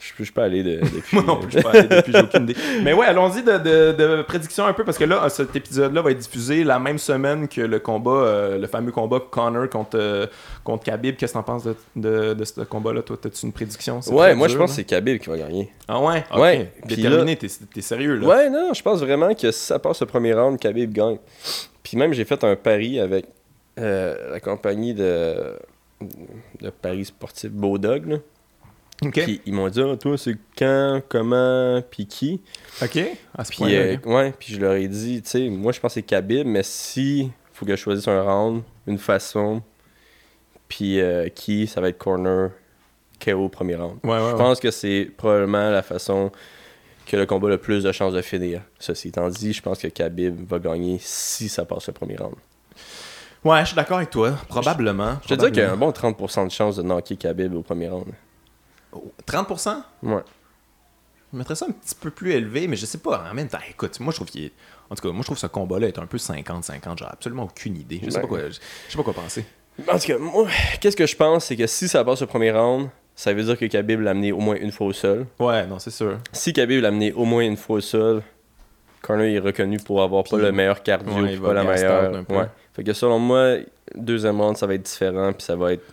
Je peux je peux aller de, depuis.
Moi non plus, je peux aller depuis, j'ai aucune idée. Mais ouais, allons-y de, de, de prédiction un peu, parce que là, cet épisode-là va être diffusé la même semaine que le combat, euh, le fameux combat Connor contre, euh, contre Khabib. Qu'est-ce que t'en penses de, de, de ce combat-là, toi? T'as-tu une prédiction? C'est
Ouais,
très
moi
dur,
je pense que
là.
c'est Kabil qui va gagner.
Ah ouais? Ok.
Ouais, puis
Déterminé, t'es t'es sérieux, là?
Ouais, non, je pense vraiment que si ça passe le premier round, Khabib gagne. Puis même, j'ai fait un pari avec euh, la compagnie de, de paris sportif Beaudog. Là.
OK.
Puis ils m'ont dit, Ah, toi, c'est quand, comment, puis qui.
OK. À ce
Puis,
point-là,
euh,
ok.
ouais, puis je leur ai dit, tu sais, moi, je pense que c'est Khabib, mais si faut que je choisisse un round, une façon, Puis euh, qui, ça va être corner, KO premier round.
Ouais, ouais,
je
ouais.
pense que c'est probablement la façon que le combat a le plus de chances de finir. Ceci étant dit, je pense que Khabib va gagner si ça passe le premier round.
Ouais, je suis d'accord avec toi, probablement.
Je te dirais qu'il y a un bon 30% de chance de knocker Khabib au premier round.
probablement. 30
Ouais.
Je mettrais ça un petit peu plus élevé, mais je sais pas. En même temps, écoute, moi je trouve qu'il est- En tout cas, moi je trouve ce combat-là est un peu 50-50. J'ai absolument aucune idée. Je sais
Ouais.
pas quoi. Je je sais pas quoi penser.
En tout cas, moi, qu'est-ce que je pense, c'est que si ça passe au premier round, ça veut dire que Khabib l'a amené au moins une fois au sol.
Ouais, non, c'est sûr.
Si Khabib l'a amené au moins une fois au sol, Conor est reconnu pour avoir pas
Puis-
le meilleur cardio,
Ouais,
puis
il va
pas la
bien se
meilleure.
tordre un peu.
Ouais. Fait que selon moi, deuxième round, ça va être différent, puis ça va être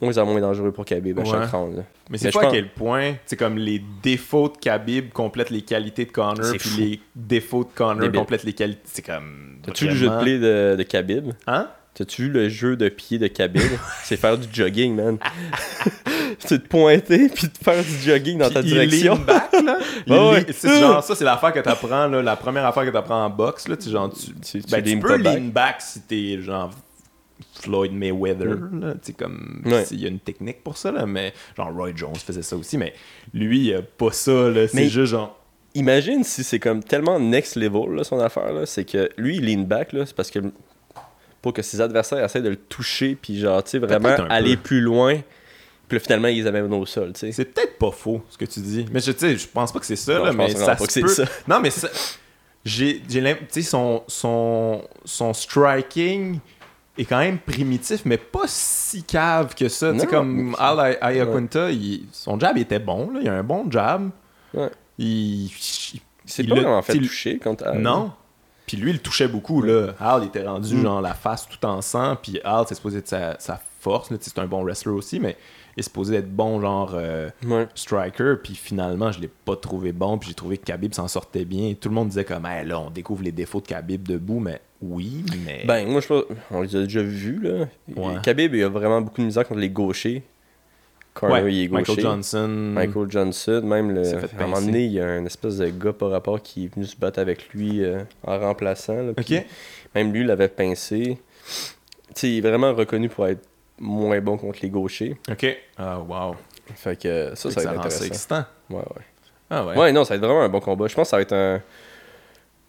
moins en moins dangereux pour Khabib à
Ouais.
chaque round. là.
Mais c'est
Mais je
pas à
pense-
quel point, c'est comme les défauts de Khabib complètent les qualités de Connor,
C'est
puis
fou.
les défauts de Connor
Débile.
complètent les qualités. C'est comme.
T'as-tu vu le jeu de
vraiment-
play de, de Khabib?
Hein?
T'as-tu vu le jeu de pied de Khabib? c'est faire du jogging, man. c'est te pointer, puis de faire du jogging dans
Puis
ta
il
direction.
lean back, là. Il
Ouais, ouais.
lean- c'est genre, ça, c'est l'affaire que t'apprends, là, la première affaire que t'apprends en boxe, là. Tu, genre, tu,
Tu, tu
ben, tu
lean
peux
pas back.
lean back si t'es genre Floyd Mayweather, là, tu sais, comme
Ouais.
s'il y a une technique pour ça, là, mais genre Roy Jones faisait ça aussi, mais lui, il a pas ça, là, c'est
Mais-
juste genre.
Imagine si c'est comme tellement next level là, son affaire là, c'est que lui il lean back là, c'est parce que pour que ses adversaires essaient de le toucher puis genre tu sais vraiment
Peut-être un
aller
peu.
plus loin. Puis là, finalement ils les amènent au sol, tu sais.
C'est peut-être pas faux ce que tu dis, mais je, tu sais, je pense pas que c'est ça,
Non,
là,
je
mais
pense
ça
vraiment pas
se
que c'est
peut.
ça.
Non, mais ça- j'ai j'ai l'im- tu sais, son, son, son striking est quand même primitif, mais pas si cave que ça. Tu sais,
Non,
comme
mais-
Al Ay- Ayacuenta, il- son jab était bon, là, il a un bon jab.
Ouais.
Il, il-
C'est
il
pas
l'a-
vraiment fait
tu sais,
toucher quand t'as-
Non. Puis lui, il le touchait beaucoup, là. Hal, il était
Mm.
rendu, genre, la face tout en sang. Puis Hal, c'est supposé être sa, sa force, là. Tu sais, C'est un bon wrestler aussi, mais il est supposé être bon, genre, euh,
Ouais.
striker. Puis finalement, je l'ai pas trouvé bon. Puis j'ai trouvé que Khabib s'en sortait bien. Tout le monde disait comme, hey, là, on découvre les défauts de Khabib debout. Mais oui, mais...
Ben moi je pense on les a déjà vus là.
Ouais.
Khabib il a vraiment beaucoup de misère contre les gauchers. Conor
Ouais,
il est gaucher.
Michael Johnson...
Michael Johnson, même le,
S'est fait
à un moment
pincer.
donné, il y a un espèce de gars par rapport qui est venu se battre avec lui euh, en remplaçant. là,
Ok.
puis Même lui il l'avait pincé. Tu sais, il est vraiment reconnu pour être moins bon contre les gauchers.
OK. Ah, wow.
Fait que ça, ça va être
rend ça
intéressant.
excitant.
Ouais, ouais.
Ah ouais.
ouais. non, ça va être vraiment un bon combat. Je pense que ça va être un.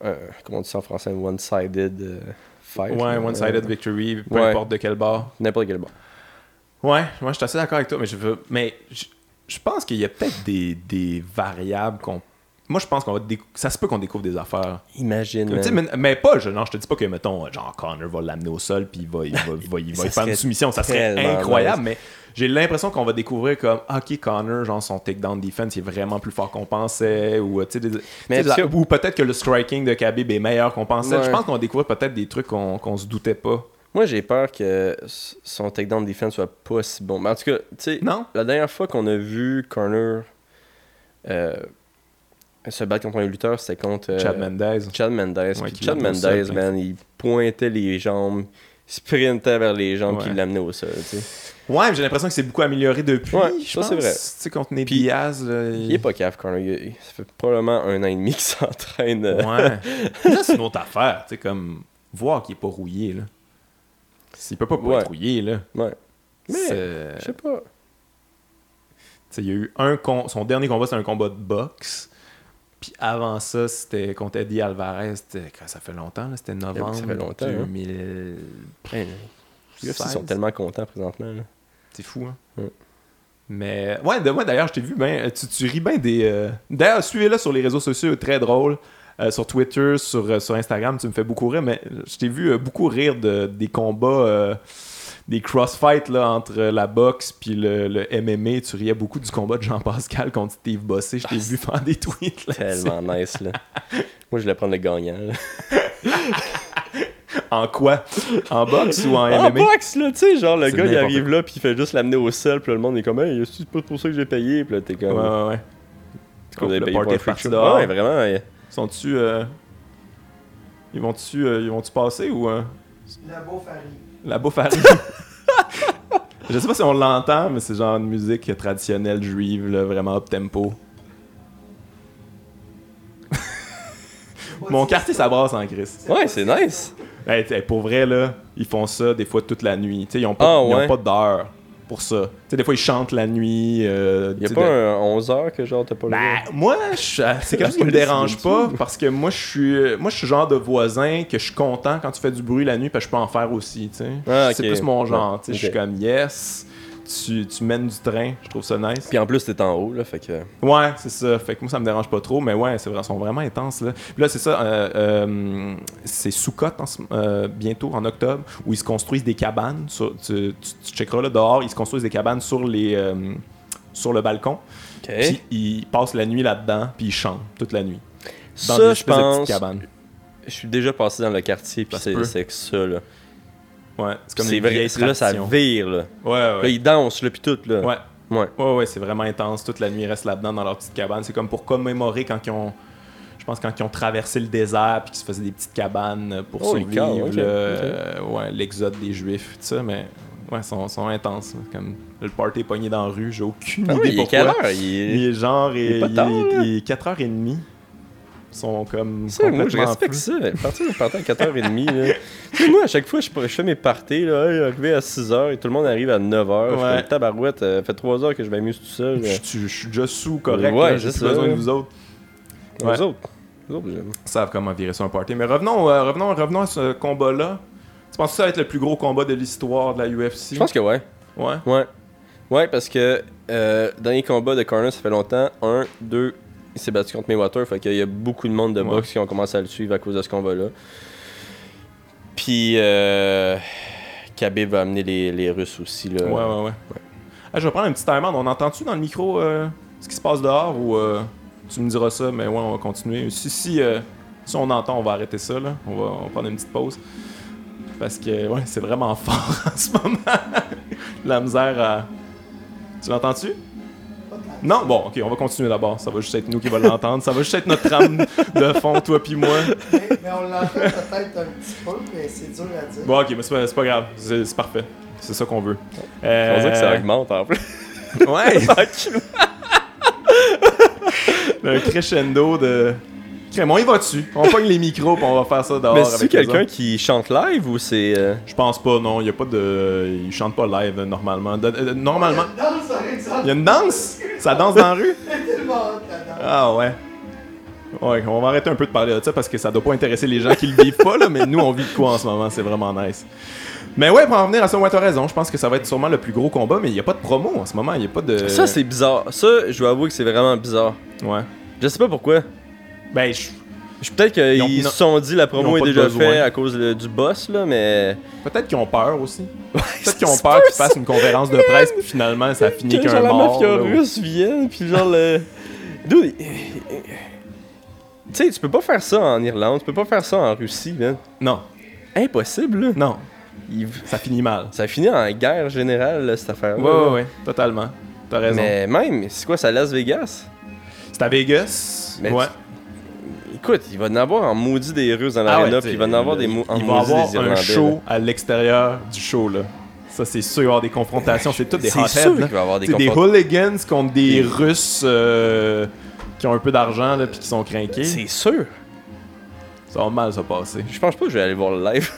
un- comment on dit ça en français Un one-sided euh, fight.
Ouais,
là.
one-sided victory, peu
Ouais.
importe de quel bord.
N'importe quel bon.
Ouais, moi je suis assez d'accord avec toi, mais je veux. Mais je, je pense qu'il y a peut-être des, des variables qu'on. Moi je pense qu'on va. décou- Ça se peut qu'on découvre des affaires.
Imagine.
Tu sais,
man.
mais, mais pas, je, non, je te dis pas que, mettons, genre Connor va l'amener au sol puis il va, il va, il va, il va
Ça
y faire une
serait
soumission. Ça serait
tellement
incroyable, mais j'ai l'impression qu'on va découvrir comme, ah, ok, Connor, genre son takedown defense il est vraiment plus fort qu'on pensait, ou, euh, tu sais, des- tu
Mais
sais, des-
parce que-
ou peut-être que le striking de Khabib est meilleur qu'on pensait.
Ouais.
Je pense qu'on va découvrir peut-être des trucs qu'on qu'on se doutait pas.
Moi, j'ai peur que s- son takedown defense soit pas si bon. Mais en tout cas, tu sais,
Non?
la dernière fois qu'on a vu Connor euh, se battre contre un lutteur, c'était contre. euh,
Chad Mendez.
Chad Mendes.
Ouais,
Puis
qui
Chad
l'amène au sol,
Mendes,
puis-
man, il pointait les jambes, sprintait vers les jambes, puis
Ouais.
il l'amenait au sol. tu sais.
Ouais, mais j'ai l'impression que c'est beaucoup amélioré depuis.
Ouais,
je
ça, c'est
pense.
vrai.
Tu sais, contre Ned
Puis,
Diaz, là,
Il est pas cave, Connor. Il- Ça fait probablement un an et demi qu'il s'entraîne. euh,
Ouais. ça, c'est une autre affaire. Tu sais, comme voir qu'il est pas rouillé, là. S'il peut pas, pas
Ouais.
être rouillé, là.
ouais. Mais,
c'est-
je sais pas.
Tu sais, il y a eu un con... Son dernier combat, c'était un combat de boxe. Puis avant ça, c'était contre Eddie Alvarez. C'était- quand ça fait longtemps, là. C'était novembre
Eh ça fait longtemps, hein.
2000.
Hey, les UFC sont tellement contents présentement. là.
C'est fou, hein?
Ouais.
Mais ouais, de, moi d'ailleurs, je t'ai vu, ben, tu, tu ris bien des. euh, D'ailleurs, suivez-le sur les réseaux sociaux, très drôle. Euh, sur Twitter, sur, euh, sur Instagram, tu me fais beaucoup rire, mais je t'ai vu euh, beaucoup rire de, des combats, euh, des crossfights là, entre euh, la boxe puis le, le MMA. Tu riais beaucoup du combat de Jean-Pascal contre Steve Bossé. Je t'ai vu faire des tweets. là,
Ah, Tellement nice, là. Moi, je voulais prendre le gagnant. là.
c'est- En quoi En boxe ou en
En
MMA
boxe, Ah, là, tu sais, genre, le
C'est
gars, il
n'importe
arrive là, puis il fait juste l'amener au sol, puis là, le monde est comme, hey, c'est pas pour ça que j'ai payé, puis là, t'es
Ouais,
comme,
ouais, ouais.
tu qu'on a
Le
payé pour
party
un
est
freak
parti
show.
dehors.
Ouais, vraiment. ouais.
Sont-tu. euh, Ils vont-tu euh, ils vont-tu passer ou. euh,
La bouffe arrive.
La bouffe arrive. Je sais pas si on l'entend, mais c'est genre de musique traditionnelle juive, là, vraiment up tempo. Mon quartier, ça brasse en Chris.
Ouais, c'est nice.
Hey, t- hey, pour vrai, là, ils font ça des fois toute la nuit. Tu sais, ils n'ont pas,
Ah,
ils ont
ouais.
pas d'heure pour ça. Tu sais, des fois, ils chantent la nuit. euh,
Y
tu
a
sais,
pas
de-
un 11h que genre t'as pas le
Ben,
droit?
moi, je- euh, c'est quelque chose qui me
police,
dérange
ils
pas parce que moi, je suis euh, moi je suis le genre de voisin que je suis content quand tu fais du bruit la nuit parce que je peux en faire aussi, tu sais.
Ah, ok.
C'est plus mon genre, tu sais. Je suis
Ok.
comme, yes, tu, tu mènes du train, je trouve ça nice.
Puis en plus, t'es en haut, là, fait que.
Ouais, c'est ça. Fait que moi, ça me dérange pas trop, mais ouais, c'est vrai, ils sont vraiment intenses, là. Puis là, c'est ça, euh, euh, c'est Soukot en ce- euh, bientôt, en octobre, où ils se construisent des cabanes. sur- tu, tu- tu checkeras, là, dehors, ils se construisent des cabanes sur les... euh, sur le balcon,
Ok.
puis ils passent la nuit là-dedans, puis ils chantent toute la nuit. Dans des
ça, je
espèces de petites
pense.
cabanes.
Je suis déjà passé dans le quartier, puis
Ça se peut.
c'est c'est que ça, là.
Ouais, c'est comme
C'est
une
vrai,
vieille
là, ça
tradition.
vire, là.
Ouais,
Là,
ouais.
ils dansent, là, puis tout, là.
Ouais.
Ouais.
Ouais, ouais, c'est vraiment intense. Toute la nuit, ils restent là-dedans dans leur petite cabane. C'est comme pour commémorer quand ils ont. Je pense quand ils ont traversé le désert puis qu'ils se faisaient des petites cabanes pour
Holy
survivre
cow, ok,
le- euh, ouais, l'exode des Juifs, tout ça, mais ouais, ils sont, sont intenses. là. Comme le party est pogné dans la rue, j'ai aucune
Ah oui,
idée
il est
pourquoi.
quelle heure?
Il
Il est.
est genre
il est pas
il
tard,
est,
là.
il est 4h30. Ils sont comme
Ça, moi, je
complètement
respecte ça. Partir, partir à 4h30, là. Tu sais, moi, à chaque fois, je, je fais mes parties, là. Hey, arrivé à 6h et tout le monde arrive à 9h. Je
Ouais.
fais une tabarouette. Ça fait 3 heures que je m'amuse tout seul. euh.
Je,
là.
suis- je suis déjà sous correct,
Ouais,
là, j'ai
c'est
plus
ça,
besoin de
là.
vous autres.
Les
Ouais.
autres. Les autres, j'aime.
savent comment virer sur un party. Mais revenons, euh, revenons, revenons à ce combat-là. Tu penses que ça va être le plus gros combat de l'histoire de la UFC?
Je pense que ouais.
Ouais.
Ouais. Ouais, parce que euh, dernier combat de Corner, ça fait longtemps. Un, deux, il s'est battu contre Mayweather. Fait qu'il y a beaucoup de monde de
Ouais.
boxe qui ont commencé à le suivre à cause de ce combat-là. Puis, euh, Khabib va amener les, les Russes aussi. Là.
Ouais, ouais, ouais. Ah, je vais prendre un petit time out. On entend-tu dans le micro euh, ce qui se passe dehors ou euh, tu me diras ça, mais ouais, on va continuer. Si, si, euh, si on entend, on va arrêter ça. Là. On va on va prendre une petite pause. Parce que, ouais, c'est vraiment fort en ce moment. la misère à. Tu l'entends-tu? Non, bon, ok, on va continuer d'abord. Ça va juste être nous qui va l'entendre. Ça va juste être notre trame de fond, toi puis moi.
Mais, mais on l'entend peut-être un petit peu, mais c'est dur à dire.
Bon, ok, mais c'est pas, c'est pas grave. C'est c'est parfait. C'est ça qu'on veut.
On dirait que ça
Euh,
augmente en plus.
Ouais. Un crescendo de. Crème, on y va dessus. On pogne les micros puis on va faire ça dehors.
Mais c'est
avec les
quelqu'un
autres.
qui chante live ou c'est. euh,
Je pense pas, non. Il y a pas de. Il chante pas live normalement. De- euh, normalement.
Non, ça exemple,
Il y a une danse Ça danse dans la rue
c'est tellement hot là-dedans.
Ah ouais. Ouais, on va arrêter un peu de parler de ça parce que ça doit pas intéresser les gens qui le vivent pas, là, mais nous, on vit de quoi en ce moment, c'est vraiment nice. Mais ouais, pour en venir à ça, ouais, t'as raison, je pense que ça va être sûrement le plus gros combat, mais il y a pas de promo en ce moment, il y a pas de...
Ça, c'est bizarre. Ça, je dois avouer que c'est vraiment bizarre.
Ouais.
Je sais pas pourquoi.
Ben, je-
Je- Peut-être
Ils ont-
qu'ils se sont dit
ils
la
ont
promo est
pas de
déjà
besoin.
faite à cause le- du boss, là, mais.
peut-être qu'ils ont peur aussi. Peut-être qu'ils ont
C'est
peur
sûr,
qu'ils fassent une conférence de presse, puis finalement, ça finit
que
qu'un
genre la
mort.
mafia
là, ou-
russe vienne, puis genre le. Dude, il- Tu sais, tu peux pas faire ça en Irlande, tu peux pas faire ça en Russie, man.
Non,
Impossible, là.
non,
Il-
ça finit mal.
Ça finit en guerre générale, là, cette affaire-là.
Ouais, ouais, ouais, totalement. T'as raison.
Mais même, c'est quoi, ça Las Vegas?
C'est à Vegas.
Mais
ouais.
Écoute, il va en avoir en maudit des Russes dans
Ah ouais,
l'aréna,
t'sais,
puis il va en avoir
le-
des mo- en
Il va
maudit
avoir
des Irlandais.
un
là.
show à l'extérieur du show, là. Ça, c'est sûr, il va y avoir des confrontations. C'est toutes des
C'est sûr
hotheads.
qu'il
là.
va avoir des
C'est des
confrontations.
hooligans contre des
Des-
Russes euh, qui ont un peu d'argent, là, puis qui sont craqués.
C'est sûr.
Ça va mal se passer.
Je pense pas que je vais aller voir le live.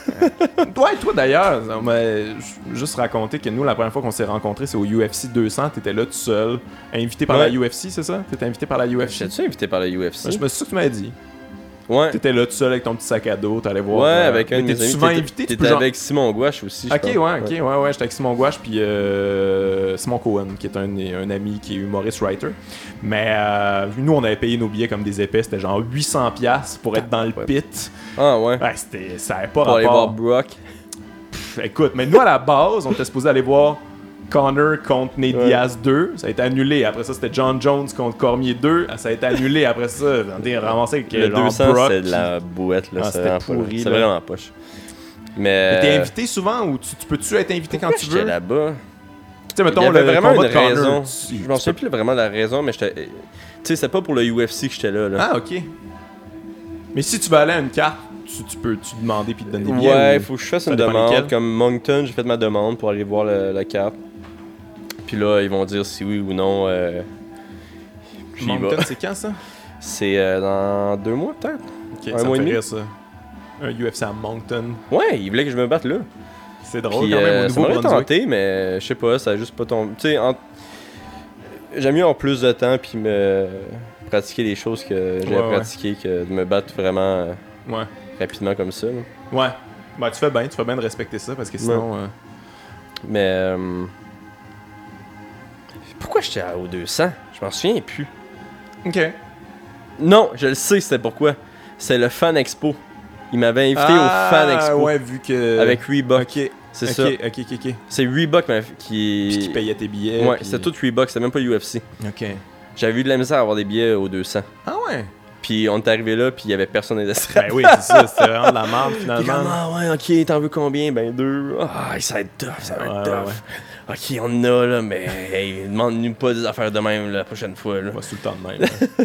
Toi et toi, d'ailleurs, on m'a ju- juste raconté que nous, la première fois qu'on s'est rencontrés, c'est au UFC 200. T'étais là tout seul, invité par
Ouais.
la UFC, c'est ça? T'étais invité par la UFC?
J'étais-tu invité par la UFC?
Ouais, Je me suis sûr que tu m'avais dit.
Ouais.
T'étais là tout seul avec ton petit sac à dos, t'allais voir.
Ouais,
euh,
avec un de
mais
mes
t'es
amis.
souvent
T'étais-
invité, tu peux
T'étais
genre-
avec Simon Gouache aussi, je
Ok, ouais,
pense.
ok, ouais, ouais, j'étais avec Simon Gouache puis euh, Simon Cohen, qui est un, un ami qui est humoriste writer. Mais euh, nous, on avait payé nos billets comme des épais, c'était genre 800$ piastres pour être dans le
Ouais.
pit.
Ah ouais.
Ouais, c'était, ça n'avait pas
Pour aller voir
rapport.
Brock.
Pff, écoute, mais nous, à la base, on était supposé aller voir Connor contre Nate
Ouais.
Diaz 2, ça a été annulé. Après ça, c'était John Jones contre Cormier 2, ça a été annulé. Après ça, on est ramassé avec euh,
Le
genre,
200,
Brock,
c'est de
puis-
la bouette, là.
Ah,
c'est
c'était
vraiment pourri.
pourri,
C'est
là.
vraiment poche. Mais.
Mais T'es invité souvent ou tu, tu peux-tu être invité quand
euh,
tu
Pourquoi j'étais
veux?
là-bas.
Tu sais, mettons,
Il y avait
le
vraiment une
combat de Connor,
raison.
tu-
Je m'en
tu peux-
souviens plus vraiment de la raison, mais j'étais. Tu sais, c'était pas pour le UFC que j'étais là, là.
Ah, ok. Mais si tu veux aller à une carte, tu, tu peux tu demander puis te donner des billets.
Ouais,
ou-
faut que je fasse
ça
une
dépend
demande.
lesquels.
Comme Moncton, j'ai fait ma demande pour aller voir le- la carte. Puis là, ils vont dire si oui ou non. euh, Puis
Moncton,
bah,
c'est quand ça
c'est euh, dans deux mois peut-être.
Ok,
Un
ça
mois
me fait
et demi.
rire, ça. un UFC à Moncton.
Ouais, il voulait que je me batte là.
C'est drôle
Puis,
Oh, quand même
euh,
au
ça m'aurait
Nouveau-Brunswick.
tenté, mais je sais pas, ça a juste pas tombé. Tu sais, en- j'aime mieux en plus de temps puis me pratiquer les choses que j'ai
Ouais, ouais.
pratiquées que de me battre vraiment euh,
Ouais.
rapidement comme ça. là.
Ouais. Ben, tu fais bien, tu fais bien de respecter ça parce que sinon. euh,
Mais euh, pourquoi j'étais au 200 Je m'en souviens plus.
Ok.
Non, je le sais, c'était pourquoi. C'est le Fan Expo. Il m'avait invité au Fan Expo
Ah, Ouais, vu que.
avec Reebok.
Ok,
C'est
ok,
ça.
ok, ok, ok.
C'est Reebok qui m'avait- qui.
Puis qui payait tes billets.
Ouais,
puis-
c'était tout Reebok, c'était même pas UFC.
Ok.
J'avais eu de la misère à avoir des billets au 200.
Ah ouais.
Puis on est arrivé là, puis il y avait personne dans les estrades.
Ben oui, c'est ça, c'était vraiment de la merde
Puis comme,
finalement.
ah ouais, ok, t'en veux combien? Ben deux. Ah, ça va être tough, ça va être
Ouais,
tough. Ok, on en a là, mais hey, demande-nous pas des affaires de même la prochaine fois. Là.
Ouais, c'est tout le temps de même. hein.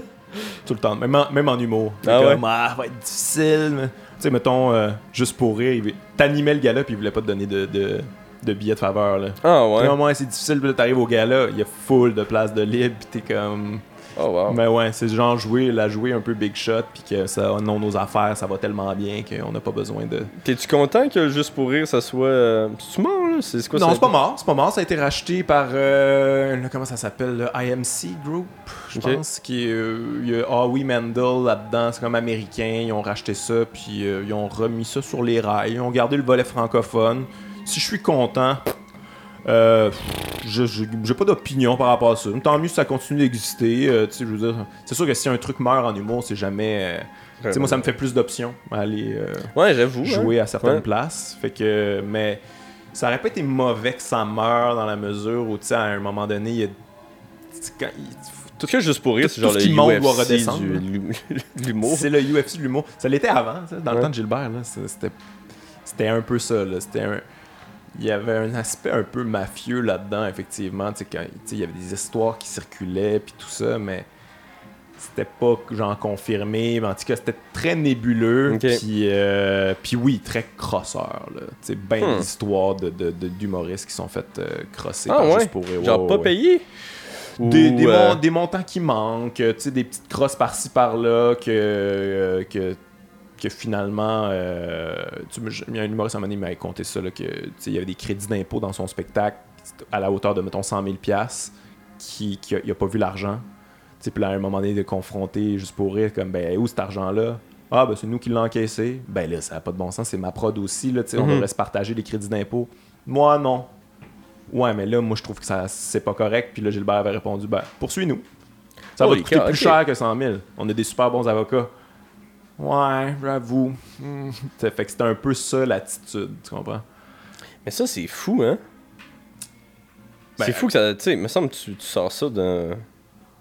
tout le temps de même. en- Même en humour. T'es
Ah
comme, ah, va être difficile. mais- Tu sais, mettons, euh, juste pour rire, il- t'animais le gala puis il voulait pas te donner de, de, de billets de faveur. Là.
Ah ouais.
Non, ouais, c'est difficile. Puis là, t'arrives au gala, il y a full de places de libre puis t'es comme.
Oh wow.
Mais ouais, c'est genre jouer, la jouer un peu big shot puis que ça, non, nos affaires, ça va tellement bien qu'on n'a pas besoin de.
T'es-tu content que le juste pour rire, ça soit. euh, C'est-tu mort là? C'est c'est quoi
non,
ça?
c'est pas mort, c'est pas mort. Ça a été racheté par, euh, le- comment ça s'appelle, le IMC Group, je
Ok.
pense. Qui, est, euh, il y a Howie Mandel là-dedans, c'est comme américain. Ils ont racheté ça, puis euh, ils ont remis ça sur les rails. Ils ont gardé le volet francophone. Si je suis content, euh, je- je- j'ai pas d'opinion par rapport à ça. Tant mieux si ça continue d'exister. euh, tu sais, je veux dire, c'est sûr que si un truc meurt en humour, c'est jamais... euh, tu sais, moi, ça me fait plus d'options. à Aller... euh,
Ouais, j'avoue. hein.
jouer à certaines
Ouais.
places. Fait que, mais ça aurait pas été mauvais que ça meure dans la mesure où, tu sais, à un moment donné, il y a. c'est quand- il-
Tout ce que juste pour rire, c'est
Tout-
genre
tout
le
ce qui monte doit
UFC
redescendre,
du-
là.
l'hu- l'humour.
C'est le UFC de l'humour. Ça l'était avant, ça, dans le
Ouais.
temps de Gilbert. là, ça- C'était c'était un peu ça. là, C'était un- Il y avait un aspect un peu mafieux là-dedans, effectivement. Tu sais, quand- tu sais, il y avait des histoires qui circulaient, puis tout ça, mais c'était pas genre confirmé. mais En tout cas, c'était très nébuleux.
Ok.
Puis, euh, puis oui, très crosseur. Là. Tu sais, ben
Hmm.
des histoires de- de- de- d'humoristes qui sont faites euh, crosser
Ah
par
ouais?
juste pour rire.
Genre
Ouais,
pas
ouais, ouais.
payé?
Des,
Ou,
des,
euh,
mon- des montants qui manquent, euh, tu sais, des petites crosses par-ci par-là que, euh, que, que finalement. euh, tu me- je- il y a un humoriste à un moment donné qui m'avait compté ça, là, que, tu sais, il y avait des crédits d'impôt dans son spectacle à la hauteur de, mettons, 100 000 qui, qui a, il a pas vu l'argent. Tu sais, Puis là, à un moment donné, de confronter juste pour rire, comme, ben, où cet argent-là Ah, ben, c'est nous qui l'a encaissé. Ben là, ça n'a pas de bon sens, c'est ma prod aussi, là, tu sais, on
Mhm.
devrait se partager les crédits d'impôt. Moi, non. Ouais, mais là, moi, je trouve que ça c'est pas correct. Puis là, Gilbert avait répondu, ben, poursuis-nous. Ça va
Holy
te coûter
cow,
plus
ok.
cher que 100 000. On a des super bons avocats. Ouais, j'avoue. Hmm. Ça Fait que c'était un peu ça l'attitude, tu comprends?
Mais ça, c'est fou, hein?
Ben,
c'est fou que ça. Tu sais, me semble que tu, tu sors ça dans,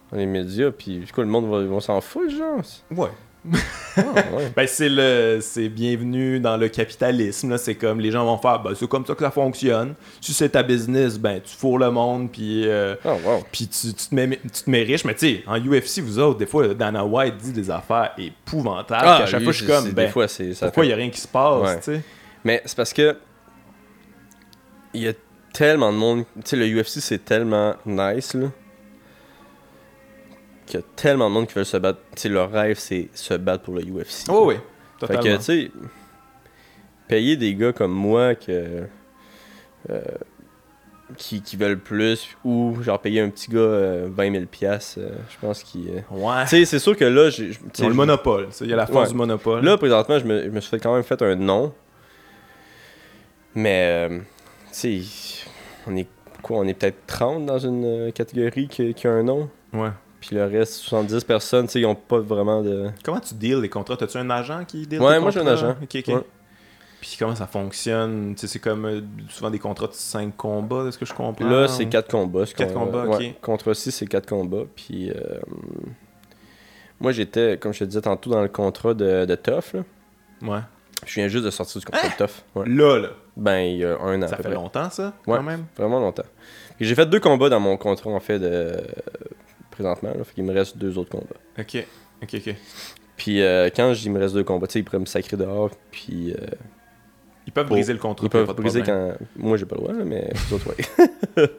dans les médias, puis du coup, le monde va, ils vont s'en foutre, genre.
Ouais.
Ah, ouais.
Ben, c'est le c'est bienvenu dans le capitalisme là, c'est comme les gens vont faire ben, c'est comme ça que ça fonctionne. Si c'est ta business, ben tu fourres le monde puis euh,
Ah, wow.
puis tu, tu te mets, tu te mets riche, mais tu sais, en UFC, vous autres, des fois, Dana White dit des affaires épouvantables. puis à chaque
lui,
fois, je suis
Ah c'est-
comme,
c'est-
ben,
Des fois, c'est. ça
pourquoi il
fait-
n'y a rien qui se passe,
Ouais.
tu sais?
Mais c'est parce que. Il y a tellement de monde. Tu sais, le UFC, c'est tellement nice, là. Qu'il y a tellement de monde qui veulent se battre. Tu sais, leur rêve, c'est se battre pour le UFC.
Oh, oui,
Fait
totalement.
que, tu sais, payer des gars comme moi que, euh, qui, qui veulent plus ou genre payer un petit gars euh, 20 000 piastres, euh, je pense qu'il. euh,
ouais.
Tu sais, c'est sûr que là, j'ai- tu sais,
Ils ont le
je-
monopole, ça, il y a la force
Ouais.
du monopole.
là présentement, je me, je me suis fait quand même fait un nom. Mais, euh, tu sais, on est quoi On est peut-être 30 dans une euh, catégorie qui, qui a un nom.
Ouais.
Puis le reste, 70 personnes, tu sais, ils ont pas vraiment de.
Comment tu deals les contrats? T'as-tu un agent qui deal
Ouais,
tes
moi, j'ai un
contrats?
agent.
Ok, ok.
Ouais.
Puis comment ça fonctionne? Tu sais, c'est comme euh, souvent des contrats de 5 combats, est-ce que je comprends?
Là, c'est
Ou-
4 combats. ce
Ah, Quatre
qu'on-
combats,
ouais.
ok.
Contre 6, c'est 4 combats. Puis, euh, moi, j'étais, comme je te disais tantôt, dans le contrat de, de Tough. là.
Ouais.
Je viens juste de sortir du contrat de Tough. ouais.
Là, là,
Ben, il y a un an. à
Hein? ça
peu
fait
près.
longtemps, ça,
Ouais.
quand même?
Vraiment longtemps. Puis j'ai fait deux combats dans mon contrat, en fait, de, présentement. Là, fait qu'il me reste deux autres combats.
Ok, ok, ok.
Puis, euh, quand je dis il me reste deux combats, tu sais, ils pourraient me sacrer dehors. Puis, euh,
Ils peuvent
Pour-
briser le contrat,
ils
pas de
peuvent briser
problème.
quand. Moi, j'ai pas le droit, là, mais les autres, ouais.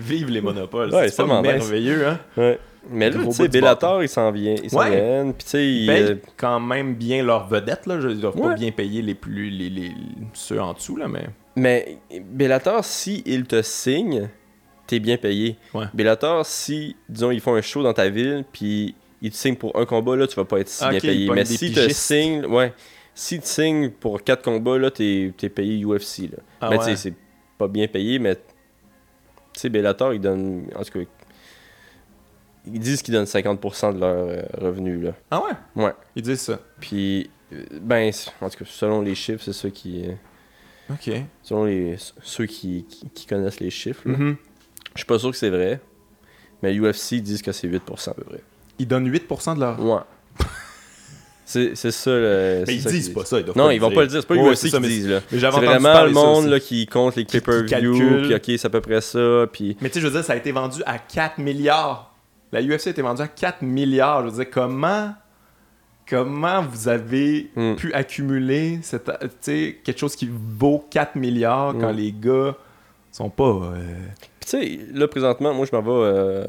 Vive les monopoles,
Ouais,
c'est pas
tellement nice.
merveilleux, hein?
ouais. Mais là,
Nouveau bout
tu sais,
du
Bellator, il s'en vient. Il s'en
Ouais. Ben,
vient. Puis, tu sais,
Ils
il. euh,
payent quand même bien leurs vedettes, là. Je ils doivent pas
Ouais.
bien payer les plus. Les, les- ceux en dessous, là, mais.
Mais Bellator, si il te signe, t'es bien payé.
Ouais.
Bellator, si, disons, ils font un show dans ta ville, puis ils te signent pour un combat, là, tu vas pas être si
Ok,
bien
ils
payé.
pognent
Mais
des
si te
pigistes.
signent, ouais, si tu signes pour quatre combats, là, t'es t'es payé UFC. Là.
Ah
mais
ouais.
tu sais, c'est pas bien payé, mais tu sais, Bellator, ils donnent. En tout cas, ils disent qu'ils donnent 50% de leur euh, revenu, là.
Ah ouais?
Ouais.
Ils disent ça.
Puis, euh, ben, c'est- en tout cas, selon les chiffres, c'est ça qui. euh,
Ok.
Selon les, ceux qui, qui- qui connaissent les chiffres, là.
Mhm.
je suis pas sûr que c'est vrai, mais UFC disent que c'est 8% à peu près.
Ils donnent 8% de leur.
Ouais. c'est c'est ça le. c'est
Mais ils
ça qu'ils
disent pas ça. Ils doivent
Non,
le
ils vont pas le dire, c'est pas
Ouais, ouais,
UFC
ça,
qui
mais-
disent là.
Mais
C'est
j'avais entendu
vraiment
parler
le
ça
monde
aussi.
là, qui compte les
Qui- qui
pay-per-view,
calcule.
puis ok, c'est à peu près ça, puis
Mais tu sais, je veux dire, ça a été vendu à 4 milliards. La UFC a été vendue à 4 milliards. Je veux dire, comment, comment vous avez
Mm.
pu accumuler cette, euh, tu sais, quelque chose qui vaut 4 milliards quand
Mm.
les gars sont pas. euh,
Puis tu sais, là, présentement, moi, je m'en vais euh,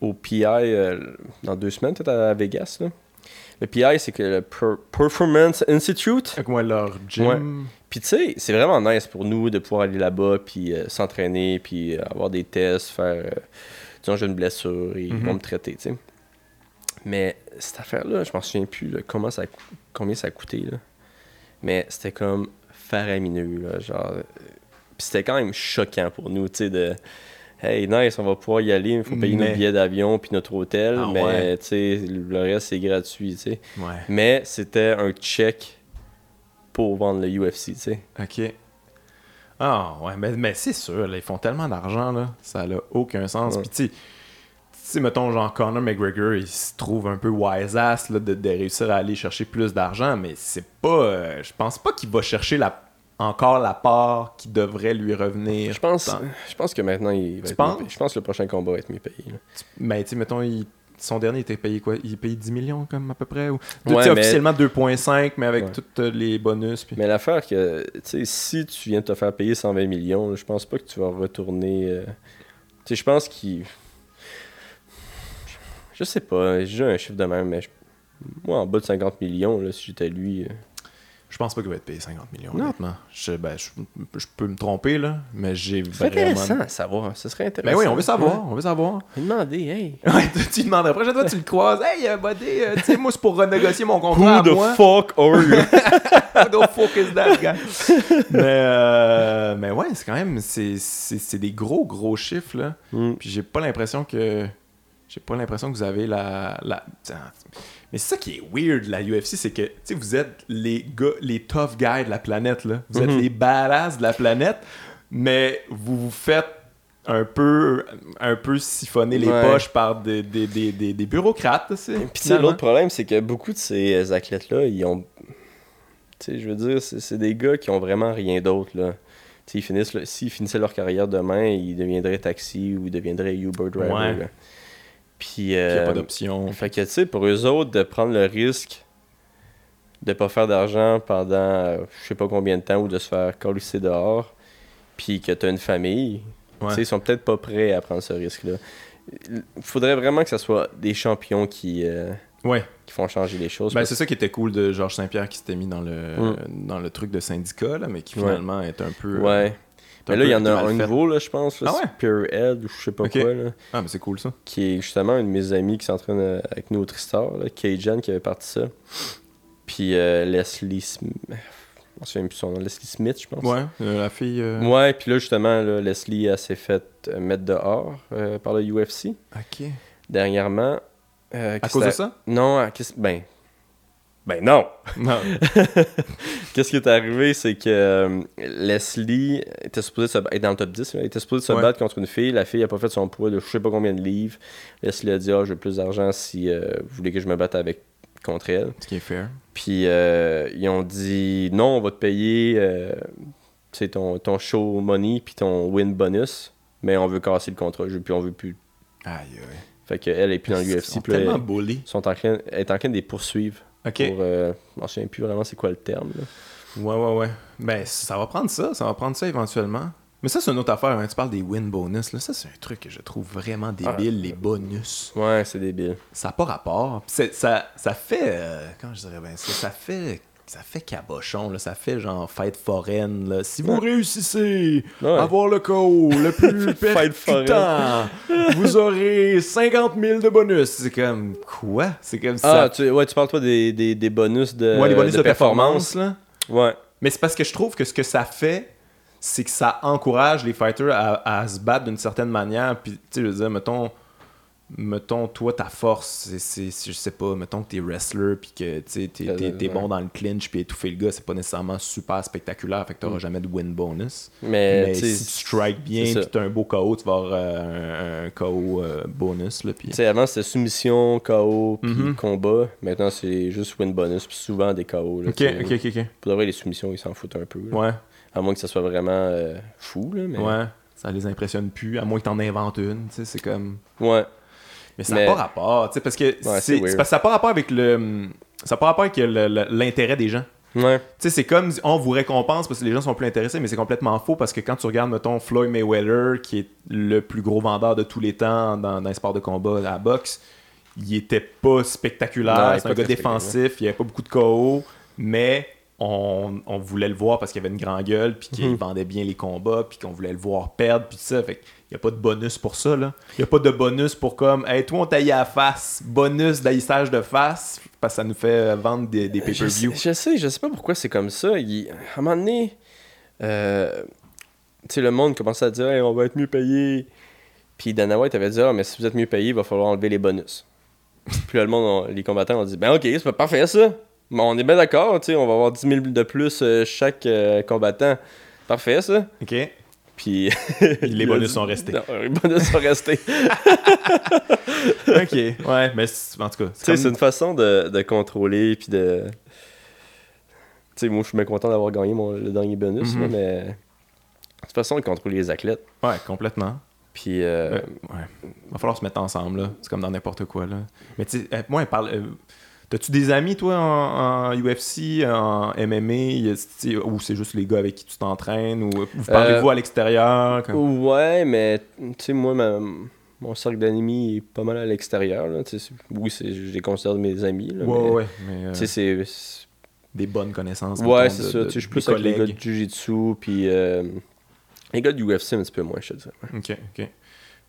au PI euh, dans deux semaines, peut-être à Vegas. Là. Le PI, c'est que le Per- Performance Institute.
avec moi, leur gym.
Puis tu sais, c'est vraiment nice pour nous de pouvoir aller là-bas, puis euh, s'entraîner, puis euh, avoir des tests, faire... euh, disons, j'ai une blessure, et ils
Mhm.
vont me traiter, tu sais. Mais cette affaire-là, je m'en souviens plus là, comment ça, cou- combien ça a coûté, là. Mais c'était comme faramineux, là, genre... euh, Puis c'était quand même choquant pour nous, tu sais, de... Hey, nice, on va pouvoir y aller, il faut payer
Mais-
nos billets d'avion puis notre hôtel,
Ah
mais
ouais.
tu sais, le reste, c'est gratuit, tu sais.
Ouais.
Mais c'était un check pour vendre le UFC, tu sais.
OK. Ah, ouais, mais, mais c'est sûr, là, ils font tellement d'argent, là, ça n'a aucun sens.
Ouais.
Puis, tu sais, tu sais, mettons, genre Conor McGregor, il se trouve un peu wise-ass là, de, de réussir à aller chercher plus d'argent, mais c'est pas. euh, je pense pas qu'il va chercher la, encore la part qui devrait lui revenir.
Je pense,
Tant-
je pense que maintenant, il va
Tu
être mieux
penses?
payé. Je pense que le prochain combat va être mieux payé. là.
Mais, tu sais, mettons, il- son dernier était payé quoi Il payait 10 millions, comme à peu près ou... Tu sais,
Ouais, mais-
officiellement 2,5, mais avec
Ouais.
tous euh, les bonus. Puis...
Mais l'affaire que, tu sais, si tu viens de te faire payer 120 millions, là, je pense pas que tu vas retourner. euh, Tu sais, je pense qu'il. Je sais pas, j'ai un chiffre de même, mais je- moi, en bas de 50 millions, là, si j'étais lui. euh,
Je pense pas qu'il va être payé 50 millions,
Non.
honnêtement. Je, ben, je, je peux me tromper, là, mais j'ai
C'est
vraiment...
intéressant à savoir. Ce serait intéressant.
Ben oui, on veut savoir,
Ouais.
on veut savoir.
Faut Demander, hey.
Ouais, tu- tu demandes la prochaine fois, tu le croises. Hey, euh, buddy, euh, tu sais, moi, c'est pour renégocier mon
Who
contrat à
the
moi.
fuck are you?
Who the fuck is that guy? mais, euh, mais ouais, c'est quand même, c'est- c'est c'est des gros, gros chiffres, là.
Mm.
Puis j'ai pas l'impression que. J'ai pas l'impression que vous avez la. la... Tiens, Mais c'est ça qui est weird, la UFC, c'est que, tu sais, vous êtes les gars, les tough guys de la planète, là. Vous êtes
Mhm.
les badass de la planète, mais vous vous faites un peu, un peu siphonner les
Ouais.
poches par des, des, des, des, des bureaucrates, c'est.
Puis tu sais, l'autre problème, c'est que beaucoup de ces euh, athlètes-là, ils ont. Tu sais, je veux dire, c'est c'est des gars qui ont vraiment rien d'autre, là. Tu sais, ils finissent le- s'ils finissaient leur carrière demain, ils deviendraient taxi ou ils deviendraient Uber driver.
Ouais.
là. Puis.
Il n'y a
euh,
pas d'option.
fait que, tu sais, pour eux autres, de prendre le risque de pas faire d'argent pendant euh, je sais pas combien de temps ou de se faire colisser dehors, puis que t'as une famille,
Ouais.
tu sais, ils sont peut-être pas prêts à prendre ce risque-là. Il faudrait vraiment que ce soit des champions qui, euh,
Ouais.
qui font changer les choses.
Ben,
parce-
c'est ça qui était cool de Georges Saint-Pierre qui s'était mis dans le,
Mm.
dans le truc de syndicat, là, mais qui
Ouais.
finalement est un peu. euh,
ouais.
est un
Mais là, il y
peu
en a
mal
un
fait.
nouveau, là, je pense. Là,
Ah ouais?
c'est Spearhead ou je sais pas
Ok.
quoi. Là,
Ah, mais c'est cool ça.
qui est justement un de mes amis qui s'entraîne euh, avec nous au Tristar, là, Cajun, qui avait parti ça. Puis euh, Leslie Smith. On se souvient plus de son nom. Leslie Smith, je pense.
Ouais, euh, la fille. euh,
Ouais, puis là, justement, là, Leslie, elle s'est faite euh, mettre dehors euh, par le UFC
Ok.
dernièrement. Euh,
À
qu'est-ce
cause
que-
de ça
Non, euh, qu'est-ce- ben. Ben non!
Non.
Qu'est-ce qui est arrivé, c'est que euh, Leslie était supposée se ba- être dans le top 10, là, elle était supposée se
Ouais.
battre contre une fille. La fille n'a pas fait son poids de je sais pas combien de livres. Leslie a dit Ah, j'ai plus d'argent si euh, vous voulez que je me batte avec contre elle.
Ce qui est fair.
Puis euh, ils ont dit Non, on va te payer euh, tu sais, ton, ton show money puis ton win bonus, mais on veut casser le contrat, je- puis on veut plus.
Aïe, aïe.
Fait qu'elle est plus dans
Ils
l'UFC.
sont
Puis là,
tellement
elle,
bully.
sont en train- elle est en train de les poursuivre.
Ok.
Pour, euh, je m'en souviens plus vraiment c'est quoi le terme. là.
Ouais, ouais, ouais. Ben, ça va prendre ça. Ça va prendre ça éventuellement. Mais ça, c'est une autre affaire. hein. Tu parles des win bonus. Là. Ça, c'est un truc que je trouve vraiment
Ah.
débile, les bonus.
Ouais, c'est débile.
Ça n'a pas rapport. Puis c'est- ça, ça fait. euh, comment je dirais bien ça? Ça fait. Ça fait cabochon, là. ça fait genre fête foraine. là. Si vous
Ouais.
réussissez
Ouais.
à avoir le KO le plus
Fête
percutant, vous aurez 50 000 de bonus. C'est comme quoi? C'est comme ça.
Ah, tu, ouais, tu parles toi des, des, des bonus de,
Ouais, les bonus de, performance. là.
Ouais.
Mais c'est parce que je trouve que ce que ça fait, c'est que ça encourage les fighters à, à se battre d'une certaine manière. Puis, tu sais, je veux dire, mettons, mettons toi, ta force, c'est- c'est, c'est- je sais pas, mettons que t'es wrestler, puis que tu sais, t'es, t'es- t'es
Ouais.
bon dans le clinch, puis étouffer le gars, c'est pas nécessairement super spectaculaire, fait que t'auras jamais de win bonus.
Mais,
Mais
Mm. Euh, tu sais,
si tu strikes bien,
c'est ça.
puis t'as un beau KO, tu vas avoir euh, un, un KO euh, bonus, là, puis...
Tu sais, avant c'était soumission, KO, puis
Mhm.
combat. Maintenant c'est juste win bonus, puis souvent des KO. là,
Ok,
tu sais.
ok, ok, ok.
Pour de vrai, les soumissions, ils s'en foutent un peu. là.
Ouais,
À moins que ça soit vraiment euh, fou, là. Mais...
ouais. Ça les impressionne plus, à moins que t'en inventes une, tu sais, c'est comme...
Ouais.
Mais ça n'a
Mais-
pas rapport, tu sais, parce que c'est-
c'est
c'est
weird.
parce que ça n'a pas rapport avec le. Ça n'a pas rapport avec le- le- l'intérêt des gens.
Ouais.
Tu sais, c'est comme on vous récompense parce que les gens sont plus intéressés, mais c'est complètement faux parce que quand tu regardes, mettons, Floyd Mayweather, qui est le plus gros vendeur de tous les temps dans, dans les sports de combat, à la boxe, il était pas
Non, il
spectaculaire,
est
c'est
pas
un gars
très
défensif, il n'y avait pas beaucoup de KO, mais on, on voulait le voir parce qu'il avait une grande gueule, puis qu'il
Mhm.
vendait bien les combats, puis qu'on voulait le voir perdre, puis tout ça. Fait qu'il n'y a pas de bonus pour ça, là. Il n'y a pas de bonus pour comme, hey, toi, on taille à la face, bonus d'haïssage de face, parce que ça nous fait vendre des, des
Je sais,
pay-per-view.
je sais, je sais pas pourquoi c'est comme ça. Il- À un moment donné, euh, tu sais, le monde commençait à dire Hey, on va être mieux payé. Puis Dana White avait dit Ah, mais si vous êtes mieux payé, il va falloir enlever les bonus. Puis là, le monde, on- les combattants ont dit Ben ok, c'est pas parfait ça. Mais on est bien d'accord, tu sais, on va avoir 10 000 de plus euh, chaque euh, combattant. Parfait ça.
OK?
Puis.
Les bonus sont restés.
Non, les bonus sont restés. tu
ok, ouais, mais c'est- en tout cas,
sais,
c'est
c'est
comme-
une façon de, de contrôler, puis de. Tu sais, moi, je suis bien content d'avoir gagné mon, le dernier bonus,
Mhm.
là, mais. C'est une façon de contrôler les athlètes.
ouais, complètement.
Puis. euh,
Euh, ouais. Va falloir se mettre ensemble, là. C'est comme dans n'importe quoi, là. Mais tu sais, euh, moi, elle parle. euh, T'as-tu des amis, toi, en, en UFC, en MMA, y a- tu sais, ou c'est juste les gars avec qui tu t'entraînes, ou euh, vous parlez-vous à l'extérieur? comme-
Euh, Ouais, mais. Tu sais, moi, ma- mon cercle d'amis est pas mal à l'extérieur, là. tu sais, c'est- Oui, c'est- je les considère mes amis, là.
Ouais,
mais,
ouais, ouais, mais euh,
Tu sais, c'est. c'est-
des bonnes connaissances.
Ouais,
mettons,
c'est
de-
ça.
de-
Tu sais, je suis
des
plus avec les gars
collègues.
de Jiu-Jitsu, puis. euh, les gars de UFC, un petit peu moins, je te dirais.
Ok, ok.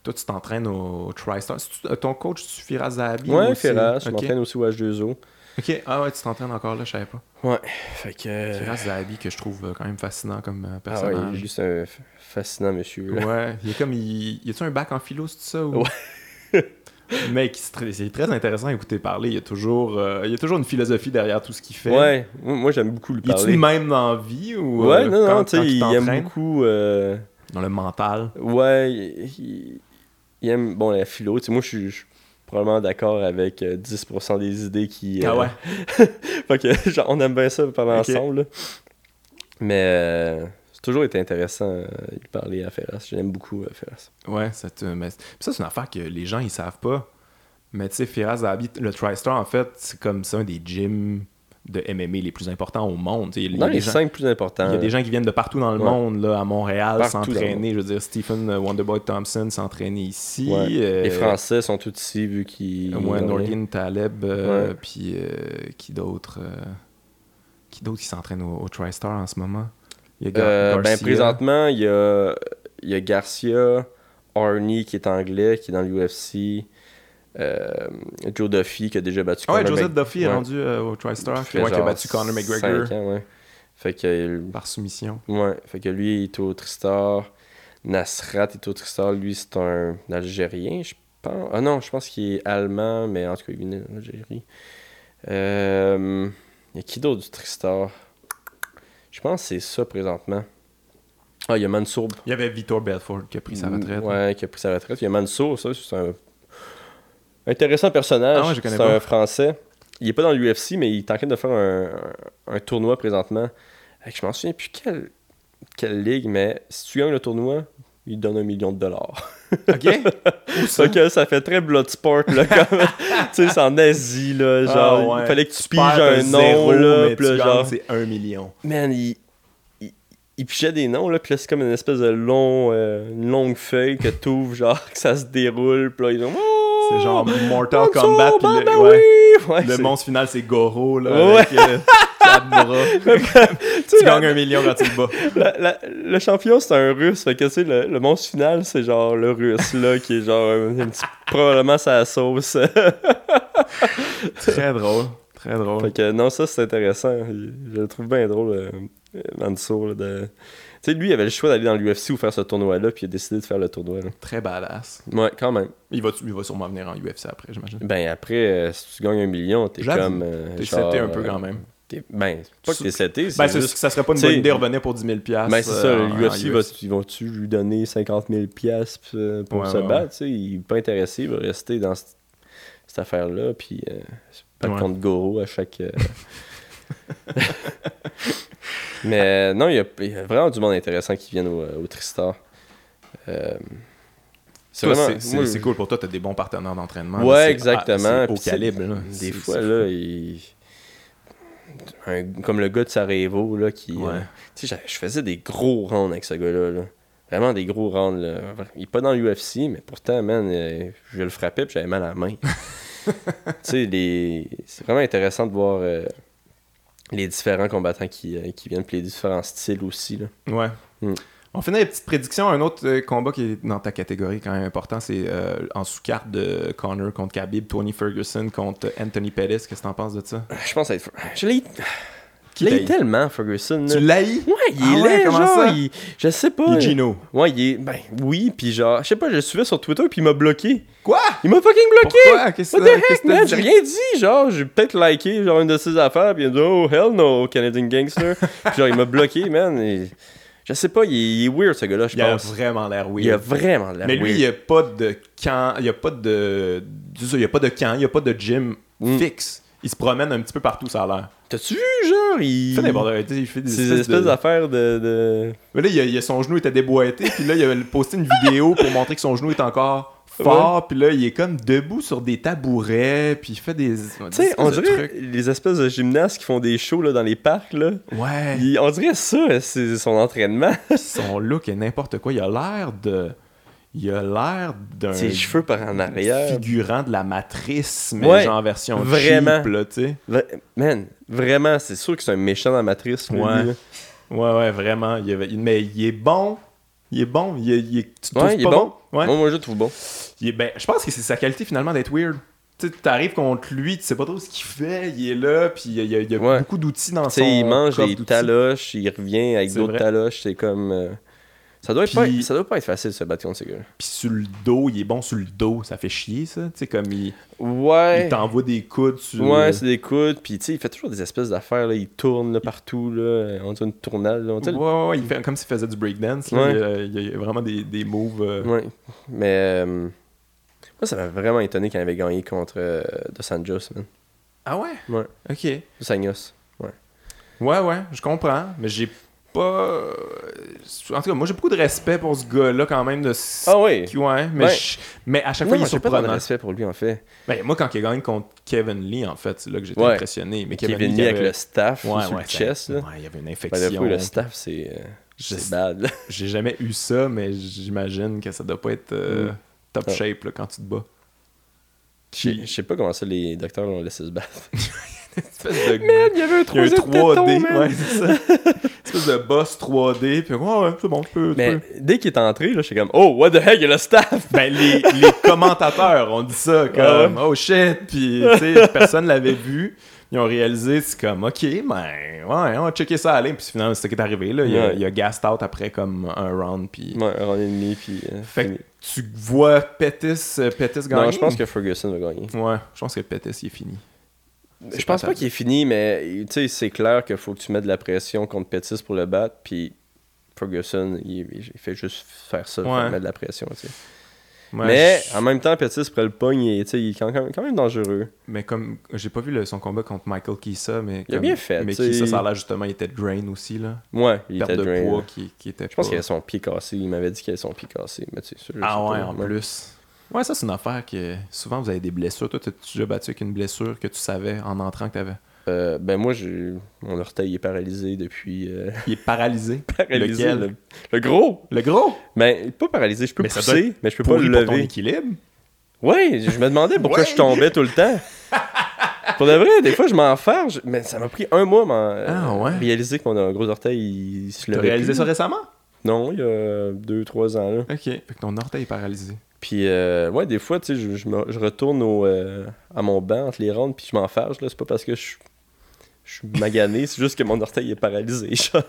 Toi, tu t'entraînes au TriStar. C'est-tu- euh, Ton coach, tu Firas Zahabi? ou
Ouais,
c'est-
Ferras, je
ok.
m'entraîne aussi au H2O.
Ok, ah ouais, tu t'entraînes encore là, je savais pas.
Ouais, fait que.
Firas Zahabi, que je trouve euh, quand même fascinant comme euh,
Euh, Ah ouais,
personnage.
il est juste un f- fascinant monsieur. là.
Ouais, il est comme. Il, il a-tu un bac en philo, c'est ça ou... Mec, c'est très, c'est très intéressant à écouter parler. Il y, a toujours, euh, il y a toujours une philosophie derrière tout ce qu'il fait.
Ouais, moi moi, j'aime beaucoup lui
Il est-tu
parler.
de même dans la vie ou.
ouais,
euh,
non,
quand-
non, tu
quand
sais, il aime
t'entraîne?
beaucoup. euh,
Dans le mental.
ouais, il, il- il aime, bon, la philo. Tu sais, moi, je suis je suis probablement d'accord avec euh, 10% des idées qui.
Ah
euh,
ouais.
fait que, genre, on aime bien ça parler
Ok.
ensemble. là. Mais euh, c'est toujours été intéressant euh, de parler à Ferras. J'aime beaucoup euh, Ferras.
Ouais, ça te. mais- Puis ça, c'est une affaire que les gens, ils savent pas. Mais tu sais, Firas Zahabi, le TriStar, en fait, c'est comme ça un des gyms de MMA les plus importants au monde. Tu sais, il y a
Dans
des
les
gens-
cinq plus importants.
Il y a des gens qui viennent de partout dans le
Euh, Ouais.
monde, là, à Montréal,
Partout dans le
s'entraîner. Je veux dire, Stephen euh, Wonderboy Thompson s'entraînait ici.
Ouais.
euh,
Les Français sont tous ici vu qu'ils.
Ouais, Nordin Taleb, euh,
Ouais.
puis euh, qui d'autre euh, Qui d'autre qui s'entraîne au, au TriStar en ce moment Il y a Gar-
Euh, ben,
Garcia.
présentement, il y a, il y a Garcia, Arnie qui est anglais, qui est dans l'UFC, euh, Joe Duffy qui a déjà battu
Ah ouais,
Conor
Joseph
Mc-
Duffy est
ouais.
rendu euh, au
Ça
TriStar.
fait
Ouais, qui a
genre
battu Conor McGregor
cinq ans, ouais. Fait que, euh,
par soumission.
ouais, fait que lui, il est au Tristar. Nasrat est au Tristar. Lui, c'est un Algérien, je pense. Ah non, je pense qu'il est allemand, mais en tout cas, il est né en Algérie. Euh, il y a qui d'autre du Tristar Je pense que c'est ça présentement. Ah, il y a Mansour
Il y avait Vitor Belfort qui a pris sa retraite.
Mm, Ouais, qui a pris sa retraite. Il y a Mansour, ça, c'est un intéressant personnage.
Ah ouais, je connais
c'est
pas.
un Français. Il est pas dans l'UFC, mais il est en train de faire un, un- un tournoi présentement. Hey, je m'en souviens plus quelle, quelle ligue, mais si tu gagnes le tournoi, il te donne un million de dollars.
Ok Où ça?
Fait que ça fait très Bloodsport, là, comme, tu sais, c'est en Asie, là,
Ah,
genre,
ouais.
il fallait que tu
perds
piges un
zéro,
nom, là,
mais
puis là,
tu gagnes,
genre,
c'est un million.
man, il, il, il pigeait des noms, là, puis là, c'est comme une espèce de long, euh, une longue feuille que t'ouvres, genre, que ça se déroule, puis là, ils ont. Oh,
C'est genre Mortal
Mortal
Kombat. puis le, ouais. Le
ben c'est-
monstre final, c'est Goro, là,
Ouais.
avec euh, Kadmura.
tu
tu
sais, la-
gagnes un million quand tu le bats.
la- la- le champion, c'est un russe, fait que, tu sais, le, le monstre final, c'est genre le russe, là, qui est genre un, un petit, probablement sa sauce.
Très drôle. Très drôle.
Fait que non, ça c'est intéressant. Je le trouve bien drôle, euh, euh, Mansour. là, de... Tu sais, lui, il avait le choix d'aller dans l'UFC ou faire ce tournoi-là, puis il a décidé de faire le tournoi. là.
Très badass.
Ouais, quand même.
Il va, il va sûrement venir en UFC après, j'imagine.
Ben après, euh, si tu gagnes un million, t'es
J'avoue,
comme. euh,
T'es
genre,
seté un peu
euh,
quand même.
t'es- Ben, c'est pas que t'es seté, c'est
Ben, c'est
juste.
ça serait pas une
t'sais,
bonne idée de revenir pour 10 000
Ben, c'est ça,
euh, en- en
l'UFC, ils vont-tu lui donner 50 000 piastres euh, pour
Ouais,
se
ouais,
battre? tu sais, Il est pas intéressé, il va rester dans cette, cette affaire-là, puis euh, se battre
Ouais.
contre Goro à chaque... euh, Mais euh, non, il y, a, il y a vraiment du monde intéressant qui vient au, au Tristar. Euh, c'est
Toi,
vraiment-
C'est c'est-
moi,
c'est cool pour toi, t'as des bons partenaires d'entraînement. là,
Ouais,
c'est-
exactement.
ah, c'est
Puis
Au
c'est-
calibre. là.
Des
C'est-
fois,
c'est-
là, il- un- comme le gars de Sarajevo, là, qui...
Ouais.
euh, tu sais, j'a- je faisais des gros rounds avec ce gars-là, là. Vraiment des gros rounds, là. Il est pas dans l'UFC, mais pourtant, man, euh, je le frappais puis j'avais mal à la main. tu sais, les... c'est vraiment intéressant de voir euh, les différents combattants qui, euh, qui viennent puis les différents styles aussi, là.
Ouais.
Hmm.
On finit les petites prédictions. Un autre euh, combat qui est dans ta catégorie quand même important, c'est euh, en sous-carte de Connor contre Khabib, Tony Ferguson contre Anthony Pettis. Qu'est-ce que t'en penses de ça?
Je pense être... Je l'ai... Je
t'a
l'ai
eu?
tellement, Ferguson, là.
Tu l'haïs?
Ouais, il est
Ah ouais,
laid,
comment
genre,
ça?
il- Je sais pas.
Il est
là.
Gino.
Ouais, il est. Ben oui, puis genre, je sais pas, je le suivais sur Twitter, puis il m'a bloqué.
Quoi?
Il m'a fucking bloqué!
Pourquoi? Qu'est-ce
What
que
the
t'as- qu'est-ce
heck,
que t'as
man? J'ai
dit?
rien dit, genre, j'ai peut-être liké, genre, une de ses affaires, puis il a dit, oh, hell no, Canadian Gangster. puis genre, il m'a bloqué, man. et- Je sais pas, il est, il est weird, ce gars-là, je
Il a
pense.
vraiment l'air weird.
Il a vraiment de la
Mais lui,
weird.
il n'y a pas de camp, il n'y a pas de. dis ça, Il y a pas de camp, il n'y a pas de gym
Mm.
fixe. Il se promène un petit peu partout, ça a l'air.
T'as-tu vu, genre,
Il
il.
fait n'importe quoi, tu sais, il fait des
Ces
espèces
espèces
de-
d'affaires de. de...
Mais là, il y a- il y a son genou était déboîté, puis là, il a posté une vidéo pour montrer que son genou est encore fort, puis là, il est comme debout sur des tabourets, puis il fait des.
Tu sais, on dirait les espèces de gymnastes qui font des shows là, dans les parcs, là.
Ouais.
Il- on dirait ça, c'est son entraînement.
Son look est n'importe quoi. Il a l'air de. Il a l'air d'un.
Ses cheveux par en arrière.
Figurant de la matrice, mais
Ouais,
genre en version
vraiment.
cheap, là, tu sais.
Vra- Man, vraiment, c'est sûr que c'est un méchant dans la matrice. lui,
Ouais.
là.
Ouais, ouais, vraiment. Il avait- il- mais il est bon. Il est bon. Il est, il est- tu le
Ouais,
trouves
il est
pas
bon.
Ouais.
Moi, moi, je le trouve bon.
Il est- ben, je pense que c'est sa qualité finalement d'être weird. Tu sais, t'arrives contre lui, tu sais pas trop ce qu'il fait. Il est là, puis il y a, il y a- il y a
Ouais.
beaucoup d'outils dans
Tu
son
sais, il mange
coffre
des
d'outils.
taloches, il revient avec
C'est
d'autres
vrai.
taloches. C'est comme. euh, Ça doit, être pas,
Puis-
ça doit pas être facile de se battre contre ces gars
Puis sur le dos, il est bon sur le dos. Ça fait chier, ça. Tu sais, comme il,
Ouais.
il t'envoie des coudes sur.
Ouais, c'est des coudes. Puis, tu sais, il fait toujours des espèces d'affaires. là, Il tourne là, partout. Là. On dirait une tournade. là, on
Ouais,
dirait-
ouais, ouais, il fait comme s'il faisait du breakdance. là.
Ouais.
Il, y a- il y a, vraiment des, des moves. euh,
Ouais. Mais. euh, Moi, ça m'a vraiment étonné quand il avait gagné contre euh, Dos Anjos, man.
Ah ouais?
Ouais.
Ok. Ouais,
Dos Anjos.
ouais, je comprends. Mais j'ai pas. En tout cas, moi j'ai beaucoup de respect pour ce gars-là quand même de ce
Ah oui!
Qui- Ouais, mais,
Ouais.
je- mais à chaque
Moi,
fois, il est
j'ai pas tant de
surprenant.
respect pour lui, en fait.
Ben, moi, quand il gagne contre Kevin Lee, en fait, c'est là que j'étais
Ouais.
impressionné. Mais
Mais Kevin,
Kevin
Lee avec
avait-
le staff
Ouais,
sur
ouais,
le
ça-
chest, là.
Ouais, il y avait une
Ben, le
infection.
fou, le staff, c'est euh,
Je-
c'est bad. là.
J'ai jamais eu ça, mais j'imagine que ça doit pas être euh,
Mm.
top
Ah.
shape là, quand tu te bats.
Je je sais pas comment ça les docteurs l'ont laissé se battre.
Espèce de...
il y avait un
Il y a un 3D, ouais, c'est ça. espèce de boss 3D, puis ouais, ouais, c'est bon, tu peux. tu
Mais
peux.
dès qu'il est entré, là, j'étais comme Oh, what the heck, il y a le staff!
Ben, les, les commentateurs ont dit ça, comme oh shit, puis tu sais, personne l'avait vu. Ils ont réalisé, c'est comme ok, ben ouais, on va checker ça aller. Puis finalement, c'est ce qui est arrivé, là. Il, a,
Ouais.
il a gassed out après comme un round, puis.
Ouais, un round et demi, puis. euh,
Fait
fini.
que tu vois Pettis, euh, Pettis gagner.
Non, je pense que Ferguson va gagner.
Ouais, je pense que Pettis, il est fini.
Je pense pas
table.
qu'il est fini, mais tu sais, c'est clair qu'il faut que tu mettes de la pression contre Pettis pour le battre, puis Ferguson, il, il fait juste faire ça,
Ouais.
faire mettre de la pression, tu sais.
Ouais,
mais
je-
en même temps, Pettis prend le pogne, et tu sais, il est quand quand même dangereux.
mais comme j'ai pas vu le- son combat contre Michael Kisa, mais.
Il a
comme-
bien fait,
Mais
tu sais.
Kisa, ça a l'air justement, il était drain aussi, là.
Ouais, il
Perte
était
de
drain,
poids
là.
qui, qui était
Je pense
pas-
qu'il avait son pied cassé. Il m'avait dit qu'il avait son pied cassé. Mais tu sais, ça, je sais
Ah ouais,
pas.
en plus. Ouais, ça, c'est une affaire que souvent vous avez des blessures. Toi, t'as déjà battu avec une blessure que tu savais en entrant que t'avais.
Euh, ben moi, j'ai... mon orteil est paralysé depuis... euh,
Il est paralysé.
paralysé,
Lequel?
le... le gros!
Le gros.
Ben, pas paralysé, je peux
Mais ça doit
pousser, mais je peux pas
Pourri
le
pour ton
lever.
équilibre.
Ouais, je me demandais pourquoi
Ouais.
je tombais tout le temps. Pour de vrai, des fois, je m'en farge, mais ça m'a pris un mois m'en-
Ah, ouais.
réaliser qu'on a un gros orteil, il, il se
T'as
levait
réalisé
plus.
ça récemment?
Non, il y a deux, trois ans, là.
OK. Fait que ton orteil est paralysé.
Puis, euh, ouais, des fois, tu sais, je, je me- je retourne au, euh, à mon banc entre les rondes, puis je m'en farge, là. C'est pas parce que je, je suis magané, c'est juste que mon orteil est paralysé. genre.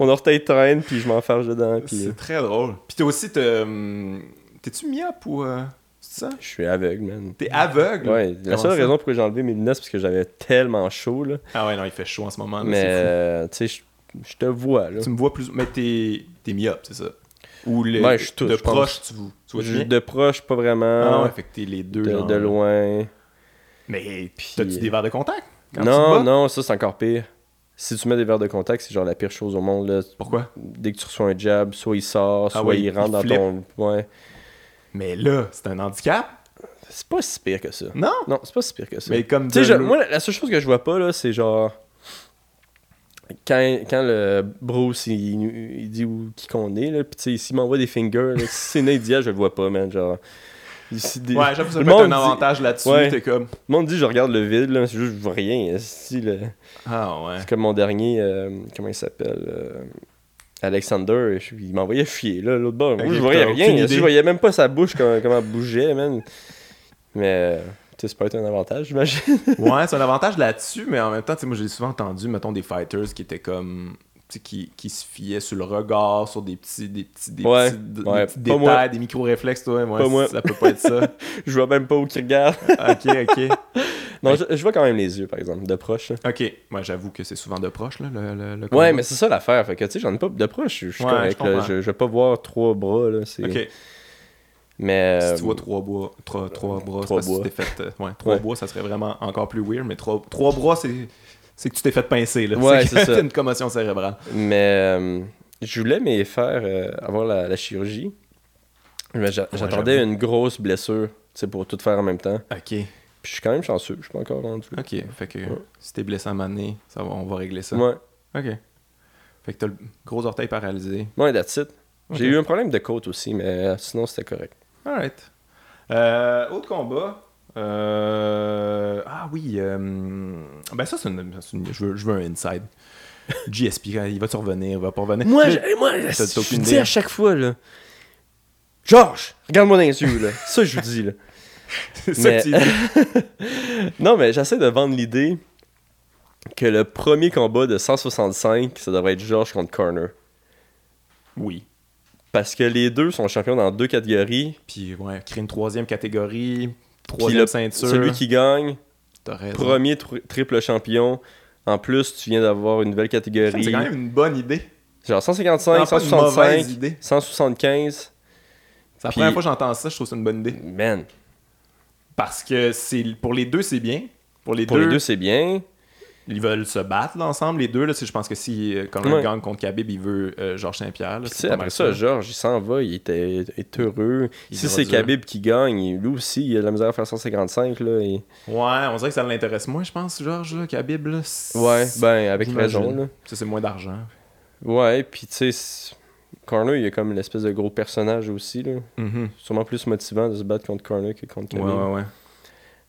mon orteil traîne, puis je m'en farge dedans, puis euh,
C'est très drôle. Puis t'es aussi... t'es, hum, T'es-tu myope ou... euh, C'est ça?
je suis aveugle, man.
T'es aveugle?
Ouais, la
Comment
seule
ça?
raison pourquoi j'ai enlevé mes lunettes, c'est parce que j'avais tellement chaud, là.
Ah ouais, non, il fait chaud en ce moment. là,
mais,
c'est fou.
euh, tu sais, je je te vois, là.
Tu me vois plus... Mais t'es t'es myope, c'est ça? Ou le...
Ouais, je touche,
de
je pense.
proche, tu, vous- tu vois
Je-
bien?
de proche, pas vraiment.
Ah ouais, fait que t'es les deux,
de,
genre. euh,
de loin.
Mais puis,
euh,
t'as-tu des verres de contact? quand tu te
non,
bats?
non, ça, c'est encore pire. Si tu mets des verres de contact, c'est genre la pire chose au monde, là.
Pourquoi?
dès que tu reçois un jab, soit il sort, soit
Ah ouais,
il rentre
il
dans ton. Ouais.
Mais là, c'est un handicap?
C'est pas si pire que ça.
Non?
Non, c'est pas si pire que ça.
Hmm. Mais comme...
Tu sais,
de
je-
l'eau-
moi, la- la seule chose que je vois pas, là, c'est genre. Quand, quand le Bruce, il, il dit où, qui qu'on est, là, pis tu sais, s'il m'envoie des fingers, là, si c'est Nadia, je le vois pas, man. Genre. Ici, des-
Ouais, j'avoue, ça
Le
peut être un
monde dit-
avantage là-dessus.
Ouais.
T'es comme...
Le monde dit, je regarde le vide, là, mais c'est juste, je vois rien. esti, là.
Ah ouais.
C'est comme mon dernier, euh, comment il s'appelle euh, Alexander, je- il m'envoyait chier, là, l'autre bord. Moi,
Ok,
je voyais
t'as Ben, aucune
rien,
idée.
je voyais même pas sa bouche, comment, comment elle bougeait, man. Mais, euh, tu sais, ça peut être un avantage, j'imagine.
Ouais, c'est un avantage là-dessus, mais en même temps, tu sais, moi j'ai souvent entendu, mettons, des fighters qui étaient comme. tu sais, Qui, qui se fiaient sur le regard, sur des petits, des petits, des
Ouais,
petits, des
ouais,
petits
pas
détails,
moi.
des micro-réflexes, toi. Moi,
Pas moi.
Ça peut pas être ça.
Je vois même pas où qu'il regarde.
ok, ok.
Non, je, je vois quand même les yeux, par exemple, de proche. là.
Ok. Moi, j'avoue que c'est souvent de proche, là, le. le, le combat.
Ouais, mais c'est ça l'affaire, fait que, tu sais, j'en ai pas de proche, je je suis
Ouais,
correct,
je
là.
comprends.
je, je vais pas voir trois bras, là, c'est...
Ok.
Mais,
Si
euh,
tu vois trois bois, trois, trois bras, c'est
trois
parce que tu
bois.
t'es fait. euh, ouais, trois
Ouais.
bois, ça serait vraiment encore plus weird, mais trois, trois bras, c'est. C'est que tu t'es fait pincer, là.
Ouais,
que
c'est ça.
t'as une commotion cérébrale.
mais euh, je voulais mais faire euh, avoir la, la chirurgie, mais j'a-
Ouais,
j'attendais une grosse blessure, tu sais, pour tout faire en même temps.
Ok,
Puis je suis quand même chanceux, je suis pas encore rendu. là.
ok. Fait que
Ouais.
si t'es blessé à maner, ça va, on va régler ça.
Ouais,
Ok. Fait que t'as le gros orteil paralysé.
ouais, that's it. J'ai
Ok.
eu un problème de côte aussi, mais euh, sinon c'était correct.
Alright. Euh, autre combat. Euh, Ah oui. euh, Ben ça, c'est une... c'est une- Je, veux, je veux un inside. GSP, il va te revenir, il va pas revenir.
Moi,
Mais-
je, moi,
t'as
je
aucune
vous dis
idée.
à chaque fois, là. Georges, regarde-moi dans les yeux, là. Ça, je vous dis, là.
c'est ça que
mais-
tu dis.
Non, mais j'essaie de vendre l'idée que le premier combat de 165, ça devrait être Georges contre Corner.
Oui.
Parce que les deux sont champions dans deux catégories.
Puis ouais, créer une troisième catégorie,
Puis
troisième
le,
ceinture.
celui qui gagne,
T'as raison.
premier tr- triple champion. En plus, tu viens d'avoir une nouvelle catégorie.
C'est quand même une bonne idée.
Genre
Non,
155,
pas une mauvaise
165,
idée.
175.
C'est la
Puis-
première fois que j'entends ça, je trouve ça une bonne idée.
Man,
Parce que c'est pour les deux, c'est bien. Pour les
pour
deux,
les deux, c'est bien.
Ils veulent se battre là, ensemble, les deux. Là, C'est- je pense que si euh, Conor
Ouais.
gagne contre Khabib, il veut euh, Georges Saint-Pierre. là,
Puis,
c'est
tu sais,
pas mal
après ça, Georges, il s'en va, il était, il est heureux.
Il
si
ira
c'est
dur.
Khabib qui gagne, lui aussi, il a de la misère à faire 155. Là, et-
Ouais, on dirait que ça l'intéresse moins, je pense, Georges, là, Khabib. Là, c'est-
Ouais, ben, avec
J'imagine.
raison. Là.
Ça, c'est moins d'argent.
Ouais, puis tu sais, c'est- Corner, il a comme l'espèce de gros personnage aussi. Là.
Mhm.
Sûrement plus motivant de se battre contre Corner que contre
Ouais,
Khabib.
ouais, ouais.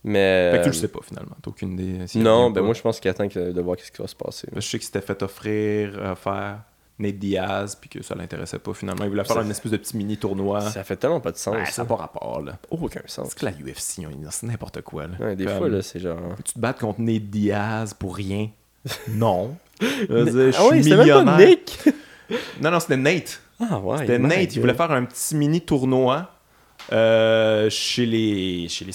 Mais.
Fait que tu
euh,
le sais pas, finalement. T'as aucune idée. euh, s'il
Non,
revient
ben
pas.
moi, je pense qu'il attend que- de voir quest ce qui va se passer. là.
Parce que Je sais qu'il s'était fait offrir, euh, faire Nate Diaz, puis que ça l'intéressait pas, finalement. Il voulait
Ça
faire un
fait-
espèce de petit mini-tournoi.
Ça fait tellement pas de sens.
Ah. Ouais, ça
ça.
n'a pas rapport, là.
Aucun sens.
C'est que la UFC, on- c'est n'importe quoi, là.
Ouais, des
Comme-
fois, là, c'est genre.
Peux-tu te battre contre Nate Diaz pour rien? Non. Je veux dire, je
Ah ouais,
suis
c'était même pas
millionnaire.
Nick!
Non, non, c'était Nate.
Ah ouais.
C'était
my
Nate. Il
God.
voulait faire un petit mini tournoi euh, chez, les, chez les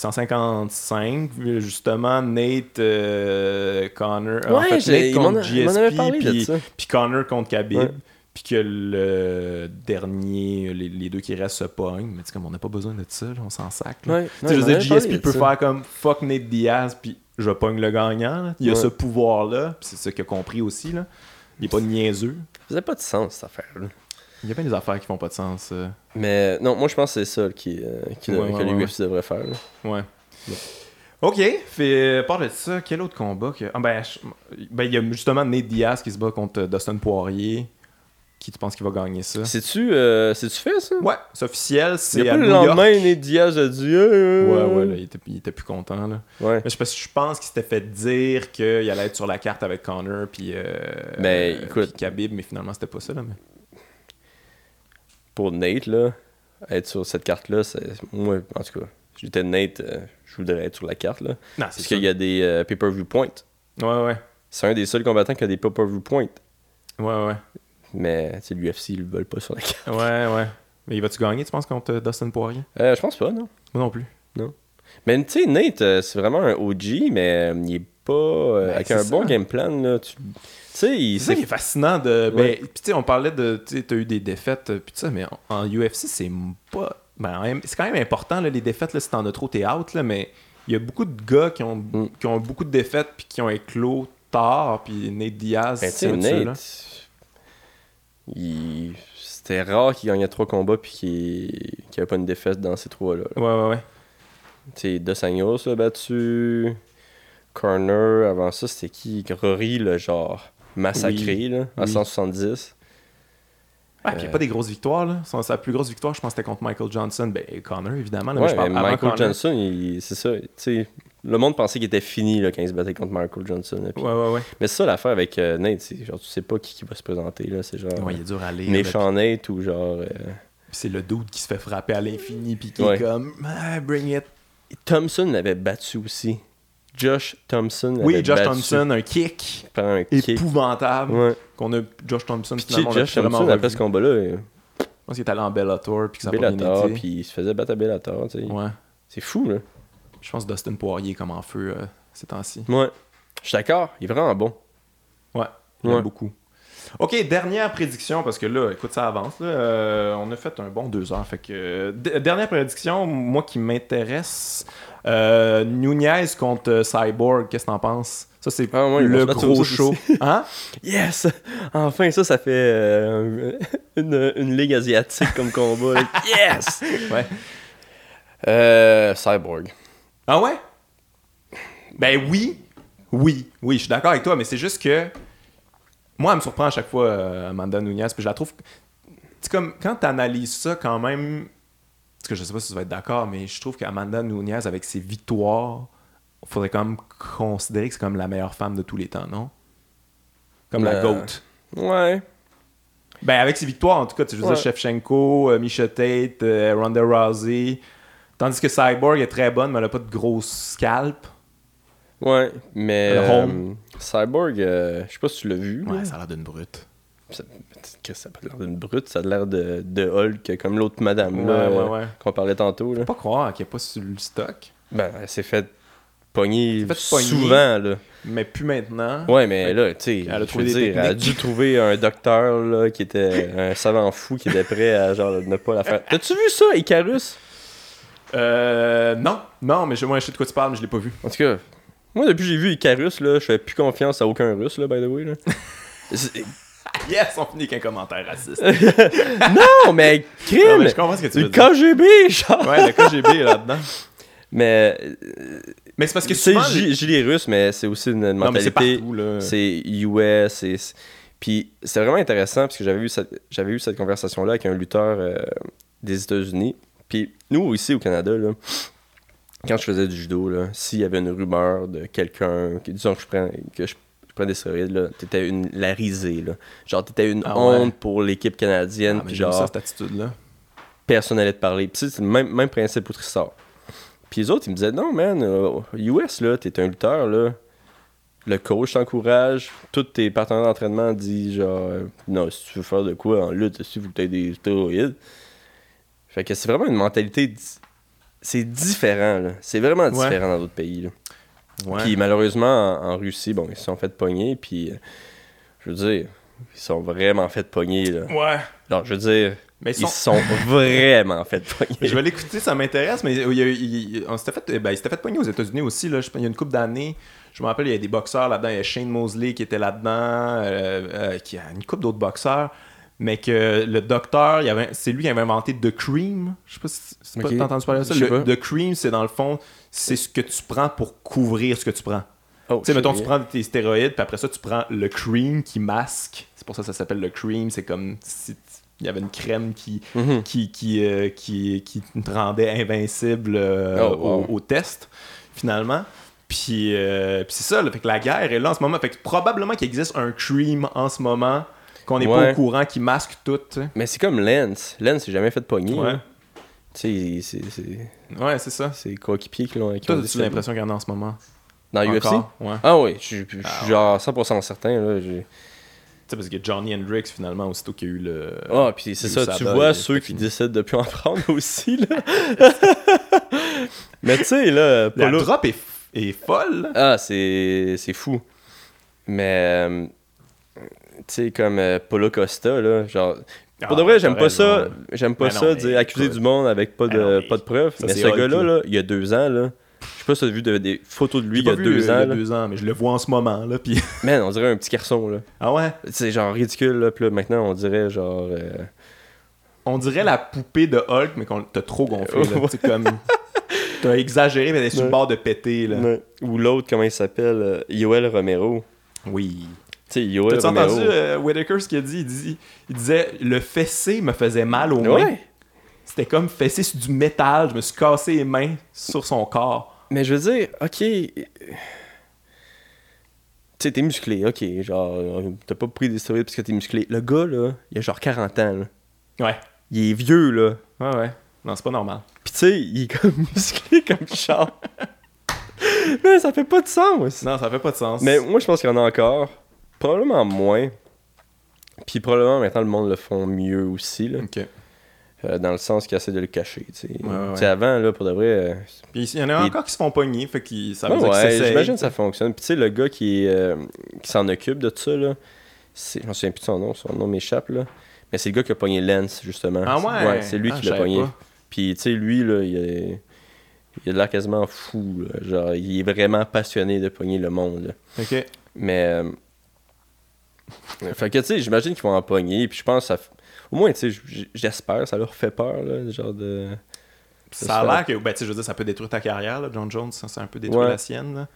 155. Justement, Nate, euh, Connor. euh, en
Ouais,
fait,
j'ai-
Nate
il m'en
contre
a- il m'en avait parlé
GSP,
de
puis,
ça.
puis Connor contre Khabib.
Ouais.
Puis que le dernier, les, les deux qui restent se pognent. Mais tu sais, comme on n'a pas besoin de ça, là, on s'en sac. là.
Ouais,
Tu
non,
sais, je
il m'en
veux dire,
avait parlé de
GSP peut
ça.
faire comme fuck Nate Diaz, puis je pogne le gagnant. là. Il y a
Ouais.
ce pouvoir-là, puis c'est ce qu'il a compris aussi. Là. Il n'est pas niaiseux.
Ça faisait pas de sens, cette affaire-là.
Il y a bien des affaires qui font pas de sens. euh.
Mais non, moi, je pense que c'est ça qui, euh, qui
Ouais,
devrait-
ouais,
que
ouais,
l'UFC devrait faire. là.
Ouais. OK. Fait, parle de ça. Quel autre combat que... Ah, ben, je- ben, il y a justement Nate Diaz qui se bat contre Dustin Poirier. Qui tu penses qu'il va gagner ça?
C'est-tu euh, c'est-tu fait, ça?
Ouais, c'est officiel.
Il
C'est
y a
à
pas le
New York.
lendemain, Ned Diaz a dit... euh,
Ouais,
euh,
ouais, là, il, était, il était plus content. Là.
ouais.
Mais je, parce que je pense qu'il s'était fait dire qu'il allait être sur la carte avec Connor puis, euh,
Mais,
euh,
Ben, écoute.
puis Khabib, mais finalement, c'était pas ça. Là, mais...
Pour Nate, là, être sur cette carte-là, c'est... Moi, en tout cas, si j'étais Nate, euh, je voudrais être sur la carte, là.
Non, c'est
Parce
ça.
qu'il y a des euh, pay-per-view points.
Ouais, ouais.
C'est un des seuls combattants qui a des pay-per-view points.
Ouais, ouais.
Mais, tu sais, l'UFC, ils le veulent pas sur la carte.
Ouais, ouais. Mais il va-tu gagner, tu penses, contre euh, Dustin Poirier?
Euh, je pense pas, non?
Moi non plus.
Mais tu sais, Nate, euh, c'est vraiment un OG, mais euh, il est pas. euh,
Ben,
avec
c'est
un
ça.
bon game plan, là. Tu tu sais,
C'est
il.
ça
s'est-
qui est fascinant de.
Ouais.
Ben, puis tu sais, on parlait de. Tu sais, t'as eu des défaites, euh, puis tout ça, mais en, en UFC, c'est m- pas. Ben, en M- c'est quand même important, là, les défaites, là, si t'en as trop, t'es out, là, mais il y a beaucoup de gars qui ont,
Mm.
qui ont beaucoup de défaites, puis qui ont éclos tard, puis Nate Diaz,
Ben,
c'est
tu sais,
un de ceux-là.
Nate. il- C'était rare qu'il gagnait trois combats puis qu'il qu'il y avait pas une défaite dans ces trois-là. là.
Ouais, ouais, ouais.
Tu sais, Dos Anjos l'a battu. Corner, avant ça, c'était qui Rory, le genre massacré, là, à
Oui.
170.
Ah,
Euh.
puis il y a pas des grosses victoires, là. Son- sa plus grosse victoire, je pense, c'était contre Michael Johnson. Ben, Connor, évidemment, là, mais
Ouais,
je parle
mais
avant
Michael
Connor.
Johnson, il- c'est ça. tu sais, le monde pensait qu'il était fini là, quand il se battait contre Michael Johnson. là, puis-
Ouais, ouais, ouais.
Mais c'est ça l'affaire avec euh, Nate, c'est genre tu sais pas qui, qui va se présenter là, c'est genre
Ouais, il est dur à lire. là, puis-
Euh, méchant Nate ou genre euh,
puis c'est le dude qui se fait frapper à l'infini, puis qui
Ouais.
est comme, Ah, bring it.
Thompson l'avait battu aussi. Josh Thompson l'avait
Oui, Josh
battu
Thompson, un kick.
par un kick.
épouvantable
Ouais.
qu'on a Josh Thompson
Puis tu sais,
finalement on l'a
Josh
plus vraiment
Thompson après
revu.
ce combat là,
je pense qu'il est allé en Bellator puis que ça a pas bien
Bellator
été.
puis il se faisait battre à Bellator, tu sais.
ouais
C'est fou là.
je pense que Dustin Poirier est comme en feu euh, ces temps-ci
Ouais. Je suis d'accord, il est vraiment bon.
ouais j'aime
Ouais.
beaucoup ok dernière prédiction parce que là écoute ça avance là. Euh, on a fait un bon deux heures fait que euh, d- dernière prédiction moi qui m'intéresse euh, Nunez contre euh, Cyborg qu'est-ce que t'en penses ça c'est
Ah ouais, ils vont se
le
battre
gros
aux autres
show hein
Yes! Enfin, ça, ça fait euh, une, une ligue asiatique comme combat. là. yes!
Ouais.
Euh, Cyborg.
Ah ouais? Ben oui, oui, oui, je suis d'accord avec toi, mais c'est juste que moi, elle me surprend à chaque fois, euh, Amanda Nunez, puis je la trouve. C'est comme quand tu analyses ça quand même, parce que je sais pas si tu vas être d'accord, mais je trouve qu'Amanda Nunez, avec ses victoires, faudrait quand même considérer que c'est comme la meilleure femme de tous les temps, non? Comme la
Euh,
GOAT.
Ouais.
Ben, avec ses victoires, en tout cas, tu veux
Ouais.
dire Shevchenko, euh, Misha Tate, euh, Ronda Rousey. Tandis que Cyborg est très bonne, mais elle a pas de grosse scalp.
Ouais, mais.
Le
euh,
home.
Cyborg, euh, je sais pas si tu l'as vu. là.
Ouais, ça a l'air d'une brute.
Ça, Chris, ça a pas l'air d'une brute, ça a l'air de, de Hulk, comme l'autre madame
Ouais,
là,
ouais,
euh,
ouais.
qu'on parlait tantôt. Là.
Faut pas croire qu'elle est pas sur le stock,
Ben, elle s'est fait pogner
Elle s'est fait pogner.
souvent. Là.
mais plus maintenant.
Ouais, mais là, tu sais,
Elle a
je
trouvé
veux
des
dire, elle a dû
techniques.
trouver un docteur là, qui était un savant fou qui était prêt à genre ne pas la faire. T'as-tu vu ça, Icarus?
Euh, non, non, mais je, moi, je sais de quoi tu parles, mais je l'ai pas vu.
En tout cas, moi depuis que j'ai vu Icarus, là, je fais plus confiance à aucun russe, là, by the way. Là. C'est-
Yes, on finit avec un commentaire raciste.
non, mais crime!
Non, mais je comprends ce que tu
le
veux dire.
KGB, genre!
Ouais, le KGB est là-dedans.
Mais, euh,
Mais c'est parce que
tu sais,
souvent... les-
j'ai j'ai les Russes, mais c'est aussi une
Non, mais c'est
mentalité.
partout, hein. là.
C'est US, c'est. c'est- Puis c'est vraiment intéressant parce que j'avais eu cette, j'avais eu cette conversation-là avec un lutteur euh, des États-Unis. Puis nous, ici au Canada, là, quand je faisais du judo, là, s'il y avait une rumeur de quelqu'un, que, disons que je prends, que je, je prends des stéroïdes, là, t'étais une, la risée. Là. Genre, t'étais une
Ah ouais.
honte pour l'équipe
Ah,
canadienne.
mais
puis
j'aime
genre,
ça, cette attitude-là.
personne allait te parler. Puis tu sais, c'est le même, même principe au Trissard. Puis les autres, ils me disaient Non, man, euh, US, là, t'es un lutteur, là. Le coach t'encourage, tous tes partenaires d'entraînement disent genre euh, Non, si tu veux faire de quoi en lutte, si vous t'avez des stéroïdes. Fait que c'est vraiment une mentalité. di- C'est différent, là. C'est vraiment
Ouais.
différent dans d'autres pays, là.
Ouais.
Puis malheureusement, en, en Russie, bon, ils se sont fait pogner, puis euh, je veux dire, ils se sont vraiment fait pogner, là.
Ouais.
Alors, je veux dire,
Mais ils
ils
sont-
se sont vraiment fait pogner.
Je vais l'écouter, ça m'intéresse, mais il y a eu- il- on s'était fait, eh ben, il s'était fait pogner aux États-Unis aussi, là, je- il y a une couple d'années. Je me rappelle, il y a des boxeurs là-dedans. Il y a Shane Mosley qui était là-dedans, euh, euh, qui a une couple d'autres boxeurs. mais que le docteur, il y avait, c'est lui qui avait inventé The Cream. Je sais pas si c'est
Ok.
pas, t'as entendu parler de ça.
Je sais
Le-
pas.
The Cream, c'est dans le fond, c'est ce que tu prends pour couvrir ce que tu prends.
Oh,
Tu sais, mettons,
shit,
tu prends tes stéroïdes, puis après ça, tu prends le cream qui masque. C'est pour ça que ça s'appelle le cream. C'est comme si t- il y avait une crème qui,
Mhm.
qui, qui, euh, qui, qui te rendait invincible euh,
Oh, wow.
au, au test, finalement. Puis, euh, puis c'est ça, là. fait que la guerre est là en ce moment. Fait que probablement qu'il existe un cream en ce moment qu'on n'est pas
Ouais.
au courant, qui masque tout. tu sais.
Mais c'est comme Lens. Lens, s'est jamais fait de pogner.
Ouais,
là. Tu sais, il- c'est- c'est
ouais c'est ça.
c'est coéquipiers qui l'ont. qui
Toi,
ont
as-tu
décidé.
l'impression qu'il y en a en ce moment?
Dans UFC
Encore? Ouais.
Ah oui, je suis je suis
Ah ouais.
genre 100% certain. Là, j'ai-
Tu sais, parce que Johnny Hendrix, finalement, aussitôt qu'il y a eu le...
Ah, puis c'est
Lou
ça,
Sada,
tu
il
vois
est
ceux qui
fini.
décident de plus en prendre aussi, là. Mais tu sais, là,
La
Polo...
drop est, f- est folle, là.
Ah, c'est c'est fou. Mais, euh, tu sais, comme euh, Polo Costa, là, genre...
Ah,
Pour de vrai, j'aime pas ça, j'aime pas
Mais non,
ça,
Ah, mais
dire accuser
écoute.
du monde avec pas de,
Mais non, mais
pas de preuves.
ça,
mais
c'est
ce
Hulk,
gars-là,
là.
là, il y a deux ans, là... Je sais pas si t'as vu de- des photos de lui il y a deux ans.
Il y
là.
a deux ans, mais je le vois en ce moment, là. Puis...
Man, on dirait un petit garçon, là.
Ah ouais?
C'est genre ridicule, là. Puis là, maintenant, on dirait genre. euh,
On dirait la poupée de Hulk, mais qu'on t'a trop gonflé, là.
Ouais.
C'est comme... T'as exagéré, mais elle est sur le
Ouais.
bord de péter, là.
Ouais. Ou l'autre, comment il s'appelle euh, Yoel Romero.
Oui.
Tu sais, Yoel
T'as-tu
Romero.
entendu euh, Whittaker, ce qu'il a dit? Il, dit? il disait « Le fessé me faisait mal aux mains.
Ouais.
C'était comme fessé sur du métal. Je me suis cassé les mains sur son corps.
Mais je veux dire, ok. euh, Tu sais, t'es musclé, ok. Genre, euh, t'as pas pris des stéroïdes parce que t'es musclé. Le gars, là, il a genre 40 ans, là. »
Ouais.
Il est vieux, là.
Ouais, ouais. Non, c'est pas normal.
Pis tu sais, il est comme musclé comme Charles. Mais ça fait pas de sens.
Non, ça fait pas de sens.
Mais moi, je pense qu'il y en a encore. Probablement moins. Puis probablement maintenant, le monde le font mieux aussi, là.
OK.
Euh, dans le sens qu'il essaie de le cacher. tu sais.
ouais.
Tu sais, Avant, là, pour de vrai, euh,
Puis il y en a
Et-
encore qui se font pogner, fait que ça veut
ouais,
dire
ouais,
que c'est...
j'imagine que ça fonctionne. Puis tu sais, le gars qui, est, euh, qui s'en occupe de tout ça, là, c'est- je me souviens plus de son nom, son nom m'échappe, là. Mais c'est le gars qui a pogné Lens, justement.
Ah ouais?
c'est lui
Ah,
qui
je
l'a
savais
pogné.
pas.
Puis tu sais, lui, là, il est. Il a de l'air quasiment fou. là. Genre, il est vraiment passionné de pogner le monde. là.
OK.
Mais. euh, fait que, tu sais, j'imagine qu'ils vont en pogner. Puis je pense que ça. f- Au moins, tu sais, j- j'espère, ça leur fait peur, là. Genre de.
Ça a l'air que, ben, tu sais, je veux dire, ça peut détruire ta carrière, là, John Jones, ça, c'est un peu détruire
Ouais.
la sienne. là.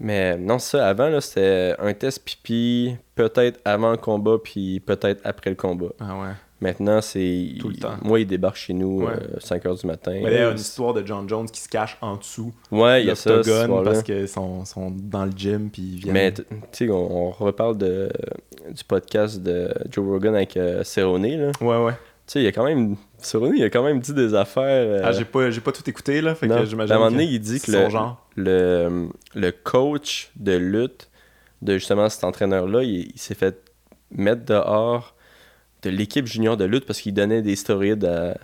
Mais non, c'est ça, avant, là, c'était un test pipi, peut-être avant le combat, puis peut-être après le combat.
Ah ouais.
Maintenant, c'est.
Tout le
il-
temps.
Moi, il débarque chez nous
Ouais.
5h du matin.
Mais il y a une histoire de John Jones qui se cache en dessous
ouais,
de
il y a ça. cette
l'octogone
histoire-là.
parce qu'ils sont, sont dans le gym puis ils viennent.
Mais t- tu sais, on, on reparle de, du podcast de Joe Rogan avec euh, Cerrone, là. Tu
Ouais, ouais.
sais, il y a quand même. Cerrone, il a quand même dit des affaires. euh,
Ah, j'ai pas, j'ai pas tout écouté, là, fait
non.
que
À
j'imagine.
un moment
que
donné, il dit
c'est
que
son
le,
genre.
le, le coach de lutte de justement cet entraîneur-là, il, il s'est fait mettre dehors de l'équipe junior de lutte parce qu'il donnait des stéroïdes à,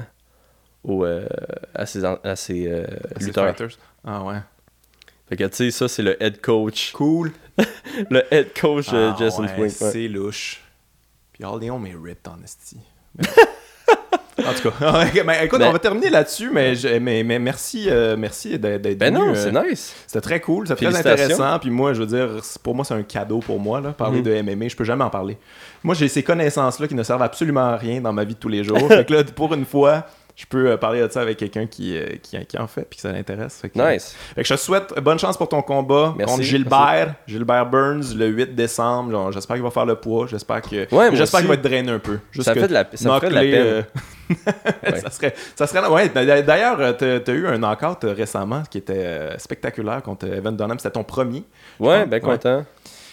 aux, euh, à ses, en- à ses, euh,
C'est
lutteurs.
Fighters. Ah ouais.
Fait que tu sais, ça c'est le head coach.
Cool.
Le head coach de
Ah
Jason
ouais,
Wink. ouais.
C'est louche. Puis All Leon est ripped en esti. Mais- En tout cas, Ok, ben, écoute,
Ben-
on va terminer là-dessus, mais, je- mais, mais merci, euh, merci d'être d'être
Ben
venu, euh,
non, c'est nice.
C'était très cool, c'était très
Félicitations.
intéressant. Puis moi, je veux dire, c'est- pour moi, c'est un cadeau pour moi, là, parler
Mhm.
de MMA. Je peux jamais en parler. Moi, j'ai ces connaissances-là qui ne servent absolument à rien dans ma vie de tous les jours. fait que là, pour une fois, je peux euh, parler de ça avec quelqu'un qui, euh, qui, qui en fait puis que ça l'intéresse. Fait que,
Nice.
fait que je te souhaite bonne chance pour ton combat
Merci,
contre Gilbert, Gilbert Burns, le 8 décembre. Genre, J'espère qu'il va faire le poids. J'espère que
moi
j'espère qu'il va
aussi.
être drainé un peu. Juste
Ça me
que
fait de la, ça me ferait de la
knock-les,
peine.
euh,
Ouais.
ça serait, ça serait ouais, d'a- d'ailleurs euh, t'as t'as eu un knockout euh, récemment qui était euh, spectaculaire contre Evan Dunham, c'était ton premier.
Ouais,
pense.
ben
Ouais.
content.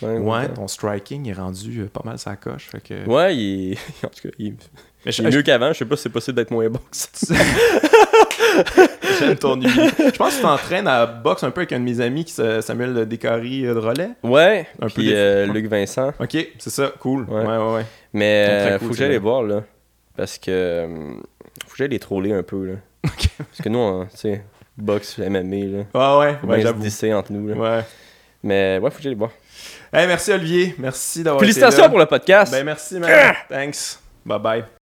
Ouais,
Ouais,
content.
ton striking est rendu euh, pas mal sa coche, fait que
Ouais, il est- en tout cas, il,
Mais
il est mieux qu'avant. Je sais pas si c'est possible d'être moins bon que ça.
j'aime ton humilité. Je pense que tu t'entraînes à boxe un peu avec un de mes amis qui se- Samuel Descari euh, de Relais.
Ouais,
Un peu
puis
des-
euh, Luc Vincent.
OK, c'est ça, cool. Ouais
Ouais.
ouais ouais.
Mais
Ils sont très
euh,
cool,
faut que
ces
j'aille les
gars-là.
voir, là. Parce que. euh, faut que j'aille les troller un peu, là. Parce que nous, on- tu sais, boxe, MMA, là.
Ah ouais,
Faut
ouais,
bien se
j'avoue.
disser entre nous, là.
Ouais.
Mais ouais, faut que j'aille les voir.
Hey, merci Olivier, merci d'avoir été là.
Félicitations pour le podcast!
Ben merci man. Thanks. Bye bye.